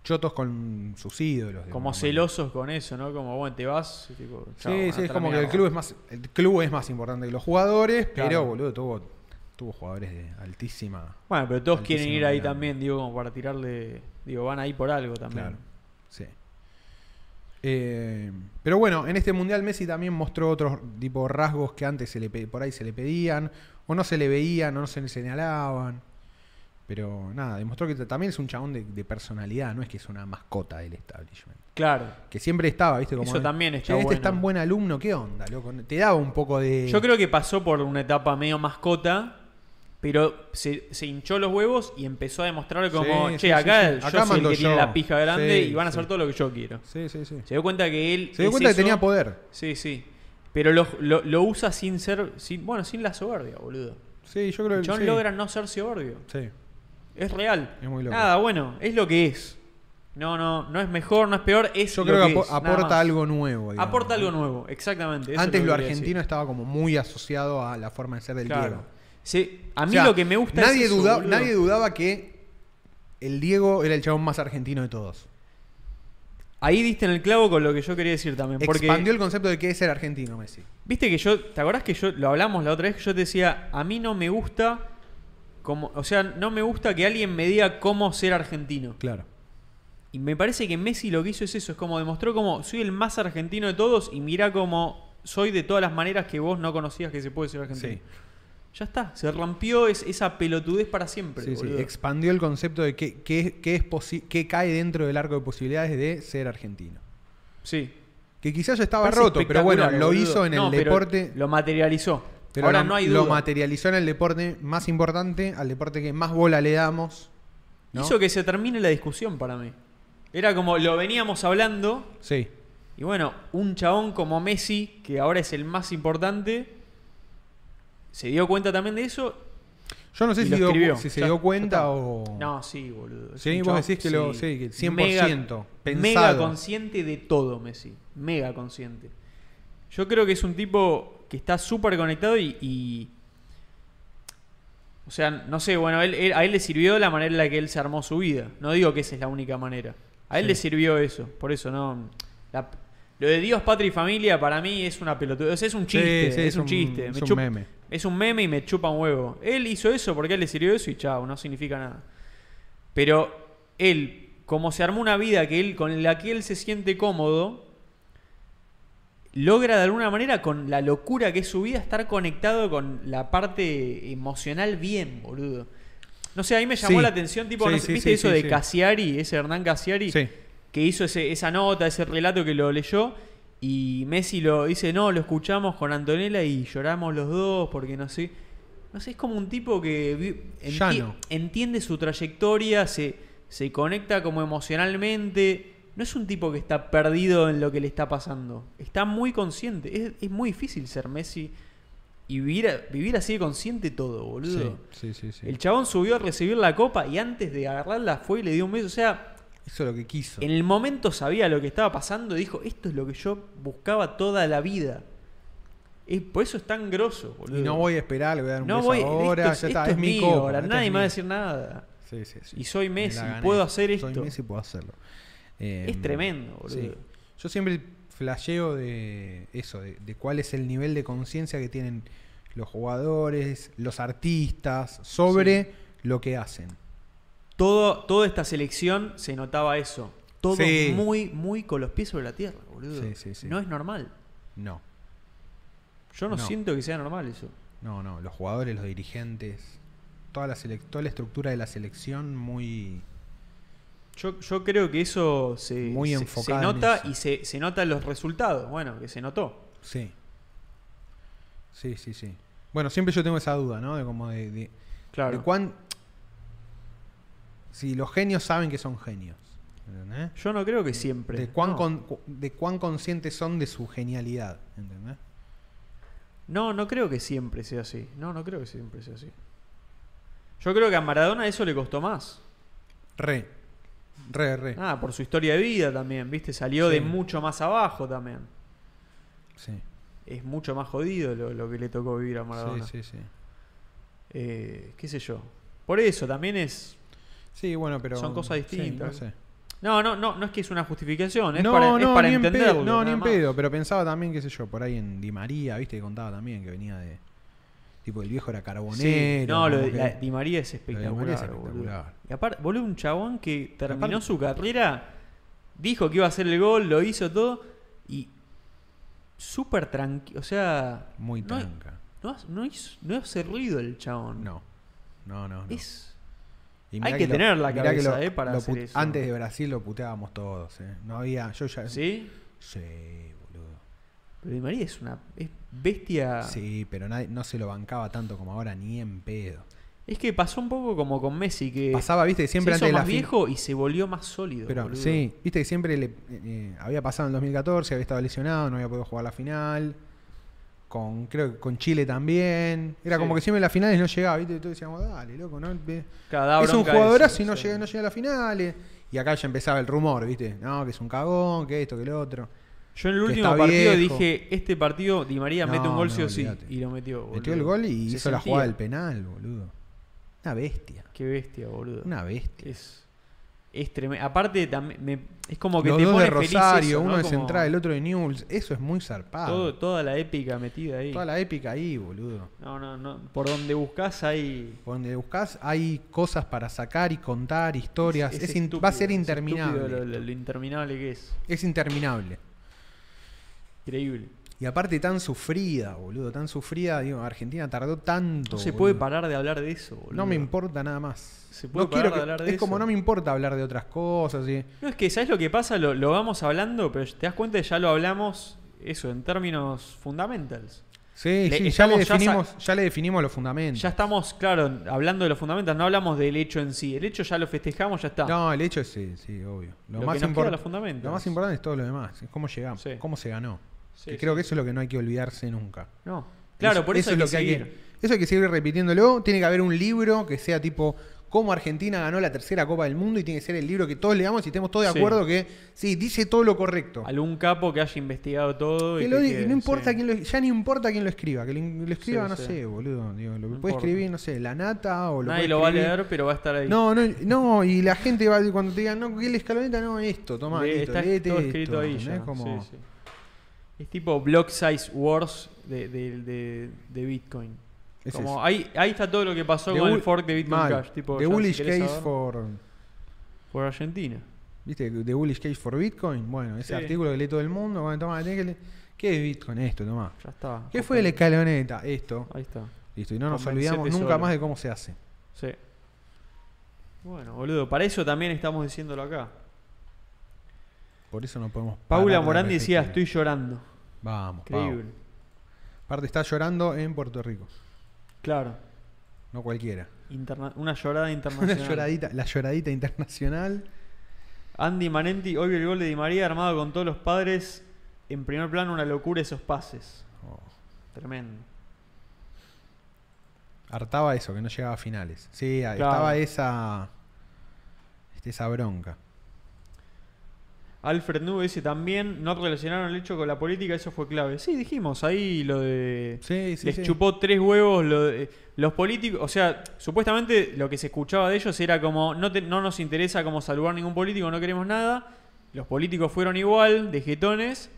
B: chotos con sus ídolos. de
A: Como
B: alguna manera.
A: celosos con eso, ¿no? Como, bueno, te vas. y tipo,
B: Sí,
A: chao,
B: sí,
A: andate
B: es
A: a la
B: como que el
A: mierda.
B: club es más el club es más importante que los jugadores, pero
A: Claro.
B: boludo tuvo tuvo jugadores de altísima.
A: Bueno, pero todos
B: Altísimo
A: quieren ir ahí
B: nivel.
A: también, digo, como para tirarle. Digo, van ahí por algo también.
B: Claro. Sí. Eh, pero bueno, en este mundial Messi también mostró otros tipo rasgos que antes se le pe- por ahí se le pedían o no se le veían o no se le señalaban. Pero nada, demostró que t- también es un chabón de, de personalidad, no es que es una mascota del establishment.
A: Claro.
B: Que siempre estaba, ¿viste? Como,
A: Eso también está
B: "Che, Este
A: bueno".
B: es tan buen alumno, ¿qué onda, loco? Te daba un poco de.
A: Yo creo que pasó por una etapa medio mascota, pero se, se hinchó los huevos y empezó a demostrar como,
B: Sí,
A: che,
B: sí, sí,
A: acá,
B: sí.
A: yo
B: Acá
A: soy el
B: mando
A: que tiene
B: yo".
A: la pija grande
B: Sí,
A: y van a
B: sí.
A: hacer todo lo que yo quiero.
B: Sí, sí, sí.
A: Se dio cuenta que él...
B: Se
A: es
B: dio cuenta
A: eso.
B: que tenía poder.
A: Sí, sí. Pero lo, lo- lo usa sin ser, sin, bueno, sin la soberbia, boludo.
B: Sí, yo creo
A: John
B: que sí.
A: logra no ser soberbio.
B: Sí.
A: Es real.
B: Es muy loco.
A: Nada, bueno, es lo que es. No, no, no es mejor, no es peor, es
B: Yo
A: lo
B: creo que
A: que
B: apo-
A: es, nada más.
B: aporta algo nuevo. digamos.
A: Aporta algo nuevo, exactamente. eso es
B: Antes
A: que
B: lo
A: quería
B: argentino
A: decir.
B: estaba como muy asociado a la forma de ser del
A: Claro.
B: Diego.
A: Sí, a
B: O
A: mí
B: sea,
A: lo que me gusta
B: nadie
A: es eso,
B: duda-
A: boludo.
B: nadie dudaba que el Diego era el chabón más argentino de todos.
A: Ahí diste en el clavo con lo que yo quería decir también. Porque
B: Expandió el concepto de qué es ser argentino, Messi.
A: Viste que yo, ¿te acordás que yo lo hablamos la otra vez? que Yo te decía, a mí no me gusta, como, o sea, no me gusta que alguien me diga cómo ser argentino.
B: Claro.
A: Y me parece que Messi lo que hizo es eso, es como demostró como soy el más argentino de todos y mira como soy de todas las maneras que vos no conocías que se puede ser argentino.
B: Sí.
A: Ya está, se rompió es- esa pelotudez para siempre.
B: Sí, sí,
A: boludo.
B: Expandió el concepto de qué, qué- qué es posi- qué cae dentro del arco de posibilidades de ser argentino.
A: Sí.
B: Que quizás ya estaba
A: Parece
B: roto, pero bueno,
A: espectacular,
B: lo
A: boludo.
B: hizo en
A: No,
B: el
A: pero
B: deporte.
A: Lo materializó.
B: pero
A: Ahora
B: lo-
A: no hay duda.
B: Lo materializó en el deporte más importante, al deporte que más bola le damos. ¿no?
A: Hizo que se termine la discusión para mí. Era como lo veníamos hablando
B: Sí.
A: y bueno, un chabón como Messi, que ahora es el más importante, se dio cuenta también de eso.
B: Yo no sé
A: y
B: si,
A: lo
B: dio-
A: escribió.
B: si se
A: Ya-
B: dio
A: ya
B: cuenta
A: está.
B: o.
A: No, sí, boludo. Es
B: Oh. Sí,
A: un
B: vos
A: chabón-
B: decís que lo- sí, que 100%
A: Mega,
B: pensado.
A: mega consciente de todo, Messi. Mega consciente. Yo creo que es un tipo que está súper conectado y, y- O sea, no sé, bueno, él- él- a él le sirvió la manera en la que él se armó su vida. No digo que esa es la única manera. A él le sirvió eso. Por eso, no. la- lo de Dios, patria y familia para mí es una pelotuda. O sea, es un
B: Sí,
A: chiste.
B: sí,
A: es, un, chiste.
B: Es
A: Me
B: un
A: chup-
B: meme.
A: es un meme y me chupa un huevo. Él hizo eso porque a él le sirvió eso y chao, no significa nada. Pero él, como se armó una vida que él, con la que él se siente cómodo, logra de alguna manera, con la locura que es su vida, estar conectado con la parte emocional bien, boludo. No sé, ahí me llamó
B: Sí.
A: la atención, tipo,
B: Sí,
A: no sé,
B: sí,
A: ¿viste
B: sí,
A: eso
B: sí,
A: de
B: sí.
A: Cassiari, ese Hernán Cassiari?
B: Sí.
A: que hizo ese- esa nota, ese relato que lo leyó. Y Messi lo dice, no, lo escuchamos con Antonella y lloramos los dos porque no sé. No sé, es como un tipo que vi- enti-
B: Llano.
A: entiende su trayectoria, se, se conecta como emocionalmente. No es un tipo que está perdido en lo que le está pasando. Está muy consciente. Es, es muy difícil ser Messi y vivir, a- vivir así de consciente todo, boludo.
B: Sí, sí, sí, sí.
A: El chabón subió a recibir la copa y antes de agarrarla fue y le dio un beso. O sea,
B: Hizo lo que quiso.
A: en el momento sabía lo que estaba pasando y dijo, esto es lo que yo buscaba toda la vida. Es, por eso es tan grosso, boludo.
B: Y no voy a esperar, le voy a dar un
A: No
B: beso
A: voy- esto
B: ahora.
A: es,
B: ya está,
A: esto
B: es mi
A: mío
B: copa,
A: ahora,
B: esta es
A: nadie me va a
B: mía.
A: decir nada.
B: Sí, sí, sí.
A: Y soy
B: Me la
A: Messi,
B: gané.
A: puedo hacer esto.
B: Soy Messi, puedo hacerlo. Eh,
A: Es tremendo, boludo.
B: Yo siempre flasheo de eso, de, de cuál es el nivel de conciencia que tienen los jugadores, los artistas, sobre lo que hacen.
A: Todo, toda esta selección se notaba eso. Todo
B: Sí.
A: muy, muy con los pies sobre la tierra, boludo.
B: Sí, sí, sí.
A: No es normal.
B: No,
A: Yo no,
B: No.
A: siento que sea normal eso.
B: no, no. Los jugadores, los dirigentes, toda la, selec- toda la estructura de la selección muy...
A: Yo, yo creo que eso se,
B: Muy
A: se- se
B: enfocada en
A: nota
B: eso.
A: y se, se notan los resultados. Bueno, que se notó.
B: Sí. Sí, sí, sí. Bueno, siempre yo tengo esa duda, ¿no? De como de- de,
A: Claro.
B: De cuán- Si los genios saben que son genios. ¿entendés?
A: Yo no creo que siempre.
B: De cuán,
A: No.
B: con- cu- de cuán conscientes son de su genialidad. ¿entendés?
A: No, no creo que siempre sea así. No, no creo que siempre sea así. Yo creo que a Maradona eso le costó más.
B: Re. Re, re.
A: Ah, por su historia de vida también, ¿viste? Salió
B: Sí.
A: de mucho más abajo también.
B: Sí.
A: Es mucho más jodido lo, lo que le tocó vivir a Maradona.
B: sí, sí, sí.
A: Eh, ¿Qué sé yo? Por eso también es.
B: Sí, bueno, pero.
A: Son cosas
B: sí,
A: distintas.
B: no sé.
A: No, no, no, no es que es una justificación, es
B: no,
A: para, es
B: no,
A: para
B: ni en
A: entenderlo.
B: pedo, no, ni
A: nada
B: en
A: más.
B: pedo, pero pensaba también, qué sé yo, por ahí en Di María, viste, que contaba también que venía de. Tipo, el viejo era
A: Sí,
B: carbonero.
A: no, lo
B: como
A: de
B: que-
A: la- Di María es
B: Lo de Di
A: espectacular.
B: María es
A: Boludo.
B: espectacular.
A: Y aparte, boludo, un chabón que terminó
B: Aparte-
A: su carrera, dijo que iba a hacer el gol, lo hizo todo y súper tranquilo. O sea,
B: Muy
A: no,
B: tranca.
A: no, hace- no, hizo- no hace ruido el chabón.
B: No. No, no, no.
A: Es.
B: Y mirá
A: Hay que tener la
B: mirá
A: cabeza,
B: lo-
A: eh, para
B: lo
A: hacer
B: put-
A: eso.
B: Antes de Brasil lo puteábamos todos, eh. No había. Yo ya.
A: ¿Sí?
B: Sí, boludo.
A: Pero Di María es una es bestia.
B: Sí, pero nadie- no se lo bancaba tanto como ahora, ni en pedo.
A: Es que pasó un poco como con Messi, que
B: Pasaba, viste, que siempre
A: se hizo
B: antes de la
A: Eh, más
B: fin-
A: viejo y se volvió más sólido.
B: Pero
A: boludo.
B: sí, viste que siempre le eh, eh, había pasado en 2014, había estado lesionado, no había podido jugar la final. Con, creo que con Chile también. Era
A: Sí.
B: como que siempre las finales no llegaba, ¿viste? Y todos decíamos, dale, loco, ¿no? Ve-
A: Claro, da
B: es un
A: bronca eso,
B: jugadorazo y no,
A: sí.
B: llega, no llega a las finales. Y acá ya empezaba el rumor, ¿viste? No, que es un cagón, que esto, que lo otro.
A: Yo en el
B: que
A: último
B: está
A: partido
B: viejo.
A: dije, este partido Di María mete un
B: No,
A: gol
B: no,
A: sí o sí.
B: olvídate.
A: Y lo metió. boludo.
B: Metió el gol y
A: Se
B: hizo la
A: sentía.
B: jugada del penal, boludo. Una bestia.
A: Qué bestia, boludo.
B: Una bestia.
A: Es, es tremendo. Aparte, también me- es como que
B: Los
A: te
B: dos
A: pone
B: de Rosario,
A: feliz eso, ¿no?
B: uno de
A: Como
B: Central, el otro de Newell's. Eso es muy zarpado.
A: todo- toda la épica metida ahí.
B: Toda la épica ahí, boludo.
A: No, no, no. Por donde buscas hay.
B: Por Donde buscás hay cosas para sacar y contar, historias. Es in-
A: estúpido,
B: va a ser
A: es
B: interminable.
A: estúpido Lo, lo- lo interminable que es.
B: Es interminable.
A: Increíble.
B: Y aparte tan sufrida, boludo, tan sufrida, digo, Argentina tardó tanto.
A: No se
B: boludo.
A: puede parar de hablar de eso, boludo.
B: No me importa nada más.
A: Se puede
B: no
A: parar de
B: quiero que-
A: hablar de
B: es como
A: eso.
B: no me importa hablar de otras cosas. y-
A: No, es que, ¿sabes lo que pasa? Lo, lo vamos hablando, pero te das cuenta que ya lo hablamos, eso, en términos fundamentals.
B: Sí,
A: Le-
B: sí, ya le,
A: estamos ya
B: definimos, ya, le definimos los fundamentos.
A: Ya estamos, claro, hablando de los fundamentals, no hablamos del hecho en sí. El hecho ya lo festejamos, ya está.
B: No, el hecho es sí, sí, obvio. Lo,
A: Lo que
B: más,
A: nos queda,
B: impor-
A: los fundamentos.
B: lo más importante es todo lo demás, es cómo llegamos,
A: Sí.
B: cómo se ganó.
A: Sí,
B: que
A: sí,
B: creo que eso es lo que no hay que olvidarse nunca.
A: No. Claro, por eso,
B: es
A: hay que
B: lo que hay
A: seguir.
B: que Eso hay que seguir repitiéndolo. Tiene que haber un libro que sea tipo cómo Argentina ganó la tercera Copa del Mundo y tiene que ser el libro que todos leamos y estemos todos de
A: Sí.
B: acuerdo que sí, dice todo lo correcto.
A: Algún capo que haya investigado todo.
B: Que
A: y
B: lo
A: que
B: di-
A: quede,
B: no importa
A: sí.
B: quién lo, ya ni importa quién lo escriba, que lo, lo escriba,
A: Sí,
B: no
A: sí.
B: sé, boludo. digo, lo
A: No
B: puede
A: importa.
B: escribir, no sé, la nata o lo
A: Nadie
B: puede
A: lo va a
B: escribir-
A: leer, pero va a estar ahí.
B: No, no, no, y la gente va cuando te digan, no, que el escaloneta no, esto, toma,
A: Le-
B: listo,
A: está
B: léete
A: todo
B: esto,
A: escrito ahí
B: ¿entendés?
A: ya.
B: Como-
A: sí, sí. Es tipo block size wars de, de- de- de Bitcoin.
B: Es
A: Como
B: eso.
A: ahí, ahí está todo lo que pasó
B: The
A: con el
B: bull-
A: fork de Bitcoin
B: mal.
A: Cash. Tipo,
B: The
A: ya, si
B: bullish
A: querés
B: case
A: saber,
B: for.
A: por Argentina.
B: ¿Viste? The bullish case for Bitcoin. Bueno, ese
A: Sí.
B: artículo que lee todo el mundo. Bueno, toma, tenés que leer. ¿Qué es Bitcoin? Esto, toma.
A: Ya está.
B: ¿Qué fue la escaloneta? Esto.
A: Ahí está.
B: Listo, y no nos
A: Convencete
B: olvidamos nunca
A: solo.
B: más de cómo se hace.
A: Sí. Bueno, boludo, para eso también estamos diciéndolo acá.
B: Por eso no podemos. parar
A: Paula
B: de
A: Morandi decía,
B: repetir.
A: estoy llorando.
B: Vamos,
A: Increíble.
B: vamos. Aparte, está llorando en Puerto Rico.
A: Claro.
B: No cualquiera.
A: Interna- una llorada
B: Una
A: internacional.
B: lloradita, la lloradita internacional.
A: Andy Manenti, hoy el gol de Di María armado con todos los padres. En primer plano, una locura esos pases.
B: Oh,
A: Tremendo.
B: hartaba eso, que no llegaba a finales. Sí, estaba esa. este, Esa bronca.
A: Alfred Nube dice también, no relacionaron el hecho con la política, eso fue clave. Sí, dijimos, ahí lo de...
B: Sí, sí,
A: les
B: sí.
A: chupó tres huevos lo de- los políticos, o sea, supuestamente lo que se escuchaba de ellos era como, no, te- no nos interesa como saludar ningún político, no queremos nada, los políticos fueron igual, de jetones,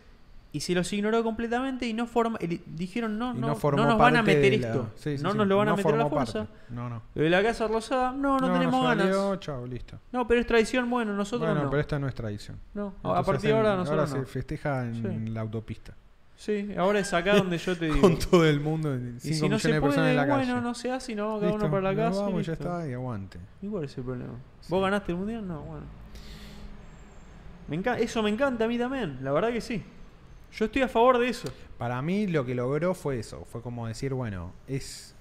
A: y se los ignoró completamente y no forma, el- dijeron, no,
B: Y
A: no,
B: formó
A: no nos van a
B: parte de
A: meter
B: la-
A: esto,
B: Sí, sí,
A: no
B: sí,
A: nos lo van a
B: no
A: meter a la
B: formó parte.
A: fuerza.
B: No, no.
A: Lo de la Casa Rosada, no, no, tenemos
B: se
A: ganas.
B: valió, chau, listo.
A: No, pero es traición, bueno, nosotros
B: bueno,
A: no.
B: pero esta es nuestra edición.
A: No, a partir de ahora nosotros
B: se
A: no.
B: festeja en
A: Sí.
B: la autopista.
A: Sí, ahora es acá donde yo te digo.
B: Con todo el mundo, 5
A: y si no
B: millones
A: se
B: de
A: puede,
B: personas en la
A: bueno,
B: calle.
A: no se hace y nos vamos cada
B: Listo,
A: uno para la
B: nos
A: casa. y
B: vamos, ya
A: listo.
B: está, y aguante.
A: ¿Y cuál es el problema? ¿Vos ganaste el mundial? No, bueno. Me enca- eso me encanta a mí también, la verdad que sí. Yo estoy a favor de eso.
B: Para mí lo que logró fue eso. Fue como decir, bueno, es...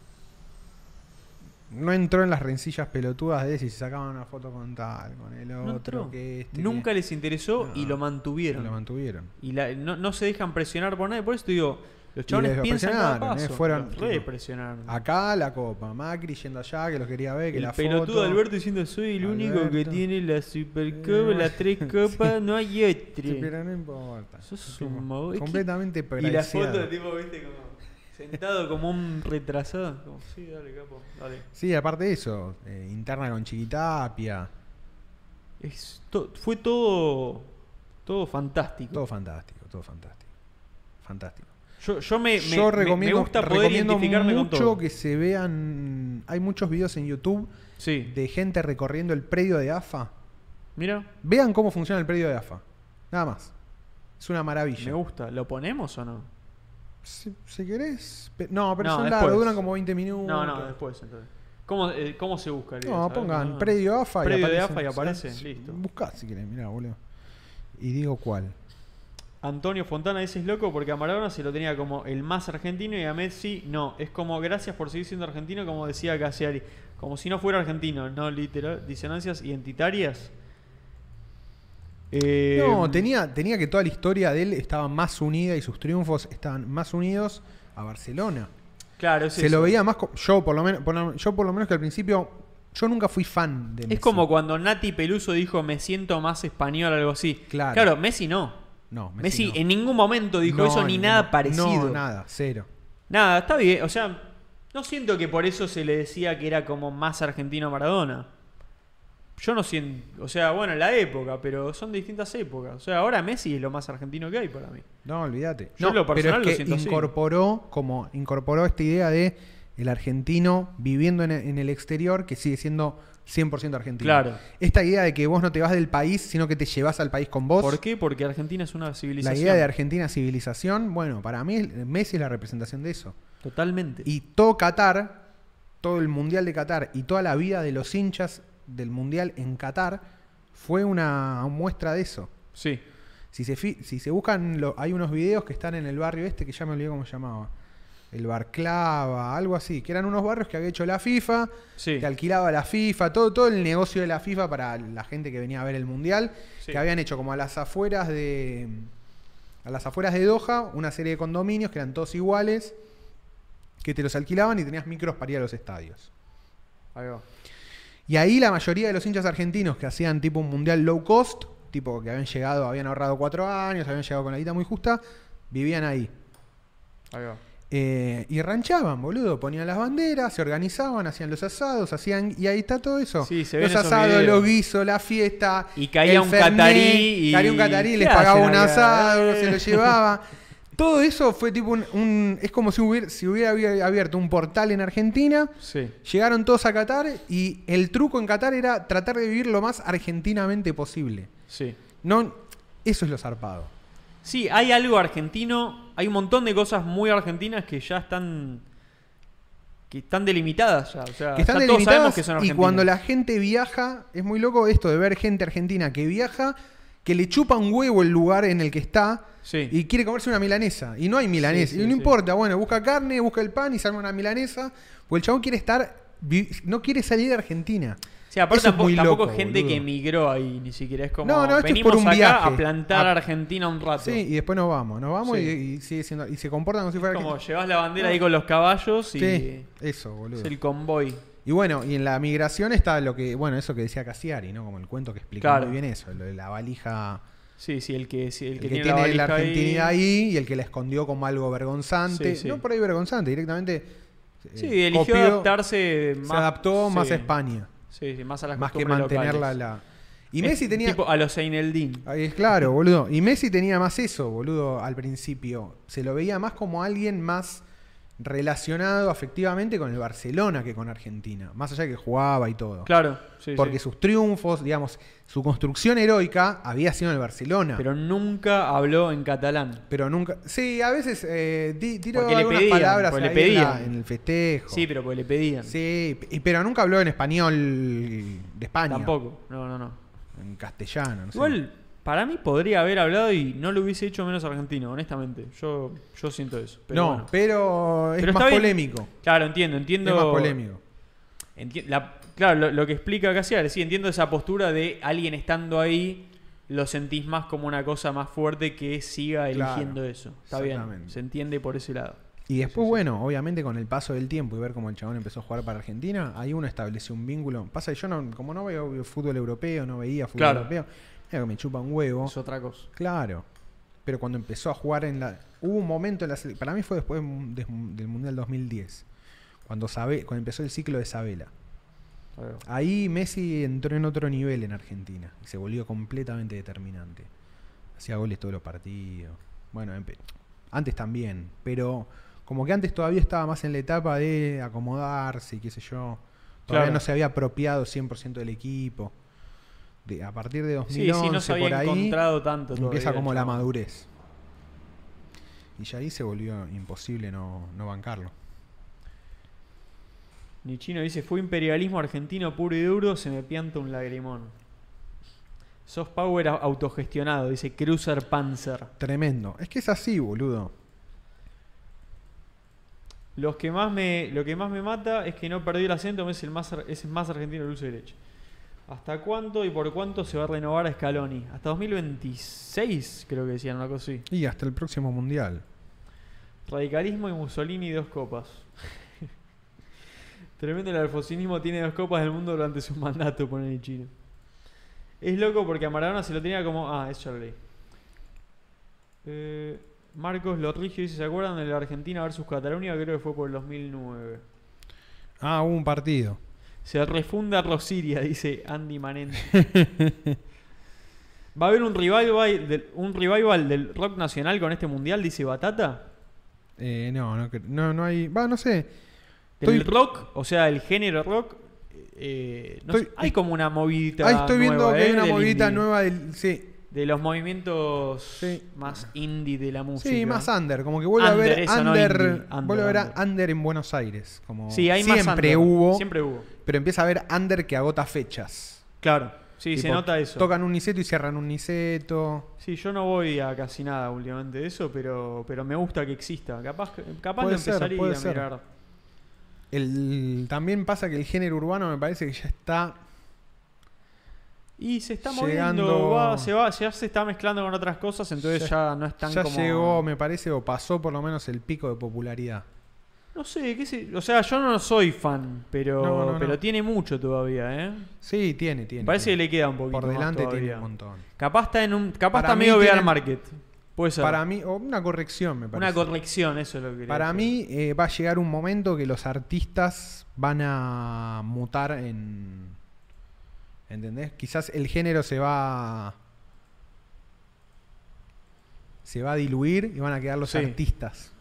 B: No entró en las rencillas pelotudas de si se sacaban una foto con tal, con el otro,
A: entró.
B: que este,
A: Nunca
B: que-
A: les interesó y
B: No.
A: lo
B: y
A: mantuvieron.
B: lo mantuvieron.
A: y la- no, no se dejan presionar por nadie. Por eso te digo, los
B: les
A: chavales piensan cada
B: presionaron, eh,
A: paso.
B: fueron-
A: Los represionaron.
B: Acá la copa, Macri yendo allá, que los quería ver, que
A: El
B: la
A: pelotudo
B: foto...
A: Alberto diciendo soy el único que
B: Alberto.
A: tiene la Supercopa,
B: Eh,
A: las tres copas, no hay otro.
B: Sí, pero no importa.
A: Sos
B: Tipo,
A: un mago- es que-
B: Completamente
A: Y la
B: preciado.
A: foto de tipo, viste, como sentado como un retrasado. Como, sí, dale, capo, dale.
B: Sí, aparte de eso, eh, interna con Chiquitapia,
A: Es to- fue todo, todo fantástico.
B: todo fantástico, todo fantástico. Fantástico.
A: Yo, yo me, me-
B: Yo
A: me-
B: recomiendo,
A: me gusta poder
B: recomiendo
A: identificarme
B: mucho
A: con todo.
B: que se vean. Hay muchos videos en YouTube
A: Sí,
B: de gente recorriendo el predio de AFA.
A: mira,
B: Vean cómo funciona el predio de AFA. Nada más. Es una
A: me
B: maravilla.
A: gusta. ¿Lo ponemos o no?
B: Si, si querés. pe- No, pero
A: No,
B: son
A: después.
B: largos, duran como 20 minutos.
A: No, no, después entonces. ¿Cómo, eh, cómo se busca? el
B: No,
A: video,
B: pongan
A: sabes?
B: predio AFA y
A: Predio de
B: aparecen.
A: AFA y aparece,
B: Sí,
A: listo.
B: Buscá si querés, mirá, boludo. Y digo cuál.
A: Antonio Fontana, ese es loco porque a Maradona se lo tenía como el más argentino y a Messi no. Es como gracias por seguir siendo argentino, como decía Casiari. Como si no fuera argentino, no literal. Disonancias identitarias. Eh,
B: No, tenía, tenía que toda la historia de él estaba más unida y sus triunfos estaban más unidos a Barcelona.
A: Claro, es
B: Se
A: eso.
B: lo veía más co- yo por lo menos por lo- yo por lo menos que al principio yo nunca fui fan de Messi.
A: Es como cuando Nati Peluso dijo me siento más español algo así.
B: Claro.
A: Messi no.
B: no,
A: Messi,
B: no.
A: en ningún momento dijo
B: No,
A: eso ni
B: ningún-
A: nada parecido.
B: No, nada, cero.
A: Nada, está bien. O sea, no siento que por eso se le decía que era como más argentino Maradona. Yo no siento. O sea, bueno, la época, pero son distintas épocas. O sea, ahora Messi es lo más argentino que hay para mí.
B: No, olvídate.
A: Yo
B: no,
A: en lo personal
B: pero
A: lo
B: es que
A: siento así.
B: incorporó como incorporó esta idea de el argentino viviendo en, e, en el exterior que sigue siendo 100% argentino.
A: Claro.
B: Esta idea de que vos no te vas del país, sino que te llevas al país con vos.
A: ¿Por qué? Porque Argentina es una
B: La
A: civilización.
B: idea de Argentina civilización, bueno, para mí Messi es la representación de eso.
A: Totalmente.
B: Y todo Qatar, todo el Mundial de Qatar y toda la vida de los hinchas del Mundial en Qatar fue una muestra de eso.
A: Sí.
B: Si se, fi- si se buscan, lo- hay unos videos que están en el barrio este que ya me olvidé cómo se llamaba. El Barclava, algo así, que eran unos barrios que había hecho la FIFA,
A: Sí.
B: que alquilaba la FIFA, todo, todo el negocio de la FIFA para la gente que venía a ver el Mundial,
A: Sí.
B: que habían hecho como a las afueras de. A las afueras de Doha, una serie de condominios que eran todos iguales, que te los alquilaban y tenías micros para ir a los estadios.
A: Ahí va.
B: Y ahí la mayoría de los hinchas argentinos que hacían tipo un mundial low cost, tipo que habían llegado, habían ahorrado cuatro años, habían llegado con la guita muy justa, vivían ahí.
A: Ahí va.
B: Eh, y ranchaban, boludo. Ponían las banderas, se organizaban, hacían los asados, hacían. Y ahí está todo eso.
A: Sí, se ven
B: los
A: esos
B: asados,
A: videos.
B: los guisos, la fiesta.
A: Y caía
B: el
A: un catarí y-
B: Caía un catarí,
A: ¿Qué
B: les pagaba
A: hacen
B: un
A: acá?
B: asado,
A: Eh.
B: se lo llevaba. Todo eso fue tipo un. un- es como si hubiera, si hubiera abierto un portal en Argentina.
A: Sí.
B: Llegaron todos a Qatar y el truco en Qatar era tratar de vivir lo más argentinamente posible.
A: Sí.
B: No, eso es lo zarpado.
A: Sí, hay algo argentino, hay un montón de cosas muy argentinas que ya están que están delimitadas ya, o sea,
B: que están
A: ya todos sabemos
B: delimitadas
A: que son
B: y
A: argentinas.
B: cuando la gente viaja, es muy loco esto de ver gente argentina que viaja, que le chupa un huevo el lugar en el que está
A: Sí.
B: y quiere comerse una milanesa. Y no hay milanesa.
A: Sí,
B: y
A: sí,
B: no
A: sí.
B: importa, bueno, busca carne, busca el pan y salga una milanesa. Porque el chabón quiere estar, vi- no quiere salir de Argentina.
A: Sí, aparte
B: Eso es
A: tampoco,
B: muy
A: tampoco
B: loco,
A: es gente
B: boludo.
A: que emigró ahí, ni siquiera es como
B: No, no, esto es
A: venimos
B: por un
A: acá
B: viaje.
A: a plantar
B: A-
A: a Argentina un rato.
B: Sí, y después nos vamos, nos vamos
A: Sí.
B: y, y sigue siendo, y se comportan como si fuera
A: como
B: argentino.
A: llevas la bandera ahí con los caballos y
B: Sí, eso, boludo.
A: es el convoy.
B: Y bueno, y en la migración está lo que, bueno, eso que decía Cassiari, ¿no? Como el cuento que explica
A: Claro.
B: muy bien eso, lo de la valija,
A: Sí, sí, el que sí, el
B: el
A: que,
B: que, tiene,
A: la,
B: la,
A: valija ahí.
B: argentinidad ahí. y el que la escondió como algo vergonzante.
A: Sí, sí.
B: No por ahí vergonzante, directamente. eh,
A: Sí, eligió
B: copió,
A: adaptarse más
B: Se adaptó más
A: sí.
B: a España,
A: Sí, sí, más a las
B: más que
A: costumbres
B: mantenerla
A: locales.
B: la. Y
A: Es
B: Messi tenía.
A: tipo a los Eineldin.
B: Ahí es claro, boludo. Y Messi tenía más eso, boludo, al principio. Se lo veía más como alguien más relacionado afectivamente con el Barcelona que con Argentina. Más allá de que jugaba y todo.
A: Claro, sí,
B: porque
A: sí.
B: sus triunfos, digamos, su construcción heroica había sido en el Barcelona. Pero,
A: Pero nunca habló en catalán.
B: nunca. Sí, a veces eh, di- tiró
A: Porque le
B: algunas
A: pedían,
B: palabras
A: porque le
B: ahí en, la-
A: pedían.
B: en el festejo.
A: Sí, pero porque le pedían.
B: Sí, y- pero nunca habló en español de España.
A: Tampoco. No, no, no.
B: En castellano, no sé.
A: Igual, para mí podría haber hablado y no lo hubiese hecho menos argentino, honestamente. Yo, yo siento eso. Pero
B: no,
A: bueno.
B: pero es
A: Pero
B: más
A: está bien.
B: polémico.
A: Claro, entiendo, entiendo.
B: Es más polémico.
A: enti- la- claro, lo, lo que explica Casiar, sí, entiendo esa postura de alguien estando ahí, lo sentís más como una cosa más fuerte que siga
B: Claro,
A: eligiendo eso. Está bien,
B: exactamente.
A: se entiende por ese lado.
B: Y después, bueno, obviamente con el paso del tiempo y ver cómo el chabón empezó a jugar para Argentina, ahí uno estableció un vínculo. Pasa que yo, no, como no veo fútbol europeo, no veía fútbol
A: Claro.
B: europeo, mira que me chupa un huevo.
A: Es otra cosa.
B: Claro. Pero cuando empezó a jugar en la. Hubo un momento en la. sele- Para mí fue después mu- des- del Mundial 2010. Cuando, Sabe- cuando empezó el ciclo de Sabela.
A: Ahí va.
B: Ahí Messi entró en otro nivel en Argentina. Y se volvió completamente determinante. Hacía goles todos los partidos. Bueno, empe- antes también. Pero como que antes todavía estaba más en la etapa de acomodarse y qué sé yo. Todavía
A: Claro.
B: no se había apropiado 100% del equipo. De- a partir de
A: Sí,
B: 2011
A: sí, no se
B: por
A: había
B: ahí,
A: encontrado tanto.
B: Empieza
A: todavía,
B: como la
A: chabón.
B: madurez. Y ya ahí se volvió imposible no, no bancarlo.
A: Nichino dice, fue imperialismo argentino puro y duro, se me pianta un lagrimón. Soft Power au- autogestionado, dice Cruiser Panzer.
B: Tremendo. Es que es así, boludo.
A: Los que más me, lo que más me mata es que no perdí el acento, es el más, ar- es el más argentino dulce de leche. ¿Hasta cuánto y por cuánto se va a renovar a Scaloni? Hasta 2026, creo que decían una cosa así.
B: Y hasta el próximo mundial.
A: Radicalismo y Mussolini dos copas. Tremendo el alfocinismo tiene dos copas del mundo durante su mandato, pone el chino. Es loco porque a Maradona se lo tenía como. Ah, eso ya lo leí. Eh, Marcos Lorrigio dice: ¿Se acuerdan de la Argentina versus Cataluña? Creo que fue por el 2009.
B: Ah, hubo un partido.
A: Se refunda Rosiria, dice Andy Manente. ¿Va a haber un revival, del, un revival del rock nacional con este mundial? Dice Batata.
B: Eh, no, no, cre- no, no hay. Va, no sé.
A: Del
B: Estoy-
A: rock, o sea, el género rock. eh, no
B: Estoy-
A: sé, hay como una movidita.
B: Ahí estoy viendo
A: nueva,
B: que hay
A: eh,
B: una
A: del
B: movidita
A: indie.
B: nueva del. Sí.
A: De los movimientos
B: Sí.
A: más indie de la música.
B: Sí, más under, como que vuelve a
A: Under,
B: ver
A: eso, no
B: under,
A: indie, under,
B: vuelve a ver a
A: under.
B: under en Buenos Aires, como
A: Sí, hay más
B: siempre
A: under.
B: hubo,
A: Siempre hubo.
B: pero empieza a haber under que agota fechas.
A: Claro. Sí, se
B: Tipo,
A: nota eso.
B: Tocan un niseto y cierran un niseto.
A: Sí, yo no voy a casi nada últimamente de eso, pero, pero me gusta que exista. Capaz, que- capaz de
B: Puede ser,
A: empezar y
B: puede
A: a
B: ser.
A: mirar.
B: El, también pasa que el género urbano me parece que ya está
A: Y se está moviendo,
B: Llegando-
A: va, se va, ya se está mezclando con otras cosas, entonces ya, no es tan
B: ya
A: como.
B: llegó, me parece o pasó por lo menos el pico de popularidad.
A: No sé, qué sé- O sea, yo no soy fan, pero,
B: No, no, no.
A: pero tiene mucho todavía, ¿eh?
B: Sí, tiene,
A: Me
B: tiene.
A: parece que
B: tiene.
A: le queda un poquito.
B: por
A: más
B: delante tiene
A: todavía.
B: un montón.
A: Capaz está en un. Capaz
B: Para
A: está
B: mí
A: medio bear
B: tienen-
A: market. Puede ser.
B: Para mí, o una corrección me parece.
A: Una corrección, eso es lo que quería
B: Para
A: decir.
B: mí eh, va a llegar un momento que los artistas van a mutar en... ¿Entendés? Quizás el género se va... Se va a diluir y van a quedar los
A: Sí.
B: artistas.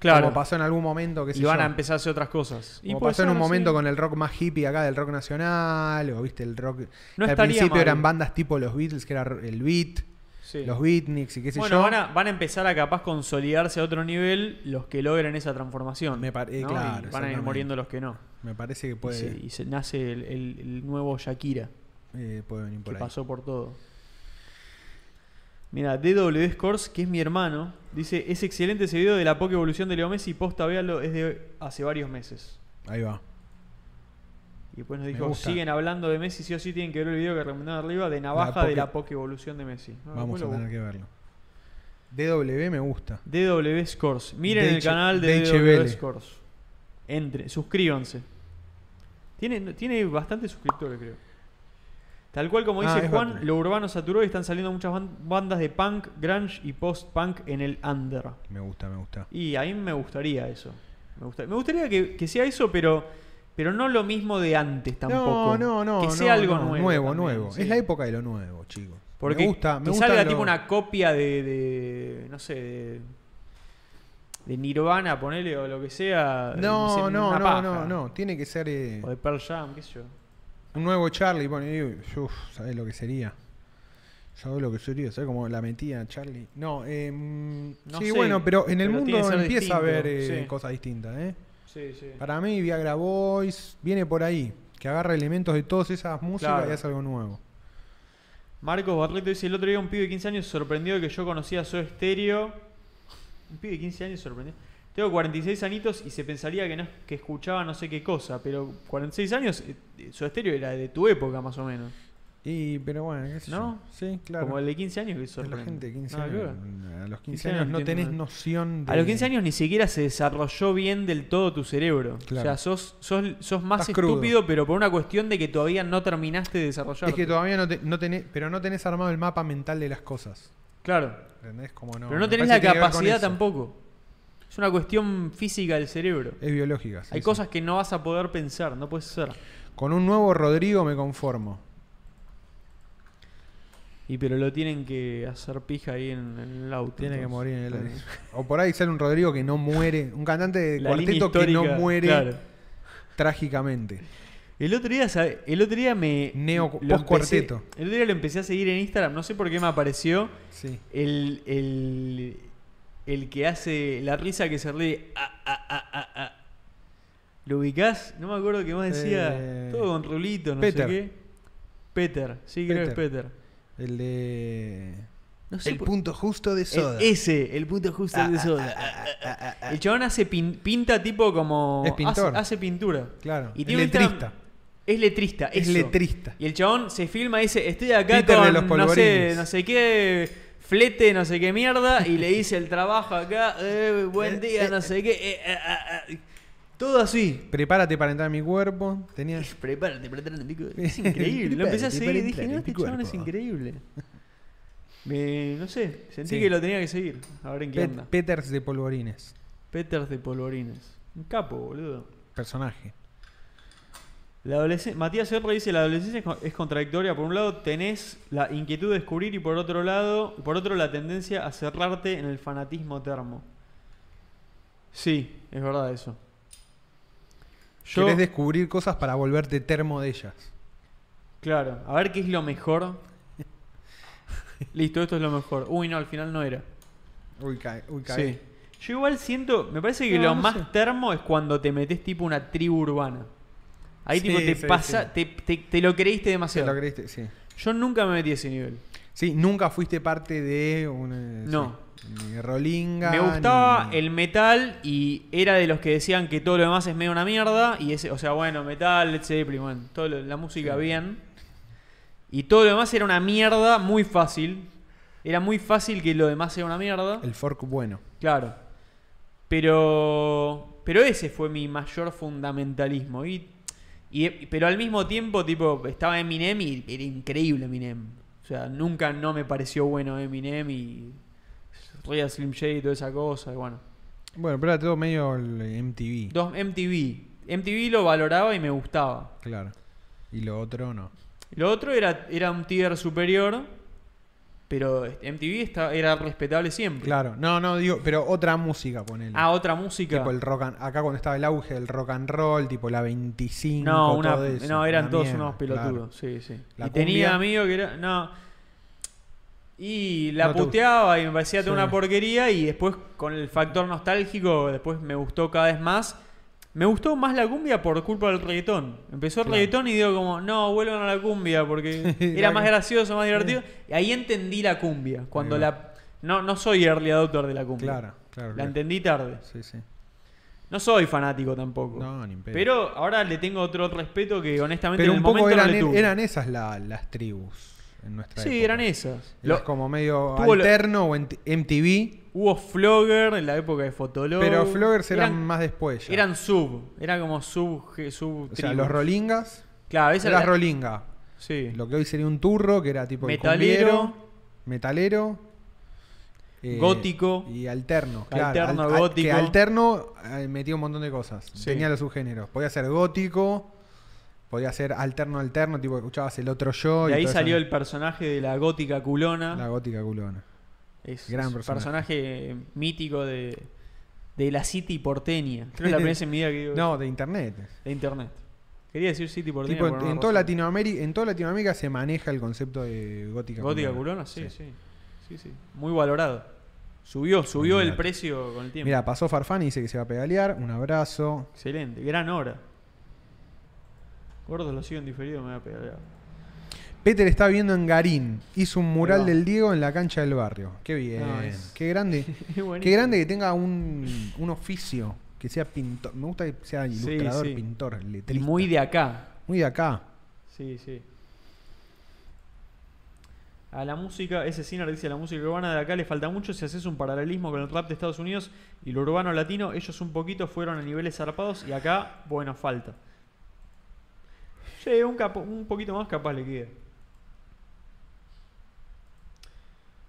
A: Claro.
B: Como pasó en algún momento, que
A: y van a empezar a hacer otras cosas. Y
B: Como
A: puede
B: pasó en
A: ser, sí.
B: un momento con el rock más hippie acá, del rock nacional, o viste el rock...
A: No
B: que al
A: estaría
B: principio
A: mal.
B: eran bandas tipo los Beatles, que era el Beat,
A: Sí.
B: los Beatniks y qué sé
A: bueno,
B: yo.
A: Van, a, van a empezar a capaz consolidarse a otro nivel los que logren esa transformación.
B: Me pare- eh,
A: ¿no?
B: claro,
A: Y van a ir
B: exactamente.
A: muriendo los que no.
B: Me parece que
A: Y
B: puede,
A: se, y se nace el, el- el nuevo Shakira,
B: eh, puede venir por
A: que
B: ahí.
A: pasó por todo. Mira, DW Scores, que es mi hermano, dice: Es excelente ese video de la poca evolución de Leo Messi. Posta, véalo, es de hace varios meses.
B: Ahí va.
A: Ah, Y después nos
B: Me
A: dijo:
B: gusta.
A: Siguen hablando de Messi, sí o sí tienen que ver el video que recomendaron arriba de navaja
B: La
A: de
B: poca-
A: la poca evolución de Messi. Ah,
B: Vamos
A: después
B: a
A: lo
B: tener que verlo. DW me gusta.
A: DW Scores. Miren
B: DH
A: el canal de
B: DHBL.
A: DW Scores. Entre, suscríbanse. Tiene, tiene bastantes suscriptores, creo. Tal cual como
B: Ah,
A: dice
B: es
A: Juan,
B: bastante.
A: lo urbano saturó y están saliendo muchas ban- bandas de punk, grunge y post-punk en el under.
B: Me gusta, me gusta.
A: Y a mí me gustaría eso. Me, gusta- me gustaría que, que sea eso, pero, pero no lo mismo de antes tampoco.
B: No, no, no.
A: Que
B: no,
A: sea algo
B: no.
A: nuevo.
B: Nuevo,
A: también,
B: nuevo.
A: sí.
B: Es la época de lo nuevo, chicos.
A: Porque
B: me gusta, me
A: que
B: gusta.
A: salga
B: lo-
A: tipo una copia de, de- no sé, de, de Nirvana, ponele, o lo que sea. se-
B: No,
A: una
B: no, no,
A: paja.
B: no, no. Tiene que ser eh,
A: O de Pearl Jam, qué sé yo.
B: un nuevo Charlie. Pone, ¿sabes lo que sería? ¿Sabes lo que sería? ¿Sabes cómo la metía Charlie? No, eh,
A: No
B: sí,
A: sé,
B: bueno, pero en el
A: pero tiene que
B: mundo
A: ser
B: empieza a haber
A: distinto,
B: eh,
A: sí.
B: cosas distintas, ¿eh?
A: Sí, sí.
B: Para mí, Viagra Boys viene por ahí. Que agarra elementos de todas esas músicas
A: Claro.
B: y hace algo nuevo.
A: Marcos Barreto dice, el otro día un pibe de 15 años sorprendido de que yo conocía Soda Stereo. Un pibe de 15 años sorprendido. Tengo 46 anitos y se pensaría que no que escuchaba no sé qué cosa, pero 46 años, eh, eh, Soda Stereo era de tu época más o menos.
B: Y, pero bueno, qué sé yo.
A: ¿No?
B: Sí, claro.
A: Como el de 15 años que
B: Es
A: sorprende.
B: la gente de 15
A: Nada que
B: años. mm,
A: ver.
B: A los 15,
A: 15
B: años
A: años
B: no
A: entiendo.
B: tenés noción de.
A: A los 15 años ni siquiera se desarrolló bien del todo tu cerebro.
B: Claro.
A: O sea, sos, sos, sos más
B: Estás crudo.
A: estúpido, pero por una cuestión de que todavía no terminaste de desarrollar.
B: Es que todavía no, te- no tenés. Pero no tenés armado el mapa mental de las cosas.
A: Claro.
B: ¿Entendés? Como no.
A: pero
B: me
A: no tenés la
B: parece que tiene que ver con
A: capacidad
B: eso.
A: tampoco. Es una cuestión física del cerebro.
B: Es biológica. sí,
A: Hay
B: sí.
A: cosas que no vas a poder pensar, no puedes ser.
B: Con un nuevo Rodrigo me conformo.
A: Y pero lo tienen que hacer pija ahí en, en el auto.
B: Tiene que
A: entonces.
B: morir en el aire. O por ahí sale un Rodrigo que no muere. Un cantante de
A: La línea
B: cuarteto que no
A: histórica,
B: muere
A: claro.
B: trágicamente.
A: El otro día, sabe- el otro día me.
B: Neo-
A: lo empecé-
B: post-cuarteto.
A: El otro día lo empecé a seguir en Instagram, no sé por qué me apareció.
B: Sí.
A: El, el, el que hace la risa que se ríe. ah, ah, ah, ah, ah. ¿Lo ubicás? No me acuerdo qué más decía.
B: Eh,
A: Todo con rulito, no
B: Peter.
A: sé qué. Peter, sí, creo que es Peter.
B: El de.
A: No sé
B: el
A: por-
B: punto justo de soda. Ah,
A: el- ese, el punto justo de soda. el chabón hace pin- pinta tipo como.
B: Es pintor.
A: Hace, hace pintura.
B: Claro,
A: Y
B: es
A: tiene un Instagram-
B: letrista.
A: Es letrista,
B: Es
A: eso.
B: letrista.
A: Y el chabón se filma y dice, estoy acá
B: Peter
A: con
B: de los
A: no sé,
B: polvorines.
A: no sé qué flete, no sé qué mierda, y le hice el trabajo acá, eh, buen día, no sé qué. eh, ah, ah, ah. Todo así.
B: Prepárate para entrar a mi cuerpo. Tenía...
A: Eh, Prepárate, prepárate, pico. Es increíble. Lo empecé a seguir y dije, no, este chabón es increíble. Me, no sé, sentí
B: Sí.
A: que lo tenía que seguir. A ver en qué
B: Pe-
A: anda.
B: Peters de polvorines.
A: Peters de Polvorines. Un capo, boludo.
B: Personaje.
A: La adolesc- Matías Serra dice, la adolescencia es co- es contradictoria. Por un lado tenés la inquietud de descubrir y por otro lado, por otro la tendencia a cerrarte en el fanatismo termo. Sí, es verdad eso. Yo,
B: Querés descubrir cosas para volverte termo de ellas.
A: claro, a ver qué es lo mejor. Listo, esto es lo mejor. Uy, no, al final no era.
B: Uy, cae. Uy, cae.
A: Sí. Yo igual siento, me parece que
B: No,
A: lo
B: no
A: más
B: sé.
A: termo es cuando te metes tipo una tribu urbana. Ahí
B: Sí,
A: tipo te
B: sí,
A: pasa,
B: sí.
A: Te, te- te lo creíste
B: Te
A: demasiado.
B: lo creíste, sí.
A: Yo nunca me metí a ese nivel.
B: Sí, nunca fuiste parte de una.
A: No.
B: sí, Ni Rolinga.
A: Me gustaba
B: ni-
A: el metal y era de los que decían que todo lo demás es medio una mierda. Y ese, o sea, bueno, metal, Led Zeppelin, bueno, todo lo- la música bien. Y todo lo demás era una mierda muy fácil. Era muy fácil que lo demás sea una mierda.
B: El fork bueno.
A: Claro. Pero. Pero ese fue mi mayor fundamentalismo. Y, y- pero al mismo tiempo, tipo, estaba Eminem y era increíble Eminem. O sea, nunca no me pareció bueno Eminem y. Real Slim Shady y toda esa cosa. Y bueno.
B: Bueno, pero era todo medio el MTV.
A: Dos MTV. MTV lo valoraba y me gustaba.
B: Claro. Y lo otro no.
A: Lo otro era, era un tier superior. Pero este, MTV esta- era respetable siempre.
B: Claro. No, no, digo, pero otra música, ponele.
A: Ah, otra música.
B: Tipo el rock and- acá cuando estaba el auge del rock and roll, tipo la 25.
A: No, una-
B: todo eso,
A: no eran
B: una
A: todos
B: mierda,
A: unos
B: claro.
A: pelotudos. Sí, sí.
B: La
A: y tenía
B: cumbia.
A: amigo que era. No. Y la
B: No te gusta.
A: puteaba y me parecía toda
B: Sí.
A: una porquería. Y después, con el factor nostálgico, después me gustó cada vez más. Me gustó más la cumbia por culpa del reggaetón. Empezó el
B: Claro.
A: reggaetón y digo como, no, vuelvan a la cumbia porque era
B: La-
A: más gracioso, más divertido. Y ahí entendí la cumbia. Cuando
B: va.
A: la... No, no soy early adopter de la cumbia.
B: Claro, claro.
A: La
B: claro.
A: entendí tarde.
B: Sí, sí.
A: No soy fanático tampoco.
B: No, ni en pedo.
A: Pero ahora le tengo otro respeto que honestamente
B: Pero
A: en el
B: un poco
A: momento no
B: eran, e-
A: le tuve.
B: eran esas la- las tribus en nuestra
A: sí,
B: época.
A: eran esas.
B: Eras
A: Lo-
B: como medio
A: tuvo lo-
B: alterno o en t- MTV.
A: Hubo Flogger en la época de Fotolog.
B: Pero Floggers eran, más después ya.
A: Eran sub. Era como sub. je- sub
B: o sea,
A: tribus.
B: los Rolingas.
A: Claro, esa
B: Era
A: era la-
B: Rolinga.
A: Sí.
B: Lo que hoy sería un turro, que era tipo el
A: Metalero.
B: cumbiero, metalero. eh,
A: Gótico.
B: Y alterno, claro.
A: Alterno,
B: al- al-
A: gótico.
B: Que alterno eh, metía un montón de cosas.
A: Sí.
B: Tenía los subgéneros. Podía ser gótico, podía ser alterno, alterno, tipo escuchabas el otro yo.
A: de
B: y
A: ahí
B: toda
A: salió
B: esa-
A: el personaje de la gótica culona.
B: La gótica culona.
A: es
B: gran
A: es un
B: personaje.
A: personaje mítico de, de la City porteña. Creo que es la primera vez en mi vida que digo
B: No, de internet.
A: de internet. Quería decir City porteña.
B: Tipo,
A: por
B: en,
A: alguna
B: en toda
A: razón.
B: Latinoamérica, en toda Latinoamérica se maneja el concepto de gótica
A: Gótica culona, sí, sí. Sí, sí. Muy valorado. Subió, subió el
B: Olvídate.
A: precio con el tiempo.
B: Mira, pasó Farfán y dice que se va a pedalear. Un abrazo.
A: Excelente, gran obra. Gordos lo siguen diferido, me voy a pegar.
B: Peter está viendo en Garín. Hizo un
A: va.
B: mural del Diego en la cancha del barrio. Qué bien.
A: No, es-
B: Qué grande. Qué grande que tenga un, un oficio. Que sea pintor. Me gusta que sea ilustrador,
A: sí.
B: pintor,
A: Y
B: letrista.
A: muy de acá.
B: Muy de acá.
A: Sí, sí. A la música, ese Sinner dice, a la música urbana de acá le falta mucho. Si haces un paralelismo con el rap de Estados Unidos y lo urbano latino, ellos un poquito fueron a niveles zarpados y acá, bueno, falta. Sí, un, capo- un poquito más capaz le queda.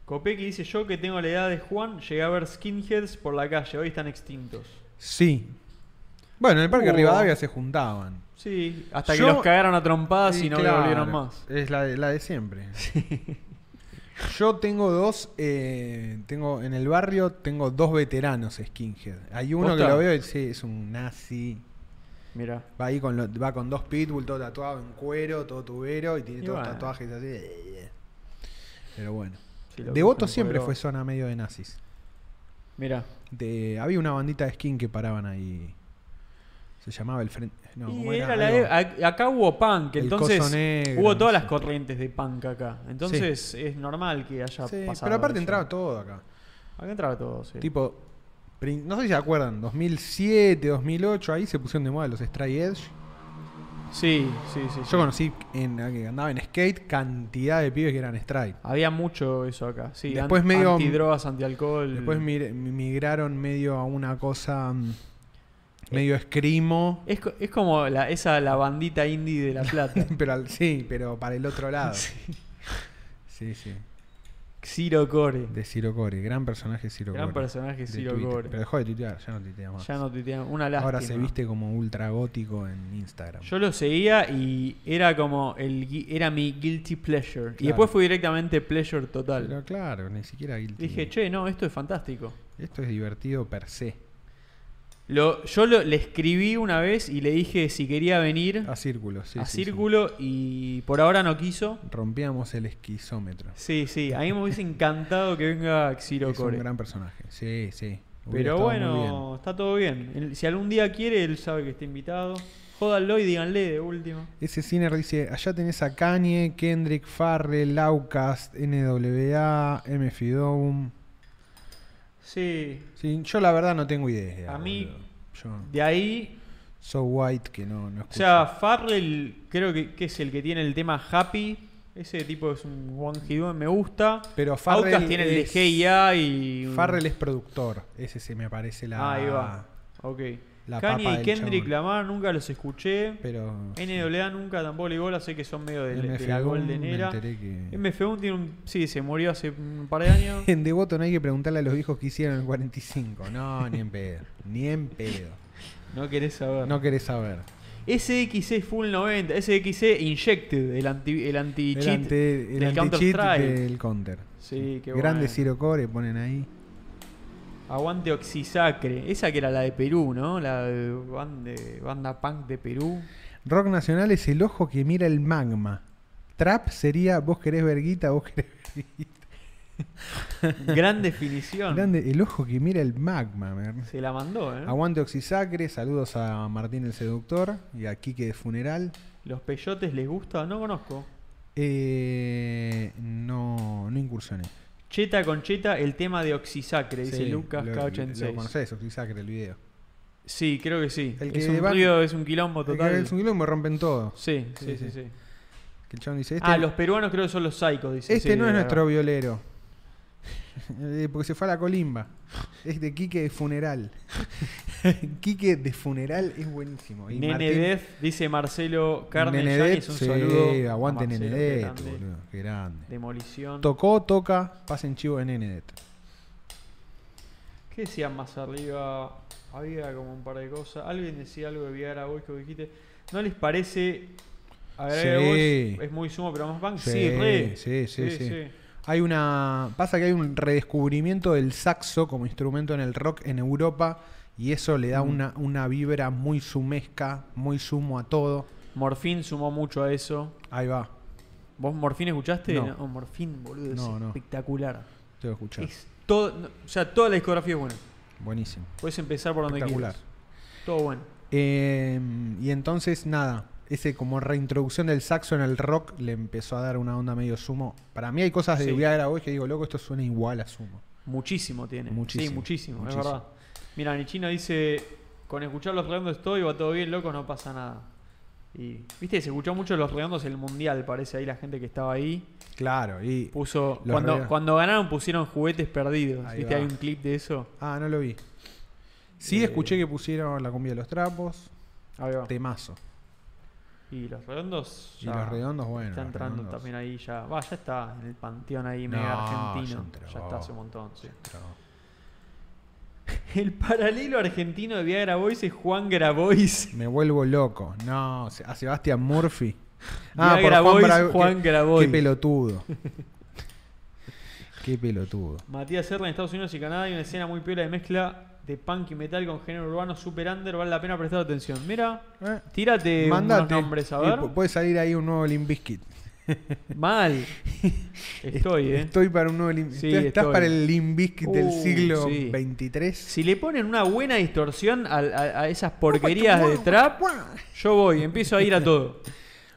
A: Copeki dice, yo que tengo la edad de Juan, llegué a ver skinheads por la calle, hoy están extintos.
B: Sí. Bueno, en el Parque de
A: Hubo-
B: Rivadavia se juntaban.
A: Sí, hasta que
B: Yo-
A: los cagaron a trompadas
B: Sí,
A: y Ah, no
B: claro.
A: volvieron más.
B: Es la de, la de siempre. Yo tengo dos, eh, tengo en el barrio tengo dos veteranos skinhead. Hay uno que
A: ¿Posta?
B: lo veo y sí, es un nazi.
A: Mira.
B: Va ahí con, lo- va con dos pitbull, todo tatuado en cuero, todo tubero y tiene
A: Y
B: todos
A: bueno.
B: tatuajes así. Pero bueno.
A: Sí, lo
B: Devoto
A: cogen,
B: siempre
A: pero-
B: fue zona medio de nazis.
A: Mira.
B: De- había una bandita de skin que paraban ahí. Se llamaba el frente. No,
A: Y
B: ¿cómo
A: era
B: era?
A: la
B: Algo-
A: e- a- acá hubo punk,
B: El
A: entonces
B: coso negro,
A: hubo
B: no
A: todas
B: sé.
A: las corrientes de punk acá. Entonces es normal que haya
B: Sí,
A: pasado.
B: pero aparte
A: eso.
B: entraba todo acá.
A: Acá entraba todo, sí.
B: Tipo, prin- no sé si se acuerdan, 2007, 2008, ahí se pusieron de moda los Stray Edge.
A: Sí, sí, sí. sí.
B: Yo conocí en la que andaba en skate cantidad de pibes que eran strike.
A: Había mucho eso acá. Sí,
B: Después
A: an-
B: medio-
A: antidrogas, antialcohol.
B: Después mir- migraron medio a una cosa
A: Eh.
B: mm, medio escrimo.
A: es, co- es como la, esa la bandita indie de La Plata.
B: Pero al- sí, pero para el otro lado. Sí, sí.
A: Xiro Core.
B: De Ciro Core, gran personaje Ciro
A: Gran
B: Core.
A: personaje
B: De
A: Ciro
B: Twitter.
A: Core.
B: Pero dejó de tuitear, ya no tuitea más.
A: Ya no te una lástima.
B: Ahora se viste como ultra gótico en Instagram.
A: Yo lo seguía y era como el gui- era mi guilty pleasure. Y
B: Claro.
A: después fue directamente pleasure
B: Pero
A: total.
B: claro, ni siquiera guilty.
A: Dije, che, no, esto es fantástico.
B: Esto es divertido per se.
A: Lo, yo lo- le escribí una vez y le dije si quería venir
B: A círculos, Ah, sí.
A: a
B: sí, sí.
A: Círculo y por ahora no quiso.
B: Rompíamos el esquizómetro.
A: Sí, sí, a mí me hubiese encantado que venga Xiro
B: es un
A: Core.
B: gran personaje. Sí, sí.
A: Pero
B: Hubiera estado muy bien.
A: bueno, está todo bien. El- Si algún día quiere, él sabe que está invitado. Jódanlo y díganle de último.
B: Ese cine dice, allá tenés a Kanye, Kendrick, Farrell, Laucast, NWA, MF Doom.
A: Sí,
B: Sí, yo la verdad no tengo idea.
A: A mí-
B: boludo. Yo,
A: de ahí
B: so white que no, no
A: O
B: escucho.
A: sea, Farrell creo que, que es el que tiene el tema Happy. Ese tipo es un one hit wonder, me gusta.
B: pero
A: Outcast
B: Farrell
A: tiene el de
B: es-
A: GIA y...
B: Farrell es productor. Ese se me parece la...
A: Ah, Ahí va. Ok.
B: la papa
A: Kanye y
B: del
A: Kendrick
B: chabón.
A: Lamar nunca los escuché.
B: Pero...
A: NWA nunca tampoco le bola, sé que son medio de, de
B: MF
A: la
B: Doom,
A: Golden
B: me
A: Era.
B: enteré que-
A: MF1 tiene un... Sí, se murió hace un par de años.
B: En Devoto no hay que preguntarle a los viejos que hicieron en el 45. No, ni en pedo. ni en pedo.
A: no querés saber.
B: No querés saber.
A: SXC Full 90, SXC E Injected, el anti el anti
B: El,
A: cheat
B: ante-
A: del
B: el
A: Counter
B: anti-cheat
A: Strike.
B: del counter.
A: Sí, qué
B: Grande
A: bueno.
B: Ciro Core ponen ahí.
A: Aguante Oxisacre. Esa que era la de Perú, ¿no? La de banda, banda punk de Perú.
B: Rock nacional es el ojo que mira el magma. Trap sería vos querés verguita, vos querés verguita.
A: Gran definición.
B: Grande, el ojo que mira el magma. me-
A: Se la mandó, Ah. ¿eh?
B: Aguante Oxisacre, saludos a Martín el Seductor y a Quique de Funeral.
A: ¿Los peyotes les gusta? No conozco.
B: Eh, no, no incursioné.
A: Cheta con cheta, el tema de Oxisacre, dice
B: Sí,
A: Lucas
B: lo- Lo
A: K86.
B: conocés, Oxisacre, el video.
A: Sí, creo que sí.
B: El
A: es
B: que
A: un
B: van-
A: ruido, es un quilombo total.
B: Es un quilombo, rompen todo.
A: Sí, sí,
B: Sí,
A: sí,
B: sí.
A: sí.
B: Que el chabón dice, este,
A: ah, los peruanos creo que son los psicos, dice.
B: este
A: sí,
B: no es
A: de
B: nuestro
A: verdad.
B: violero. Eh, Porque se fue a la colimba. Es de Quique de Funeral. Quique de Funeral es buenísimo. Y
A: Nene
B: Martín-
A: Def, dice Marcelo Carmen
B: Nene
A: Yanis,
B: Def,
A: un
B: sí,
A: saludo. a
B: Aguante
A: Marcelo,
B: Nene
A: qué
B: Def,
A: grande.
B: boludo, qué grande.
A: Demolición.
B: Tocó, toca, pasen chivo de Nene Def.
A: ¿Qué decían más arriba? Había como un par de cosas. Alguien decía algo de Viagra Boys que vos dijiste. ¿No les parece? A ver,
B: Sí.
A: Viagra Boys es muy sumo, pero más punk. Sí, re.
B: sí, sí, sí. Hay una. Pasa que hay un redescubrimiento del saxo como instrumento en el rock en Europa. Y eso le
A: Mm.
B: da una, una vibra muy sumesca, muy sumo a todo.
A: Morfín sumó mucho a eso.
B: Ahí va,
A: ¿Vos Morfín escuchaste?
B: No.
A: Morfín, boludo,
B: No,
A: es
B: no.
A: espectacular.
B: te lo escuché.
A: Es todo, no, o sea, toda la discografía es buena.
B: Buenísimo.
A: Puedes empezar por donde
B: Espectacular.
A: quieras. Todo bueno.
B: Eh, y entonces, nada, ese como reintroducción del saxo en el rock le empezó a dar una onda medio sumo. Para mí hay cosas de
A: Sí.
B: Viagra hoy que digo, loco, esto suena igual a sumo.
A: Muchísimo tiene. Sí,
B: Muchísimo,
A: muchísimo, es
B: muchísimo.
A: verdad. Mira, Nichina dice, con escuchar los redondos estoy, va todo bien, loco, no pasa nada. Y, viste, se escuchó mucho los redondos en el mundial, parece ahí la gente que estaba ahí.
B: Claro, y.
A: Puso.
B: Los
A: Cuando,
B: Redondos.
A: cuando ganaron pusieron juguetes perdidos.
B: Ahí
A: viste,
B: va.
A: hay un clip de eso.
B: Ah, no lo vi. Sí,
A: Eh.
B: escuché que pusieron la cumbia de los trapos.
A: Ahí va.
B: Temazo.
A: Y los redondos.
B: Y los redondos, bueno.
A: Está
B: los
A: entrando
B: redondos.
A: también ahí ya. Va, ya está en el panteón ahí
B: No,
A: mega
B: ya
A: argentino.
B: entró.
A: Ya está hace un montón, sí.
B: Pero-
A: El paralelo argentino de Viagra Boys es Juan Grabois.
B: Me vuelvo loco. No, se- a Sebastián Murphy. Ah, por
A: Viagra
B: Juan,
A: Boys,
B: Bra-
A: Juan
B: qué-
A: Grabois.
B: Qué pelotudo. qué pelotudo.
A: Matías Serra en Estados Unidos y Canadá hay una escena muy piola de mezcla de punk y metal con género urbano super under, vale la pena prestar atención. Mira,
B: Eh,
A: tírate unos
B: mandate.
A: nombres a
B: Y
A: ver.
B: pu- puede salir ahí un nuevo Limp Bizkit.
A: Mal. Estoy, eh.
B: Estoy para un nuevo Limp
A: Sí,
B: Estás
A: estoy.
B: para el Limp Bizkit del
A: Uh,
B: siglo
A: sí.
B: XXIII.
A: Si le ponen una buena distorsión a, a- a esas porquerías de trap, yo voy, empiezo a ir a todo.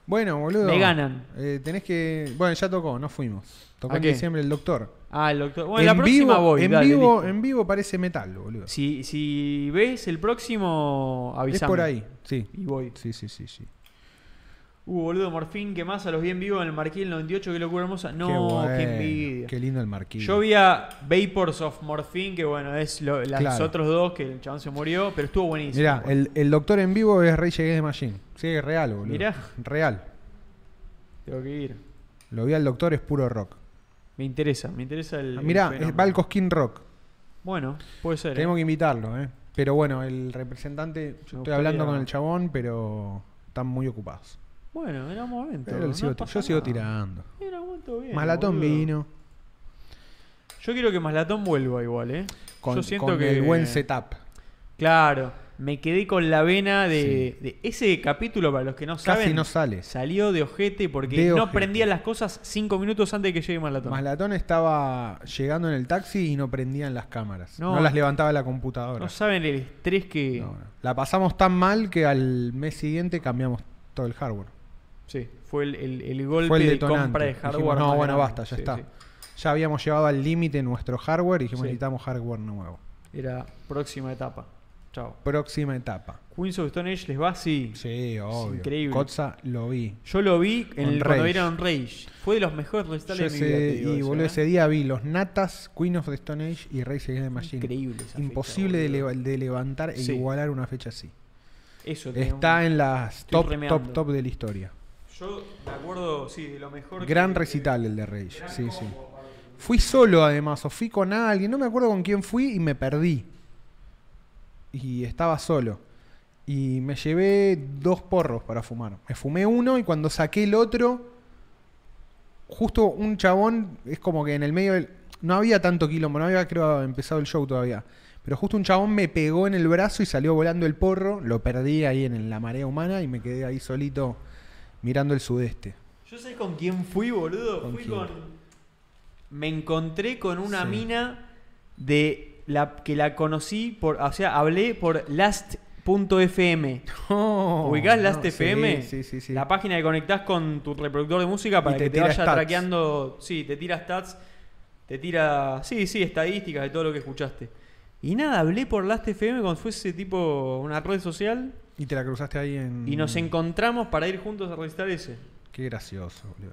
B: Bueno, boludo.
A: Me ganan.
B: Eh, tenés que. Bueno, ya tocó, no fuimos. Tocó
A: ¿A
B: en
A: qué?
B: diciembre el doctor.
A: Ah, el doctor. Bueno,
B: en
A: la próxima
B: vivo,
A: voy.
B: en,
A: dale,
B: vivo
A: listo.
B: en vivo parece metal, boludo.
A: Si, si ves el próximo,
B: es
A: avisame.
B: por ahí, sí.
A: Y voy.
B: Sí, sí, sí, sí.
A: Uh, boludo, Morfín, que más a los bien vivos en el Marquín 98, qué locura hermosa. No,
B: Qué
A: qué,
B: bueno,
A: envidia.
B: Qué lindo el marquillo.
A: Yo vi a Vapors of Morphine, que bueno, es lo- las
B: Claro.
A: otros dos, que el chabón se murió, pero estuvo buenísimo.
B: Mirá, el, el doctor en vivo es Rage Against the Machine. Sí, es real, boludo.
A: Mirá.
B: Real.
A: Tengo que ir.
B: Lo vi al doctor, es puro rock.
A: Me interesa, me interesa el. el
B: Mirá, es
A: fenómeno.
B: Balco Skin Rock.
A: Bueno, puede ser.
B: Tenemos
A: eh.
B: que invitarlo, ¿eh? Pero bueno, el representante, yo estoy
A: gustaría-
B: hablando con el chabón, pero están muy ocupados.
A: Bueno, era un momento.
B: Pero
A: no
B: sigo ti-
A: pasa
B: yo sigo
A: nada.
B: tirando.
A: Era un momento bien.
B: Malatón
A: boludo.
B: vino.
A: Yo quiero que Maslatón vuelva igual, ¿eh?
B: Con,
A: Yo siento
B: con
A: que.
B: el buen setup.
A: Claro, me quedé con la vena de, de ese capítulo, para los que no
B: Casi
A: saben.
B: no sale.
A: Salió de ojete porque
B: De
A: no
B: ojete.
A: prendía las cosas cinco minutos antes de que llegue Maslatón.
B: Maslatón estaba llegando en el taxi y no prendían las cámaras. No,
A: No.
B: las levantaba la computadora.
A: No saben el estrés que.
B: No, no. La pasamos tan mal que al mes siguiente cambiamos todo el hardware.
A: Sí, fue el, el- el golpe
B: Fue el
A: de compra
B: detonante.
A: de hardware.
B: Dijimos, no,
A: más
B: bueno,
A: grande".
B: basta, ya
A: Sí,
B: está.
A: sí.
B: Ya habíamos llevado al límite nuestro hardware y dijimos
A: Sí.
B: necesitamos hardware nuevo.
A: Era próxima etapa. Chao.
B: Próxima etapa.
A: Queens of Stone Age les va así.
B: Sí, obvio.
A: increíble.
B: Kotza lo vi.
A: Yo lo vi en
B: Con
A: el, cuando
B: Rage.
A: vieron Rage. Fue de los mejores
B: Yo
A: recitales de mi vida.
B: ese-
A: te digo
B: y
A: eso,
B: boludo,
A: ¿eh?
B: ese día vi los Natas, Queen of the Stone Age y Rey Against de Machine.
A: Increíble. esa
B: Imposible
A: fecha,
B: de,
A: boludo.
B: leva- de levantar e
A: Sí.
B: igualar una fecha así.
A: Eso tenía
B: Está
A: un-
B: en las
A: Estoy
B: top,
A: remeando.
B: top, top de la historia.
A: Yo me acuerdo, sí, de lo mejor.
B: Gran
A: que-
B: recital el de Rage. Sí, sí. Fui solo además, o fui con alguien, no me acuerdo con quién fui y me perdí. Y estaba solo. Y me llevé dos porros para fumar. Me fumé uno y cuando saqué el otro, justo un chabón, es como que en el medio del... No había tanto quilombo, no había creo empezado el show todavía. Pero justo un chabón me pegó en el brazo y salió volando el porro. Lo perdí ahí en la marea humana y me quedé ahí solito mirando el sudeste.
A: Yo sé con quién fui, boludo.
B: ¿Con
A: fui
B: quién?
A: con. Me encontré con una
B: Sí.
A: mina de la que la conocí por. O sea, hablé por last.fm. ¿Ubicás
B: Oh, no,
A: Last
B: sí,
A: FM?
B: Sí, sí, sí.
A: La página que conectás con tu reproductor de música para
B: te
A: que te
B: tira
A: vaya
B: stats.
A: traqueando. Sí, te tira stats, te tira. Sí, sí, estadísticas de todo lo que escuchaste. Y nada, hablé por Last FM cuando fuese tipo una red social
B: Y te la cruzaste ahí en.
A: y nos encontramos para ir juntos a registrar ese.
B: Qué gracioso, boludo.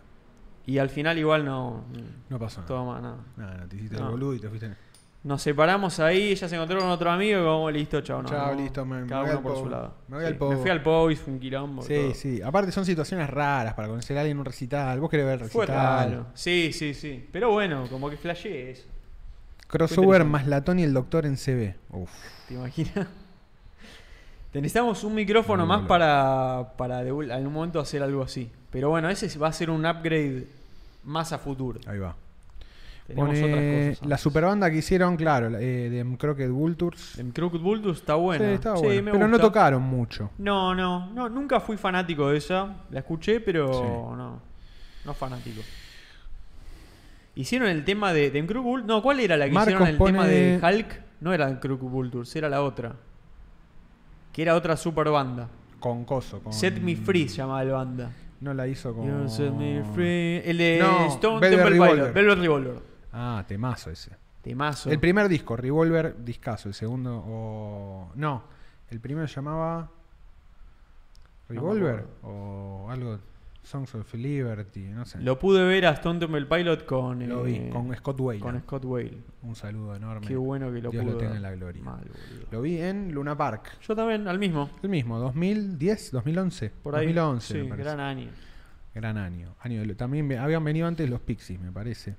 A: Y al final igual no.
B: No pasó nada.
A: Todo más, nada.
B: Nada, no, te hiciste el
A: No.
B: boludo y te fuiste.
A: Nos separamos ahí, ella se encontró con otro amigo y como listo, chao, no.
B: Chao,
A: no.
B: listo, me- me
A: Cada
B: voy
A: uno
B: al
A: por
B: pogo.
A: su lado.
B: Me voy al
A: Sí,
B: pogo.
A: Me fui al pogo, hice un quilombo.
B: Sí,
A: todo.
B: sí. Aparte son situaciones raras para conocer a alguien en un recital. Vos querés ver el
A: Fue
B: recital.
A: raro. Sí, sí, sí. Pero bueno, como que flasheé eso. Fue
B: Crossover
A: interesante.
B: más Latón y el doctor en CB. Uf.
A: ¿Te imaginas? Te necesitamos un micrófono
B: No,
A: más
B: no.
A: para, para de vol- en un momento hacer algo así. Pero bueno, ese va a ser un upgrade más a futuro.
B: Ahí va.
A: Tenemos
B: Ah, Pone
A: otras cosas.
B: la
A: antes.
B: superbanda que hicieron, claro, la- eh, de Crockett Vultures.
A: En Crooked Bulldog está buena.
B: Sí, estaba
A: Sí,
B: buena.
A: me
B: Pero no
A: gusta.
B: tocaron mucho.
A: No, no, no, nunca fui fanático de ella. La escuché, pero
B: Sí.
A: no. No fanático. Hicieron el tema de, de Crooked Bull- No, ¿cuál era la que
B: Marcos
A: hicieron el tema de
B: pone-
A: Hulk? No era en Crooked Vultures, era la otra. Que era otra super banda.
B: Con Coso. Con...
A: Set Me Free se llamaba la banda.
B: No la hizo con.
A: You set me free. El de
B: No,
A: Stone
B: Velvet
A: Temple
B: Revolver.
A: Pilot. Velvet Revolver.
B: Ah, temazo ese.
A: Temazo.
B: El primer disco, Revolver, discazo. El segundo, o. No, el primero llamaba.
A: me
B: Revolver o algo. Songs of Liberty, no sé.
A: Lo pude ver a Stone Temple Pilot con,
B: Lo vi,
A: eh,
B: con Scott Wayne.
A: con Scott Whale.
B: Un saludo enorme.
A: Qué bueno que lo
B: Dios
A: pude
B: lo tenga
A: ver.
B: en la gloria.
A: Mal, boludo.
B: Lo vi en Luna Park.
A: Yo también, al mismo.
B: El mismo, 2010, 2011.
A: Por ahí.
B: 2011, me
A: sí,
B: parece.
A: gran año.
B: Gran año. año de- también ve- habían venido antes los Pixies, me parece.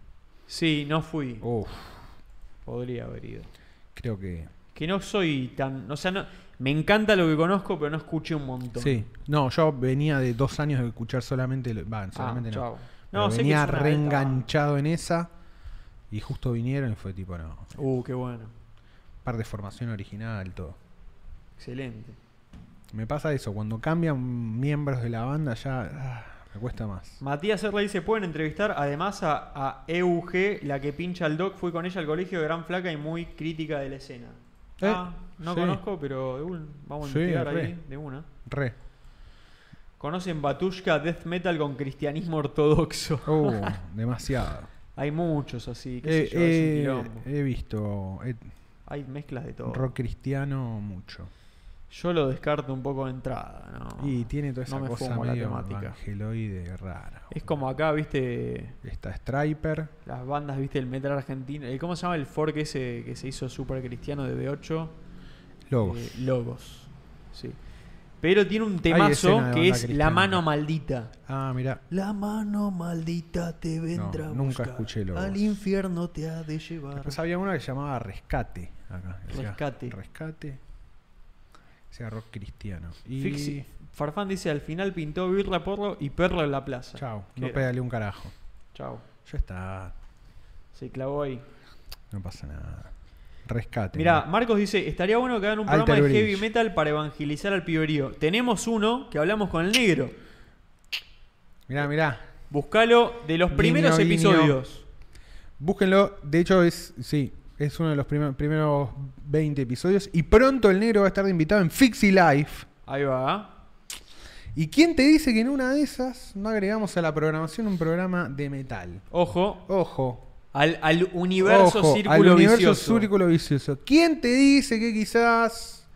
A: Sí, no fui.
B: Uf,
A: Podría haber ido.
B: creo que.
A: Que no soy tan. O sea, no, me encanta lo que conozco, pero no escuché un montón.
B: Sí. No, yo venía de dos años de escuchar solamente. lo- va,
A: Ah,
B: solamente no.
A: chau.
B: No,
A: sé que
B: venía
A: es una
B: reenganchado en esa. Y justo vinieron y fue tipo, no.
A: alta banda. Uh, qué bueno.
B: Par de formación original, todo.
A: Excelente.
B: Me pasa eso, cuando cambian miembros de la banda ya ah, me cuesta más.
A: Matías Erley se pueden entrevistar además a, a EUG, la que pincha al doc, fui con ella al colegio, gran flaca y muy crítica de la escena.
B: Eh,
A: ah, no
B: sí.
A: conozco, pero de un- vamos a
B: Sí,
A: investigar
B: re.
A: ahí de una.
B: Re.
A: Conocen Batushka Death Metal con cristianismo ortodoxo.
B: Oh, demasiado.
A: Hay muchos así, qué
B: Eh,
A: sé yo, es un
B: eh,
A: quilombo.
B: he visto eh,
A: Hay mezclas de todo.
B: rock cristiano mucho.
A: Yo lo descarto un poco de entrada, ¿no?
B: Y tiene toda esa
A: Ah. no me
B: cosa
A: fumo la
B: medio
A: temática.
B: angeloide rara.
A: Es como acá, viste,
B: Está Striper.
A: las bandas, viste, el metal argentino. eh, ¿Cómo se llama el fork ese que se hizo super cristiano de B8?
B: Lobos.
A: Eh, Logos. Sí. Pero tiene un
B: escena
A: temazo que
B: de banda
A: es La
B: cristiana.
A: mano maldita.
B: ah, mirá.
A: La mano maldita te vendrá a
B: nunca
A: buscar.
B: escuché Logos.
A: Al infierno te ha de llevar.
B: Después Pues había una que se llamaba Rescate. Acá. Decía,
A: Rescate.
B: Rescate. O sea, rock cristiano. Y.
A: Fixi- Farfán dice, al final pintó birra porro y perro en la plaza.
B: Chao.
A: ¿Qué
B: No
A: era?
B: pedale un carajo.
A: Chao.
B: Ya está.
A: Se clavó ahí.
B: No pasa nada. Rescate.
A: Mirá, Marcos dice, estaría bueno que hagan un
B: Alter
A: programa de
B: Bridge.
A: heavy metal para evangelizar al piberío. Tenemos uno que hablamos con el negro.
B: Mirá, mirá.
A: Buscalo de los
B: Guiño,
A: primeros
B: guiño.
A: episodios.
B: Búsquenlo. De hecho, es. Sí. Es uno de los primer- primeros 20 episodios. Y pronto el negro va a estar de invitado en Fixie Life.
A: Ahí va.
B: ¿Y quién te dice que en una de esas no agregamos a la programación un programa de metal?
A: Ojo.
B: Ojo.
A: Al, al universo
B: ojo,
A: círculo
B: al universo
A: vicioso.
B: círculo vicioso. ¿Quién te dice que quizás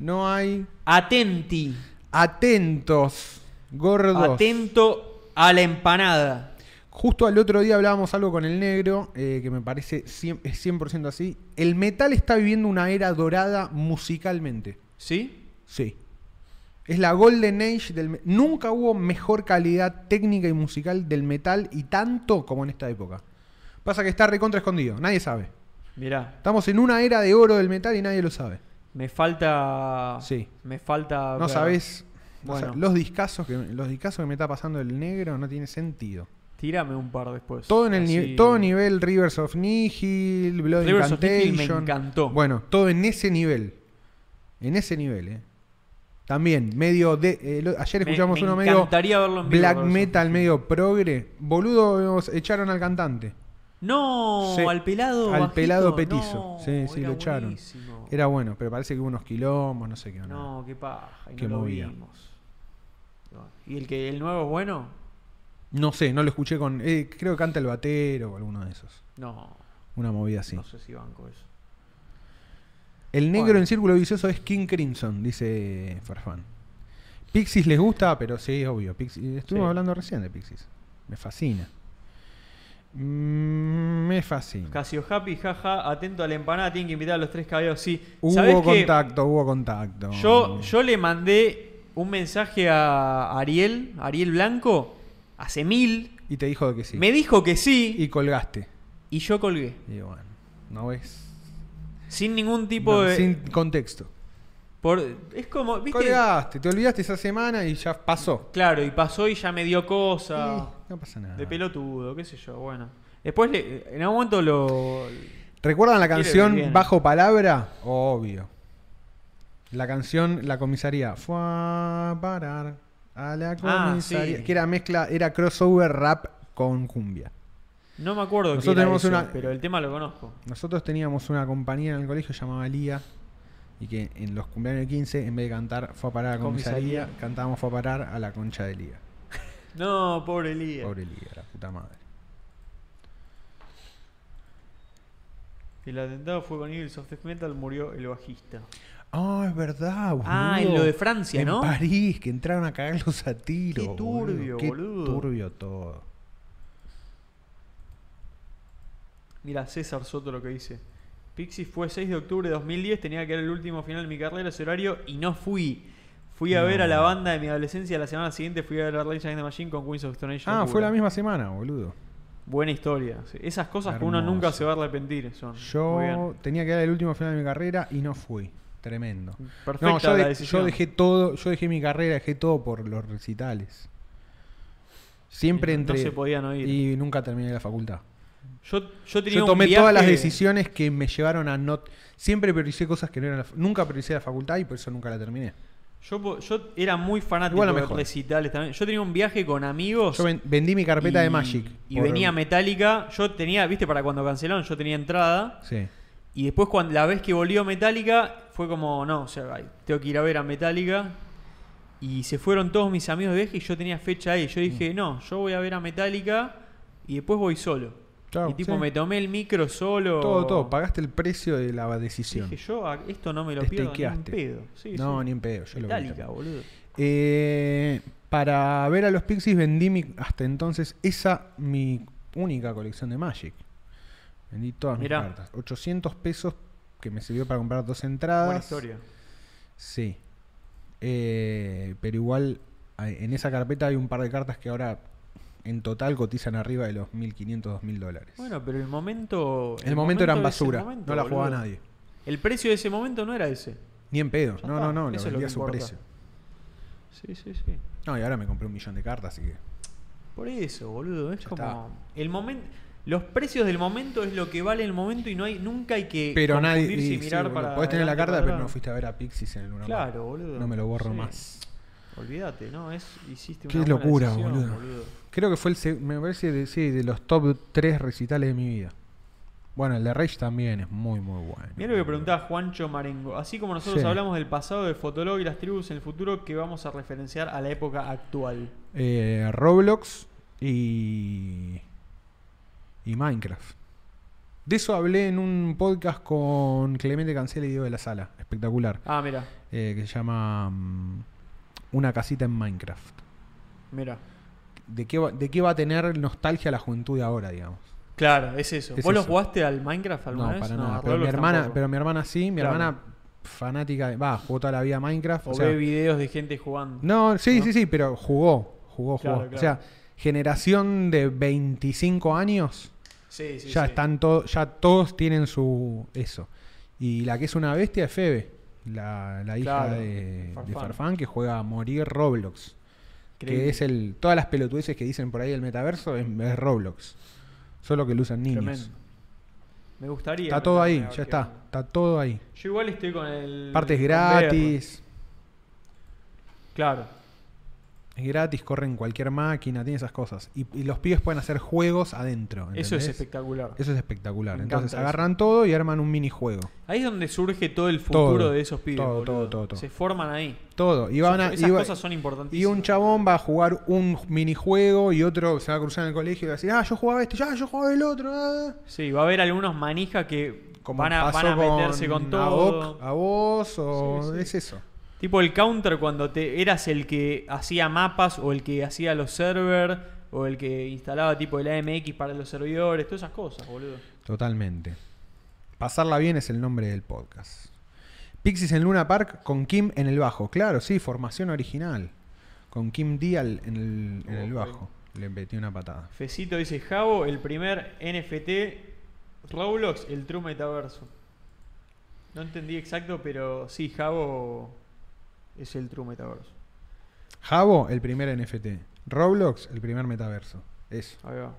B: no hay
A: Atenti.
B: atentos, gordos?
A: Atento a la empanada.
B: Justo al otro día hablábamos algo con el negro, eh, que me parece cien- es 100% así. El metal está viviendo una era dorada musicalmente.
A: ¿Sí?
B: Sí. Es la Golden Age del me- Nunca hubo mejor calidad técnica y musical del metal y tanto como en esta época. Pasa que está recontra escondido, nadie sabe.
A: Mirá.
B: Estamos en una era de oro del metal y nadie lo sabe.
A: Me falta...
B: Sí.
A: Me falta...
B: No
A: ver.
B: sabés. o sea,
A: Ah, Bueno.
B: los discazos que los discazos que me está pasando el negro no tiene sentido.
A: Tírame un par después.
B: Todo en el
A: Así-
B: nivel, todo nivel Rivers of Nihil, Blood
A: Rivers of Nihil me
B: Incantation.
A: encantó.
B: Bueno, todo en ese nivel. En ese nivel, eh. También, medio de. eh, lo- ayer
A: Me-
B: escuchamos
A: me
B: uno medio
A: encantaría verlo en vivo,
B: black
A: Rivers of
B: metal, medio progre. Boludo, nos echaron al cantante.
A: No,
B: Sí.
A: al pelado.
B: Al
A: bajito.
B: pelado
A: No,
B: petizo. sí, sí,
A: era
B: lo echaron.
A: buenísimo.
B: Era bueno, pero parece que hubo unos quilombos, no sé qué. onda.
A: No, qué paja. Y
B: Qué
A: no lo
B: movida.
A: vimos. No. ¿Y el que el nuevo es bueno?
B: No sé, no lo escuché con. eh, creo que canta el batero o alguno de esos.
A: No,
B: Una movida así.
A: no sé si banco eso.
B: El negro
A: Bueno.
B: en círculo vicioso es King Crimson, dice Farfán. Pixies les gusta, pero sí, es obvio. Pixies- estuvimos
A: Sí.
B: hablando recién de Pixies. Me fascina. Mm, me fascina.
A: Casio Happy, jaja, atento a la empanada, tienen que invitar a los tres caballos. Sí, ¿sabés
B: Hubo
A: qué?
B: contacto, hubo contacto.
A: Yo, yo le mandé un mensaje a Ariel, Ariel Blanco, hace mil.
B: Y te dijo que sí.
A: Me dijo que sí
B: Y colgaste.
A: y yo colgué.
B: Y bueno, no ves.
A: Sin ningún tipo
B: No,
A: de.
B: Sin contexto.
A: por- es como. ¿viste?
B: Colgaste, te olvidaste esa semana y ya pasó.
A: Claro, y pasó y ya me dio cosa.
B: Y no pasa nada.
A: De pelotudo, qué sé yo, bueno. Después, le- en algún momento lo.
B: ¿Recuerdan la
A: Quiere ver
B: canción
A: bien.
B: Bajo Palabra? Obvio. La canción La Comisaría. Fue a parar a la
A: Ah,
B: comisaría.
A: sí.
B: Que era mezcla, era crossover rap con cumbia.
A: No me acuerdo qué
B: Nosotros
A: era
B: tenemos
A: eso,
B: una-
A: pero el tema lo conozco.
B: Nosotros teníamos una compañía en el colegio llamada Lía. Y que en los cumpleaños de 15, en vez de cantar Fue a parar a la comisaría,
A: Comisaría.
B: cantábamos Fue a parar a la concha de Lía.
A: No, pobre Elías.
B: Pobre Lía, la puta madre.
A: El atentado fue con Eagles of Death Metal, murió el bajista.
B: Ah, es verdad, boludo.
A: Ah, en lo de Francia,
B: En
A: ¿no?
B: París, que entraron a cagarlos a tiro.
A: Qué turbio,
B: Qué
A: boludo.
B: turbio todo.
A: Mira, César Soto lo que dice. Pixies fue 6 de octubre de 2010, tenía que era el último final de mi carrera, ese horario, y no fui. Fui a
B: No.
A: ver a la banda de mi adolescencia, la semana siguiente fui a ver a Rage Against the Machine con Queens of Stone Age.
B: Ah,
A: locura.
B: fue la misma semana, boludo.
A: Buena historia. Sí, Esas cosas que uno
B: Hermoso.
A: nunca se va a arrepentir son. Muy
B: Yo
A: bien.
B: tenía que dar el último final de mi carrera y no fui. Tremendo.
A: Perfecta
B: no, yo,
A: la
B: de-
A: decisión.
B: yo dejé todo, yo dejé mi carrera, dejé todo por los recitales. Siempre
A: Y no- no
B: entre
A: se podían oír.
B: y nunca terminé la facultad.
A: Yo, yo tenía
B: Yo
A: un
B: tomé todas las
A: viaje-
B: decisiones que me llevaron a no siempre prioricé cosas que no eran la fa- nunca prioricé la facultad y por eso nunca la terminé.
A: Yo, po- yo era muy fanático
B: Igual a
A: de
B: mejor.
A: recitales también. Yo tenía un viaje con amigos.
B: Yo ven- vendí mi carpeta
A: y-
B: de Magic
A: Y
B: por-
A: venía Metallica. Yo tenía, viste, para cuando cancelaron, yo tenía entrada.
B: Sí.
A: Y después, cuando, la vez que volvió Metallica, fue como, no, o sea, ay, tengo que ir a ver a Metallica. Y se fueron todos mis
B: Mm.
A: amigos de viaje y yo tenía fecha ahí. Yo dije, no, yo voy a ver a Metallica y después voy solo.
B: Claro,
A: y tipo,
B: sí.
A: me tomé el micro solo.
B: Todo, todo. Pagaste el precio de la decisión.
A: Dije yo, "Ah, esto no me lo
B: Te
A: pierdo ni en
B: estaqueaste.
A: pedo. Sí,
B: no,
A: sí.
B: ni en pedo. Yo lo vi
A: Metallica,
B: también.
A: boludo.
B: Eh, para ver a los Pixies vendí mi- hasta entonces esa mi única colección de Magic. Vendí todas mis
A: Mirá.
B: cartas. 800 pesos que me sirvió para comprar dos
A: Buena
B: entradas.
A: historia.
B: Sí. Eh, pero igual hay- en esa carpeta hay un par de cartas que ahora en total cotizan arriba de los 1500, 2000 dólares.
A: Bueno, pero el momento.
B: el, momento eran
A: es el
B: basura,
A: momento,
B: no la jugaba
A: boludo.
B: nadie.
A: El precio de ese momento no era ese.
B: Ni en pedo.
A: Ya
B: No,
A: está,
B: no, no,
A: eso
B: lo
A: es lo
B: vendí
A: que
B: a su
A: importa.
B: precio.
A: Sí, sí, sí.
B: No, y ahora me compré un millón de cartas, así que.
A: Por eso, boludo. Es
B: Ya
A: como.
B: está.
A: El momento. Los precios del momento es lo que vale el momento y no hay, nunca hay que
B: Pero nadie.
A: confundirse
B: y
A: y
B: sí,
A: mirar
B: boludo,
A: para.
B: podés tener la
A: adelante,
B: carta,
A: para
B: pero no
A: atrás.
B: fuiste a ver a Pixies en el Luna Park.
A: Claro, boludo.
B: No me lo borro
A: Sí.
B: más.
A: Olvídate, ¿no? Es, hiciste
B: Qué
A: una buena
B: locura,
A: decisión,
B: boludo. Creo que fue el. seg- Me parece de, sí, de los top 3 recitales de mi vida. Bueno, el de Rage también es muy, muy bueno.
A: Mira lo que preguntaba Juancho Marengo. Así como nosotros
B: Sí.
A: hablamos del pasado de Fotolog y las tribus en el futuro, que vamos a referenciar a la época actual.
B: Eh, Roblox y. y Minecraft. De eso hablé en un podcast con Clemente Cancela y Diego de la Sala. Espectacular.
A: Ah, mira,
B: eh, que se llama mm, Una casita en Minecraft.
A: mira.
B: ¿De qué, va, ¿De qué va a tener nostalgia la juventud de ahora, digamos?
A: Claro, es eso.
B: Es
A: ¿Vos lo
B: eso.
A: jugaste al Minecraft alguna
B: No,
A: vez?
B: para
A: No,
B: nada.
A: a
B: Pero mi,
A: Roblox
B: hermana,
A: tampoco.
B: pero mi hermana sí, mi
A: Claro.
B: hermana fanática de... Va, jugó toda la vida a Minecraft.
A: O,
B: O sea,
A: ve videos de gente jugando.
B: no, sí,
A: ¿no?
B: sí, sí, pero jugó, jugó, jugó.
A: Claro,
B: O
A: claro.
B: sea, generación de 25 años,
A: Sí, sí,
B: ya
A: sí.
B: están todos, ya todos tienen su... eso. Y la que es una bestia es Febe, la, la hija
A: Claro,
B: de, de
A: Farfán.
B: Farfán, que juega a morir Roblox.
A: Increíble.
B: Que es el. Todas las pelotudeces que dicen por ahí del metaverso es, es Roblox. Solo que lo usan niños.
A: Tremendo. Me gustaría.
B: Está todo
A: meterme
B: ahí,
A: a ver
B: ya
A: qué
B: está.
A: onda.
B: Está todo ahí.
A: Yo igual estoy con el.
B: Partes
A: con Berro.
B: gratis.
A: Claro.
B: Es gratis, corre en cualquier máquina, tiene esas cosas. Y, y los pibes pueden hacer juegos adentro.
A: Eso es
B: ¿entendés?
A: espectacular.
B: Eso es espectacular.
A: Me
B: Entonces
A: encanta
B: agarran todo y arman un minijuego.
A: Ahí es donde surge todo el futuro
B: Todo,
A: de esos pibes.
B: todo,
A: boludo.
B: todo, todo, todo.
A: Se forman ahí.
B: Todo. Y van a-
A: Esas
B: y va-
A: cosas son
B: y
A: importantísimas.
B: un chabón va a jugar un minijuego y otro se va a cruzar en el colegio y va a decir, ah, yo jugaba este, ya, yo jugaba el otro. ah".
A: Sí, va a haber algunos manijas que
B: Como
A: van, a,
B: pasó
A: van a meterse con, todo.
B: AOC, A vos, o
A: Sí, sí.
B: es eso.
A: Tipo el counter cuando te eras el que hacía mapas o el que hacía los servers o el que instalaba tipo el AMX para los servidores, todas esas cosas, boludo.
B: Totalmente. Pasarla bien es el nombre del podcast. Pixies en Luna Park con Kim en el bajo. Claro, sí, formación original. Con Kim Dial en el, en el bajo. Le metí una patada.
A: Fecito dice Javo, el primer NFT Roblox, el True Metaverso. No entendí exacto, pero sí, Javo es el True Metaverso.
B: Javo, el primer NFT. Roblox, el primer metaverso. Eso.
A: Ahí va.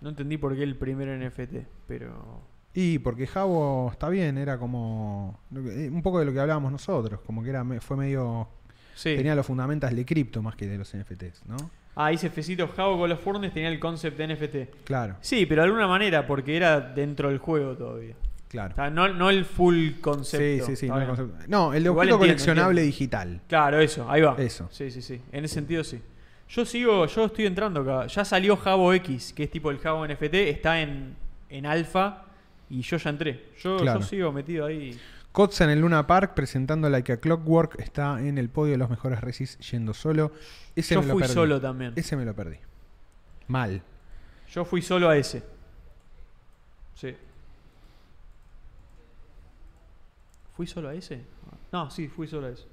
A: No entendí por qué el primer NFT, pero.
B: Y porque Javo está bien, era como. lo que- eh, Un poco de lo que hablábamos nosotros. Como que era, me- fue medio.
A: Sí.
B: Tenía los fundamentos de cripto más que de los NFTs, ¿no?
A: Ah, dice Fecito Javo con los Furnes tenía el concept de NFT.
B: Claro,
A: Sí, pero de alguna manera, porque era dentro del juego todavía.
B: claro.
A: O sea, no, no el full
B: Sí,
A: concepto.
B: sí, sí.
A: está
B: No, el,
A: bien.
B: concepto- no, el
A: Igual
B: de objeto
A: entiendo,
B: coleccionable
A: entiendo.
B: digital.
A: Claro, eso, ahí va.
B: Eso.
A: Sí, sí, sí. En ese sentido sí. Yo sigo, yo estoy entrando acá. Ya salió Javo X, que es tipo el Javo NFT, está en, en alfa y yo ya entré. Yo, yo
B: Claro.
A: sigo metido ahí.
B: Kotza en el Luna Park presentando Like a Clockwork está en el podio de los mejores resis yendo solo. Ese
A: yo
B: me lo
A: fui
B: perdí.
A: solo también.
B: Ese me lo perdí. Mal.
A: Yo fui solo a ese. Sí. ¿Fui solo a ese? No, sí, fui solo a ese.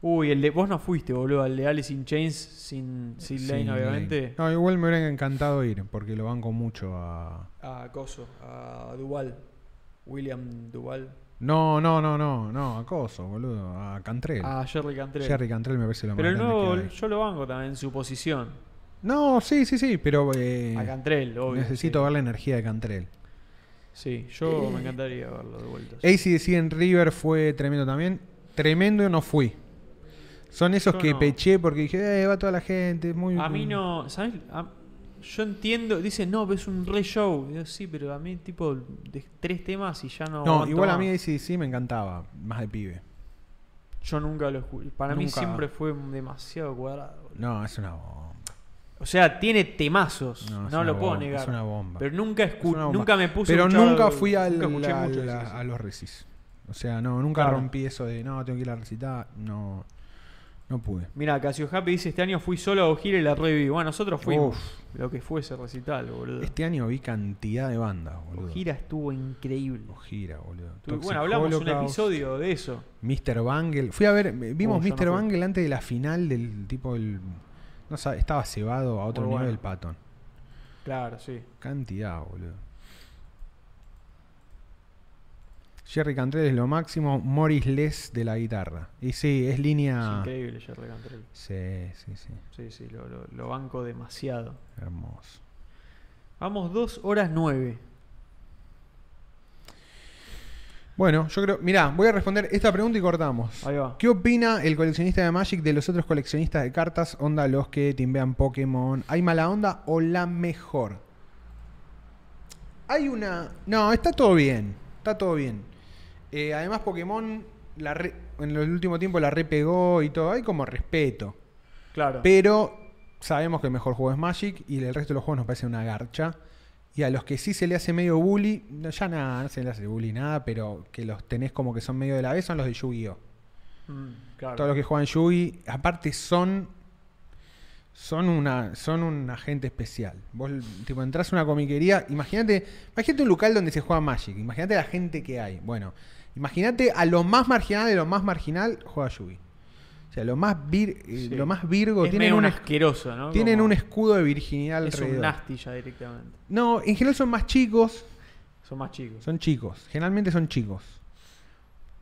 A: Uy, el de. Vos no fuiste, boludo, al de Alice in Chains sin, sin
B: Sí,
A: Lane, obviamente.
B: Lane. No, igual me hubiera encantado ir porque lo banco mucho a.
A: A Coso, a Duval. William Duval.
B: No, no, no, no, no, a Coso, boludo. A Cantrell.
A: A Jerry Cantrell.
B: Jerry Cantrell me parece lo
A: Pero
B: más
A: el
B: grande
A: nuevo,
B: que hay.
A: yo lo banco también en su posición.
B: No, sí, sí, sí, pero. eh,
A: a Cantrell, obvio.
B: necesito ver la energía de Cantrell.
A: Sí, Sí, yo me encantaría verlo de vuelta.
B: ACDC en River fue tremendo también. Tremendo no fui. Son esos
A: Yo
B: que
A: no.
B: peché porque dije, eh, va toda la gente. es Muy,
A: A mí no, ¿sabes? A- yo entiendo, dicen, no, pero es un re show. Digo, sí, pero a mí, tipo, de tres temas y ya no.
B: No,
A: aguanto
B: igual a
A: más".
B: mí ACDC me encantaba, más de pibe.
A: Yo nunca lo escuché. Para mí
B: Nunca.
A: siempre fue demasiado cuadrado. boludo.
B: No, es una bomba.
A: O sea, tiene temazos.
B: No,
A: No,
B: es una
A: lo puedo
B: bomba,
A: negar.
B: es una bomba.
A: Pero nunca,
B: Es
A: escu
B: una bomba.
A: nunca me puse
B: Pero
A: un chavo-
B: nunca fui al-
A: nunca escuché
B: al-
A: mucho de
B: a,
A: eso.
B: los recis. O sea, no, nunca
A: Claro.
B: rompí eso de no, tengo que ir a recitar. No, no pude.
A: Mira, Casio Happy dice: Este año fui solo a O'Hill y la reviví. Bueno, nosotros fuimos. Lo que fue ese recital, boludo.
B: Este año vi cantidad de bandas, boludo.
A: O'Gira estuvo increíble.
B: Ojira, boludo.
A: Estuvo-
B: Toxic
A: bueno, hablamos un
B: Holocaust,
A: episodio de eso.
B: Mr. Bangle. Fui a ver, vimos
A: Oh, yo no
B: Mr.
A: fui.
B: Bangle antes de la final del tipo el no sabe, estaba cebado a otro
A: Muy
B: nivel
A: bueno.
B: el Patton.
A: Claro, sí.
B: Cantidad, boludo. Jerry Cantrell es lo máximo, Morris Les de la guitarra. Y sí, es
A: Es
B: línea.
A: increíble, Jerry Cantrell.
B: Sí, sí, sí.
A: Sí, sí, lo, lo- lo banco demasiado.
B: Hermoso.
A: Vamos 2 horas 9.
B: Bueno, yo creo. Mirá, voy a responder esta pregunta y cortamos.
A: Ahí va.
B: ¿Qué opina el coleccionista de Magic de los otros coleccionistas de cartas? Onda, los que timbean Pokémon. ¿Hay mala onda o la mejor? Hay una. No, está todo bien. Está todo bien. Eh, además, Pokémon la re- en el último tiempo la repegó y todo. Hay como respeto.
A: Claro.
B: Pero sabemos que el mejor juego es Magic y el resto de los juegos nos parece una garcha. Y a los que sí se le hace medio bully, no, ya nada, no se le hace bully nada, pero que los tenés como que son medio de la vez, son los de Yu-Gi-Oh!
A: Mm, claro.
B: Todos los que juegan Yugi, aparte son. Son una. Son un agente especial. Vos tipo entras a una comiquería. Imagínate. Imagínate un local donde se juega Magic. Imagínate la gente que hay. Bueno. Imagínate a lo más marginal de lo más marginal juega Yugi. O sea, lo más, vir-
A: Sí.
B: eh, lo más virgo.
A: es
B: tienen
A: medio un
B: una,
A: asqueroso, ¿no?
B: tienen
A: Como-
B: un escudo de virginidad
A: Es un
B: alrededor.
A: nasty ya directamente.
B: No, en general son más chicos.
A: Son más chicos.
B: Son chicos. Generalmente son chicos.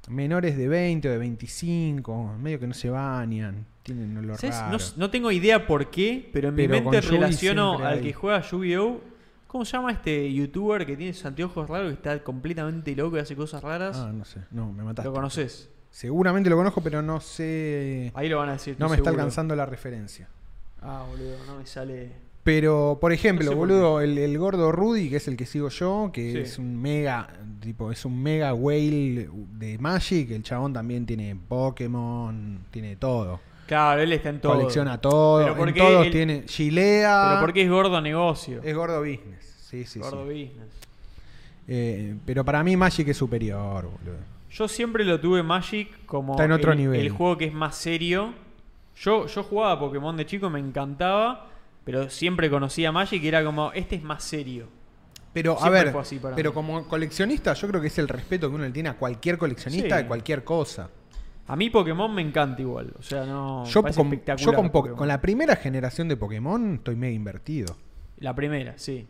B: Menores de 20 o de 25. Medio que no se bañan. Tienen olor
A: ¿Sabes?
B: raro.
A: No, s- no tengo idea por qué, pero en
B: Pero
A: mi
B: con
A: mente
B: Yugi
A: relaciono
B: siempre
A: al
B: hay.
A: que juega Yu-Gi-Oh! ¿Cómo se llama este youtuber que tiene sus anteojos raros, que está completamente loco y hace cosas raras?
B: Ah, no sé. No, me mataste.
A: lo conoces.
B: Seguramente lo conozco, pero no sé.
A: Ahí lo van a decir.
B: No me
A: estoy
B: está
A: seguro.
B: alcanzando la referencia.
A: Ah, boludo, no me sale.
B: Pero, por ejemplo,
A: No sé por
B: boludo, el, el gordo Rudy, que es el que sigo yo, que
A: Sí.
B: es un mega, tipo, es un mega whale de Magic, el chabón también tiene Pokémon, tiene todo.
A: Claro, él está en todo.
B: Colecciona todo,
A: Pero ¿por
B: en
A: qué
B: todos
A: el-
B: tiene Gilea.
A: Pero porque es gordo negocio.
B: es gordo business. Ah. Eh, Sí, sí,
A: gordo
B: sí.
A: business.
B: Eh, pero para mí Magic es superior, boludo.
A: Yo siempre lo tuve Magic como
B: Está en otro
A: el,
B: nivel.
A: el juego que es más serio. Yo, yo jugaba a Pokémon de chico, me encantaba, pero siempre conocía Magic y era como, este es más serio.
B: Pero, a
A: Siempre
B: ver,
A: fue así para
B: pero
A: mí.
B: como coleccionista, yo creo que es el respeto que uno le tiene a cualquier coleccionista
A: Sí.
B: de cualquier cosa.
A: A mí Pokémon me encanta igual. O sea, no.
B: yo
A: me parece
B: con, yo
A: espectacular
B: con po-
A: Pokémon.
B: con la primera generación de Pokémon estoy medio invertido.
A: La primera, sí.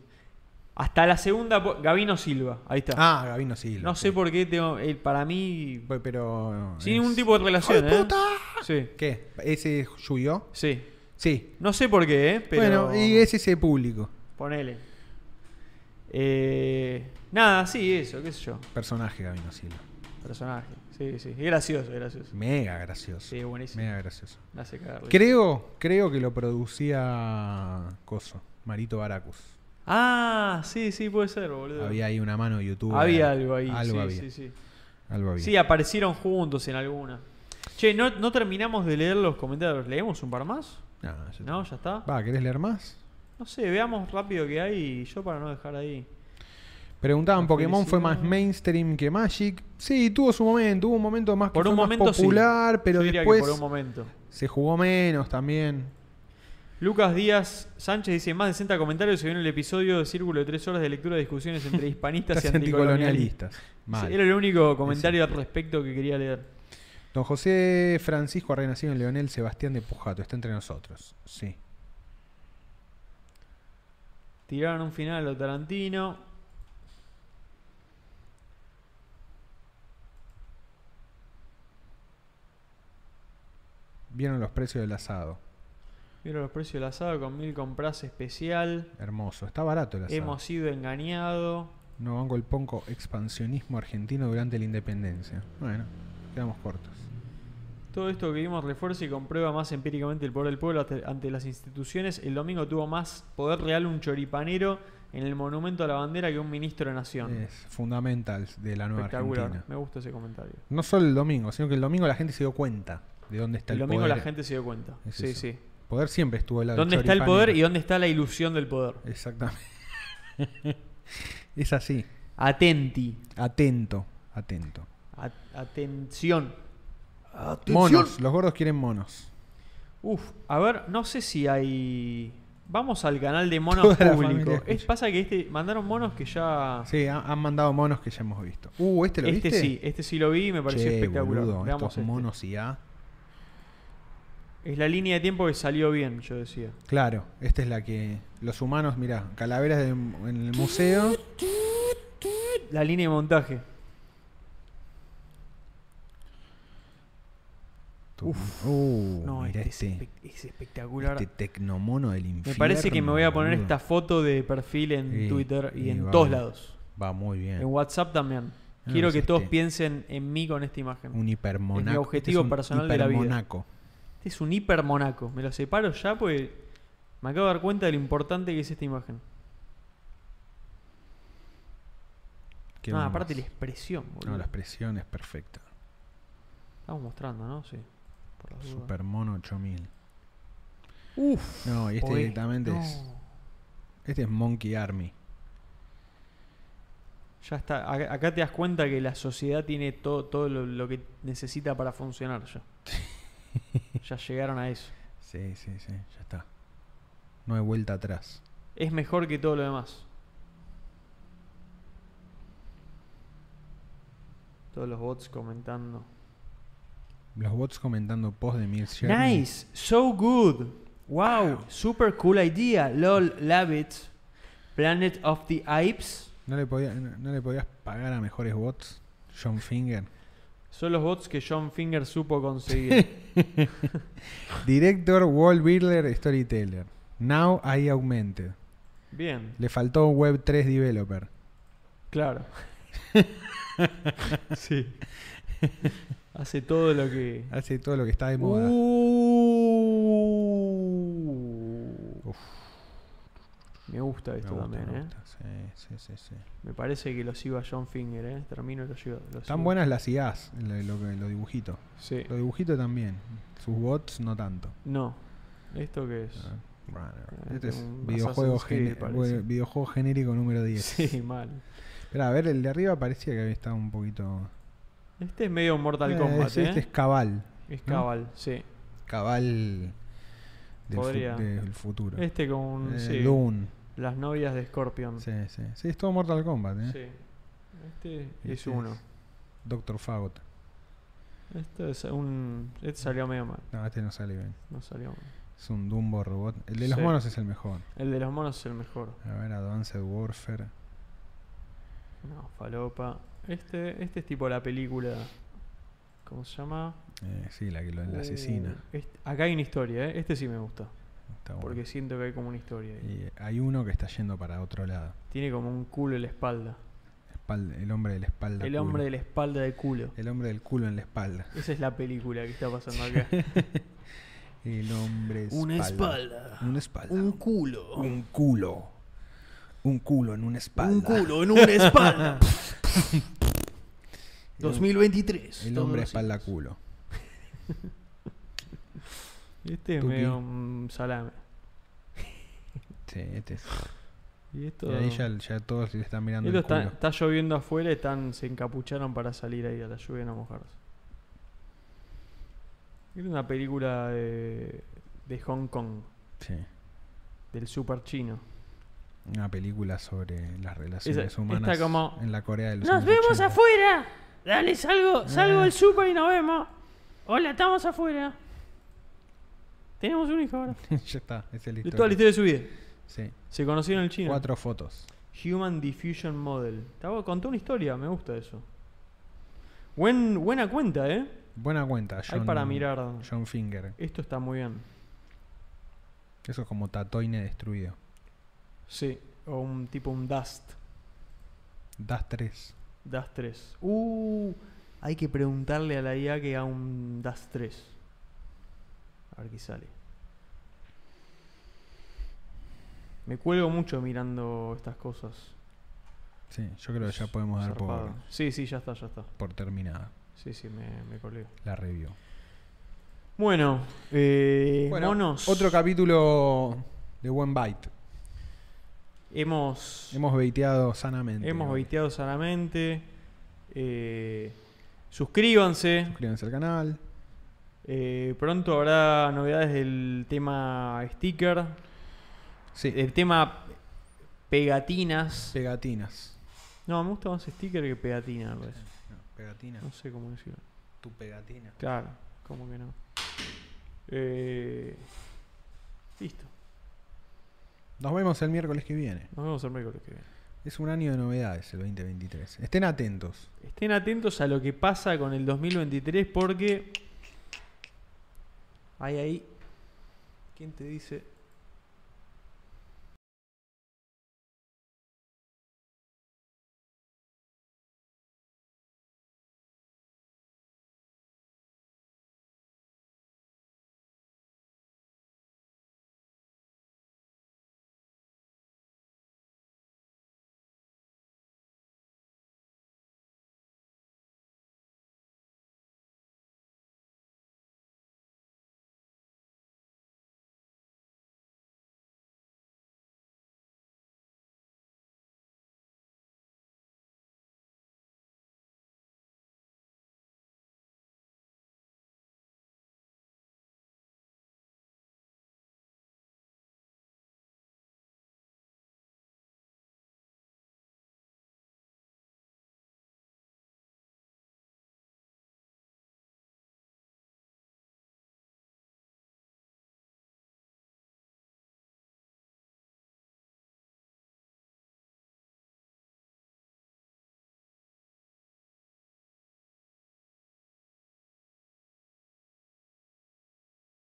A: Hasta la segunda, po- Gabino Silva. Ahí está.
B: Ah, Gabino Silva.
A: no sé por qué tengo. eh, para mí.
B: Pe- Pero. no,
A: Sin
B: es-
A: ningún tipo de relación,
B: ¡Hijo de
A: ¿eh?
B: puta!
A: Sí.
B: ¿Qué? ¿Ese es Yu-Gi-Oh?
A: Sí.
B: Sí.
A: No sé por qué, ¿eh? Pero...
B: Bueno, y es ese público,
A: Ponele. Eh, nada, sí, eso, qué sé yo.
B: personaje Gabino Silva.
A: Personaje. Sí, sí. Es gracioso, es gracioso.
B: Mega gracioso.
A: Sí, buenísimo.
B: Mega gracioso.
A: Me hace cagar.
B: Creo, creo que lo producía Coso, Marito Baracus.
A: Ah, sí, sí, puede ser, boludo.
B: Había ahí una mano de YouTube.
A: Eh. Había algo ahí.
B: Algo
A: sí,
B: había.
A: sí, sí.
B: Algo había.
A: Sí, aparecieron juntos en alguna. Che, no, no terminamos de leer los comentarios. ¿Leemos un par más?
B: No, ya
A: ¿No?
B: está.
A: ¿Ya está?
B: Va, ¿querés leer más?
A: No sé, veamos rápido qué hay y yo para no dejar ahí.
B: Preguntaban,
A: La
B: ¿Pokémon fue más
A: felicidad.
B: mainstream que Magic? Sí, tuvo su momento, hubo un momento más que
A: Por
B: fue
A: un
B: más
A: momento sí.
B: popular, pero
A: Yo diría que
B: después
A: por un momento.
B: se jugó menos también.
A: Lucas Díaz Sánchez dice: Más de 60 comentarios se vio en el episodio de Círculo de 3 horas de lectura de discusiones entre hispanistas y
B: Estás
A: anticolonialistas.
B: anticolonialistas. Mal.
A: Sí, Era el único comentario al respecto que quería leer.
B: Don José Francisco Renacido en Leonel Sebastián de Pujato, está entre nosotros. Sí.
A: Tiraron un final a lo Tarantino.
B: Vieron los precios del asado.
A: Vieron los precios del asado con mil compras especial.
B: Hermoso. Está barato el asado.
A: Hemos sido engañados.
B: No banco el ponco expansionismo argentino durante la independencia. Bueno, quedamos cortos.
A: Todo esto que vimos refuerza y comprueba más empíricamente el poder del pueblo ante, ante las instituciones. El domingo tuvo más poder real un choripanero en el monumento a la bandera que un ministro de nación.
B: Es fundamental de la nueva
A: Espectacular.
B: Argentina.
A: Me gusta ese comentario.
B: No solo el domingo, sino que el domingo la gente se dio cuenta de dónde está
A: El
B: el,
A: domingo
B: poder.
A: la gente se dio cuenta.
B: Es
A: sí,
B: eso.
A: sí.
B: poder siempre estuvo el lado
A: ¿Dónde está el
B: choripanero.
A: poder y dónde está la ilusión del poder?
B: Exactamente. es así.
A: Atenti.
B: Atento, atento.
A: A- atención.
B: Monos, los gordos quieren monos.
A: Uf, a ver, no sé si hay. Vamos al canal de monos
B: Toda la familia
A: público.
B: escucha.
A: Es, pasa que este mandaron monos que ya.
B: Sí, han, han mandado monos que ya hemos visto. Uh, ¿este lo
A: este
B: viste?
A: sí, este sí lo vi y me pareció
B: Che,
A: espectacular.
B: boludo,
A: Veamos
B: estos
A: este.
B: monos y A.
A: Es la línea de tiempo que salió bien, yo decía.
B: Claro, esta es la que los humanos, mirá, calaveras de- en el museo.
A: La línea de montaje.
B: Uh,
A: Uf,
B: uh,
A: No,
B: mirá
A: este, es
B: este,
A: espe- es, espectacular.
B: este tecnomono del infierno.
A: me parece que me voy a poner
B: boludo.
A: esta foto de perfil en
B: Sí,
A: Twitter y
B: sí,
A: en
B: va
A: todos
B: bien.
A: lados.
B: Va muy
A: En
B: bien.
A: WhatsApp también.
B: Ah,
A: Quiero
B: es
A: que todos
B: este.
A: piensen en mí con esta imagen.
B: Un hipermonaco. Este
A: Es mi objetivo
B: un
A: personal de la vida.
B: hipermonaco.
A: Este es un hiper monaco. Me lo separo ya porque me acabo de dar cuenta de lo importante que es esta imagen.
B: ¿Qué
A: No,
B: vemos?
A: aparte la expresión, boludo.
B: No, la expresión es perfecta.
A: Estamos mostrando, ¿no? Sí. Por las dudas.
B: Supermono 8000.
A: Uf.
B: No, y este
A: Oe-
B: directamente
A: no.
B: es. Este es Monkey Army.
A: Ya está. Acá, acá te das cuenta que la sociedad tiene todo, todo lo, lo que necesita para funcionar ya. ya llegaron a eso.
B: Sí, sí, sí, ya está. No hay vuelta atrás.
A: Es mejor que todo lo demás. Todos los bots comentando.
B: Los bots comentando post de Mir
A: Nice, so good. Wow, super cool idea. Lol, love it. Planet of the Apes.
B: ¿No le, podía- no, no le podías pagar a mejores bots? John Finger.
A: Son los bots que John Finger supo conseguir.
B: Director, Wall Builder, Storyteller. Now I Augmented.
A: Bien,
B: Le faltó Web 3 Developer.
A: claro. sí. Hace todo lo que.
B: Hace todo lo que está de moda.
A: Uh.
B: Uf.
A: Me gusta
B: Me
A: esto
B: gusta,
A: también,
B: me
A: ¿eh?
B: gusta. Sí, sí, sí, sí.
A: Me parece que lo sigo a John Finger, ¿eh? Termino y lo sigo. lo
B: Están
A: sigo.
B: buenas las IAs, lo, lo que- los dibujitos.
A: Sí.
B: Los dibujitos también. Sus bots no tanto.
A: No. ¿Esto qué es?
B: Ah,
A: Ah,
B: Este es
A: un
B: videojuego,
A: Assassin's Creed,
B: gene-
A: parece.
B: eh, videojuego genérico número 10.
A: Sí, mal.
B: Esperá, a ver, el de arriba parecía que había estado un poquito.
A: Este es medio Mortal
B: Eh,
A: Kombat,
B: sí,
A: ¿eh?
B: Este es Cabal.
A: es Cabal, sí.
B: Cabal del, fu-
A: Podría.
B: del futuro.
A: Este con un-
B: Eh,
A: sí,
B: Dune.
A: las novias de Scorpion. Sí.
B: Sí, sí. Sí, es todo Mortal Kombat, ¿eh?
A: Este
B: Este
A: es uno.
B: Doctor Fagot.
A: Este es un. Este salió medio mal.
B: No, este no sale bien.
A: No salió mal.
B: Es un Dumbo robot. El de los
A: Sí.
B: monos es el mejor.
A: El de los monos es el mejor.
B: A ver, Advanced Warfare.
A: No, falopa. Este, este es tipo la película. ¿Cómo se llama?
B: Eh, sí, la que lo, la asesina.
A: Uh, este- acá hay una historia, ¿eh? Este sí me gusta.
B: Está bueno.
A: Porque siento que hay como una historia. ahí.
B: Y hay uno que está yendo para otro lado.
A: Tiene como un culo en la espalda.
B: Espal- el hombre de la espalda.
A: El
B: culo.
A: hombre de la espalda de culo.
B: El hombre del culo en la espalda.
A: Esa es la película que está pasando acá.
B: El hombre
E: Una
B: Una espalda.
E: Un culo.
B: Un culo. Un culo en una espalda.
E: Un culo en una espalda.
B: El hom-
E: 2023.
B: El
E: todos
B: hombre
E: los
B: espalda
E: hijos.
B: culo.
A: Este es
B: Tuki.
A: medio un salame.
B: Sí, este es.
A: Y esto.
B: Y ahí ya, ya todos le están mirando
A: esto
B: el culo.
A: está, está lloviendo afuera y están, se encapucharon para salir ahí a la lluvia y no mojarse. Era una película de, de Hong Kong,
B: Sí.
A: del super chino.
B: Una película sobre las relaciones
A: Esa-
B: humanas
A: está como-
B: en la Corea del Sur.
F: Nos vemos afuera. Dale,
A: Ah.
F: salgo, salgo del súper y nos vemos. Hola, estamos afuera.
A: Tenemos un hijo ahora.
B: ya está, es el
A: Es toda la historia de su vida.
B: Sí,
A: Se conocieron en el chino.
B: cuatro fotos.
A: Human Diffusion Model. Está bueno, Contó una historia, me gusta eso. Buen, buena cuenta, ¿eh?
B: Buena cuenta, John,
A: Hay para mirar.
B: John Finger.
A: Esto está muy bien.
B: Eso es como Tatoine destruido.
A: Sí, o un tipo un Dust.
B: Das 3.
A: Dust 3. Uh, hay que preguntarle a la IA que haga un Dust 3. A ver qué sale. Me cuelgo mucho mirando estas cosas.
B: Sí, yo creo que ya podemos dar por,
A: Zarpado. Sí, sí, ya está, ya está.
B: por terminada
A: Sí, sí, me, me colgué.
B: la review.
A: Bueno, eh,
B: Bueno,
A: monos.
B: Otro capítulo de buen bite.
A: Hemos, hemos,
B: Hemos baiteado sanamente. ¿no?
A: baiteado sanamente. Eh, suscríbanse.
B: Suscríbanse al canal.
A: Eh, pronto habrá novedades del tema sticker.
B: Sí.
A: El tema pegatinas.
B: Pegatinas.
A: No, me gusta más sticker que pegatina, me parece.
B: Pegatina.
A: Pues. No sé cómo decirlo.
B: Tu pegatina.
A: Claro, como que no. Eh, listo.
B: Nos vemos el miércoles que viene.
A: Nos vemos el miércoles que viene.
B: Es un año de novedades el 2023. Estén atentos.
A: Estén atentos a lo que pasa con el 2023 porque hay ahí. ¿Quién te dice?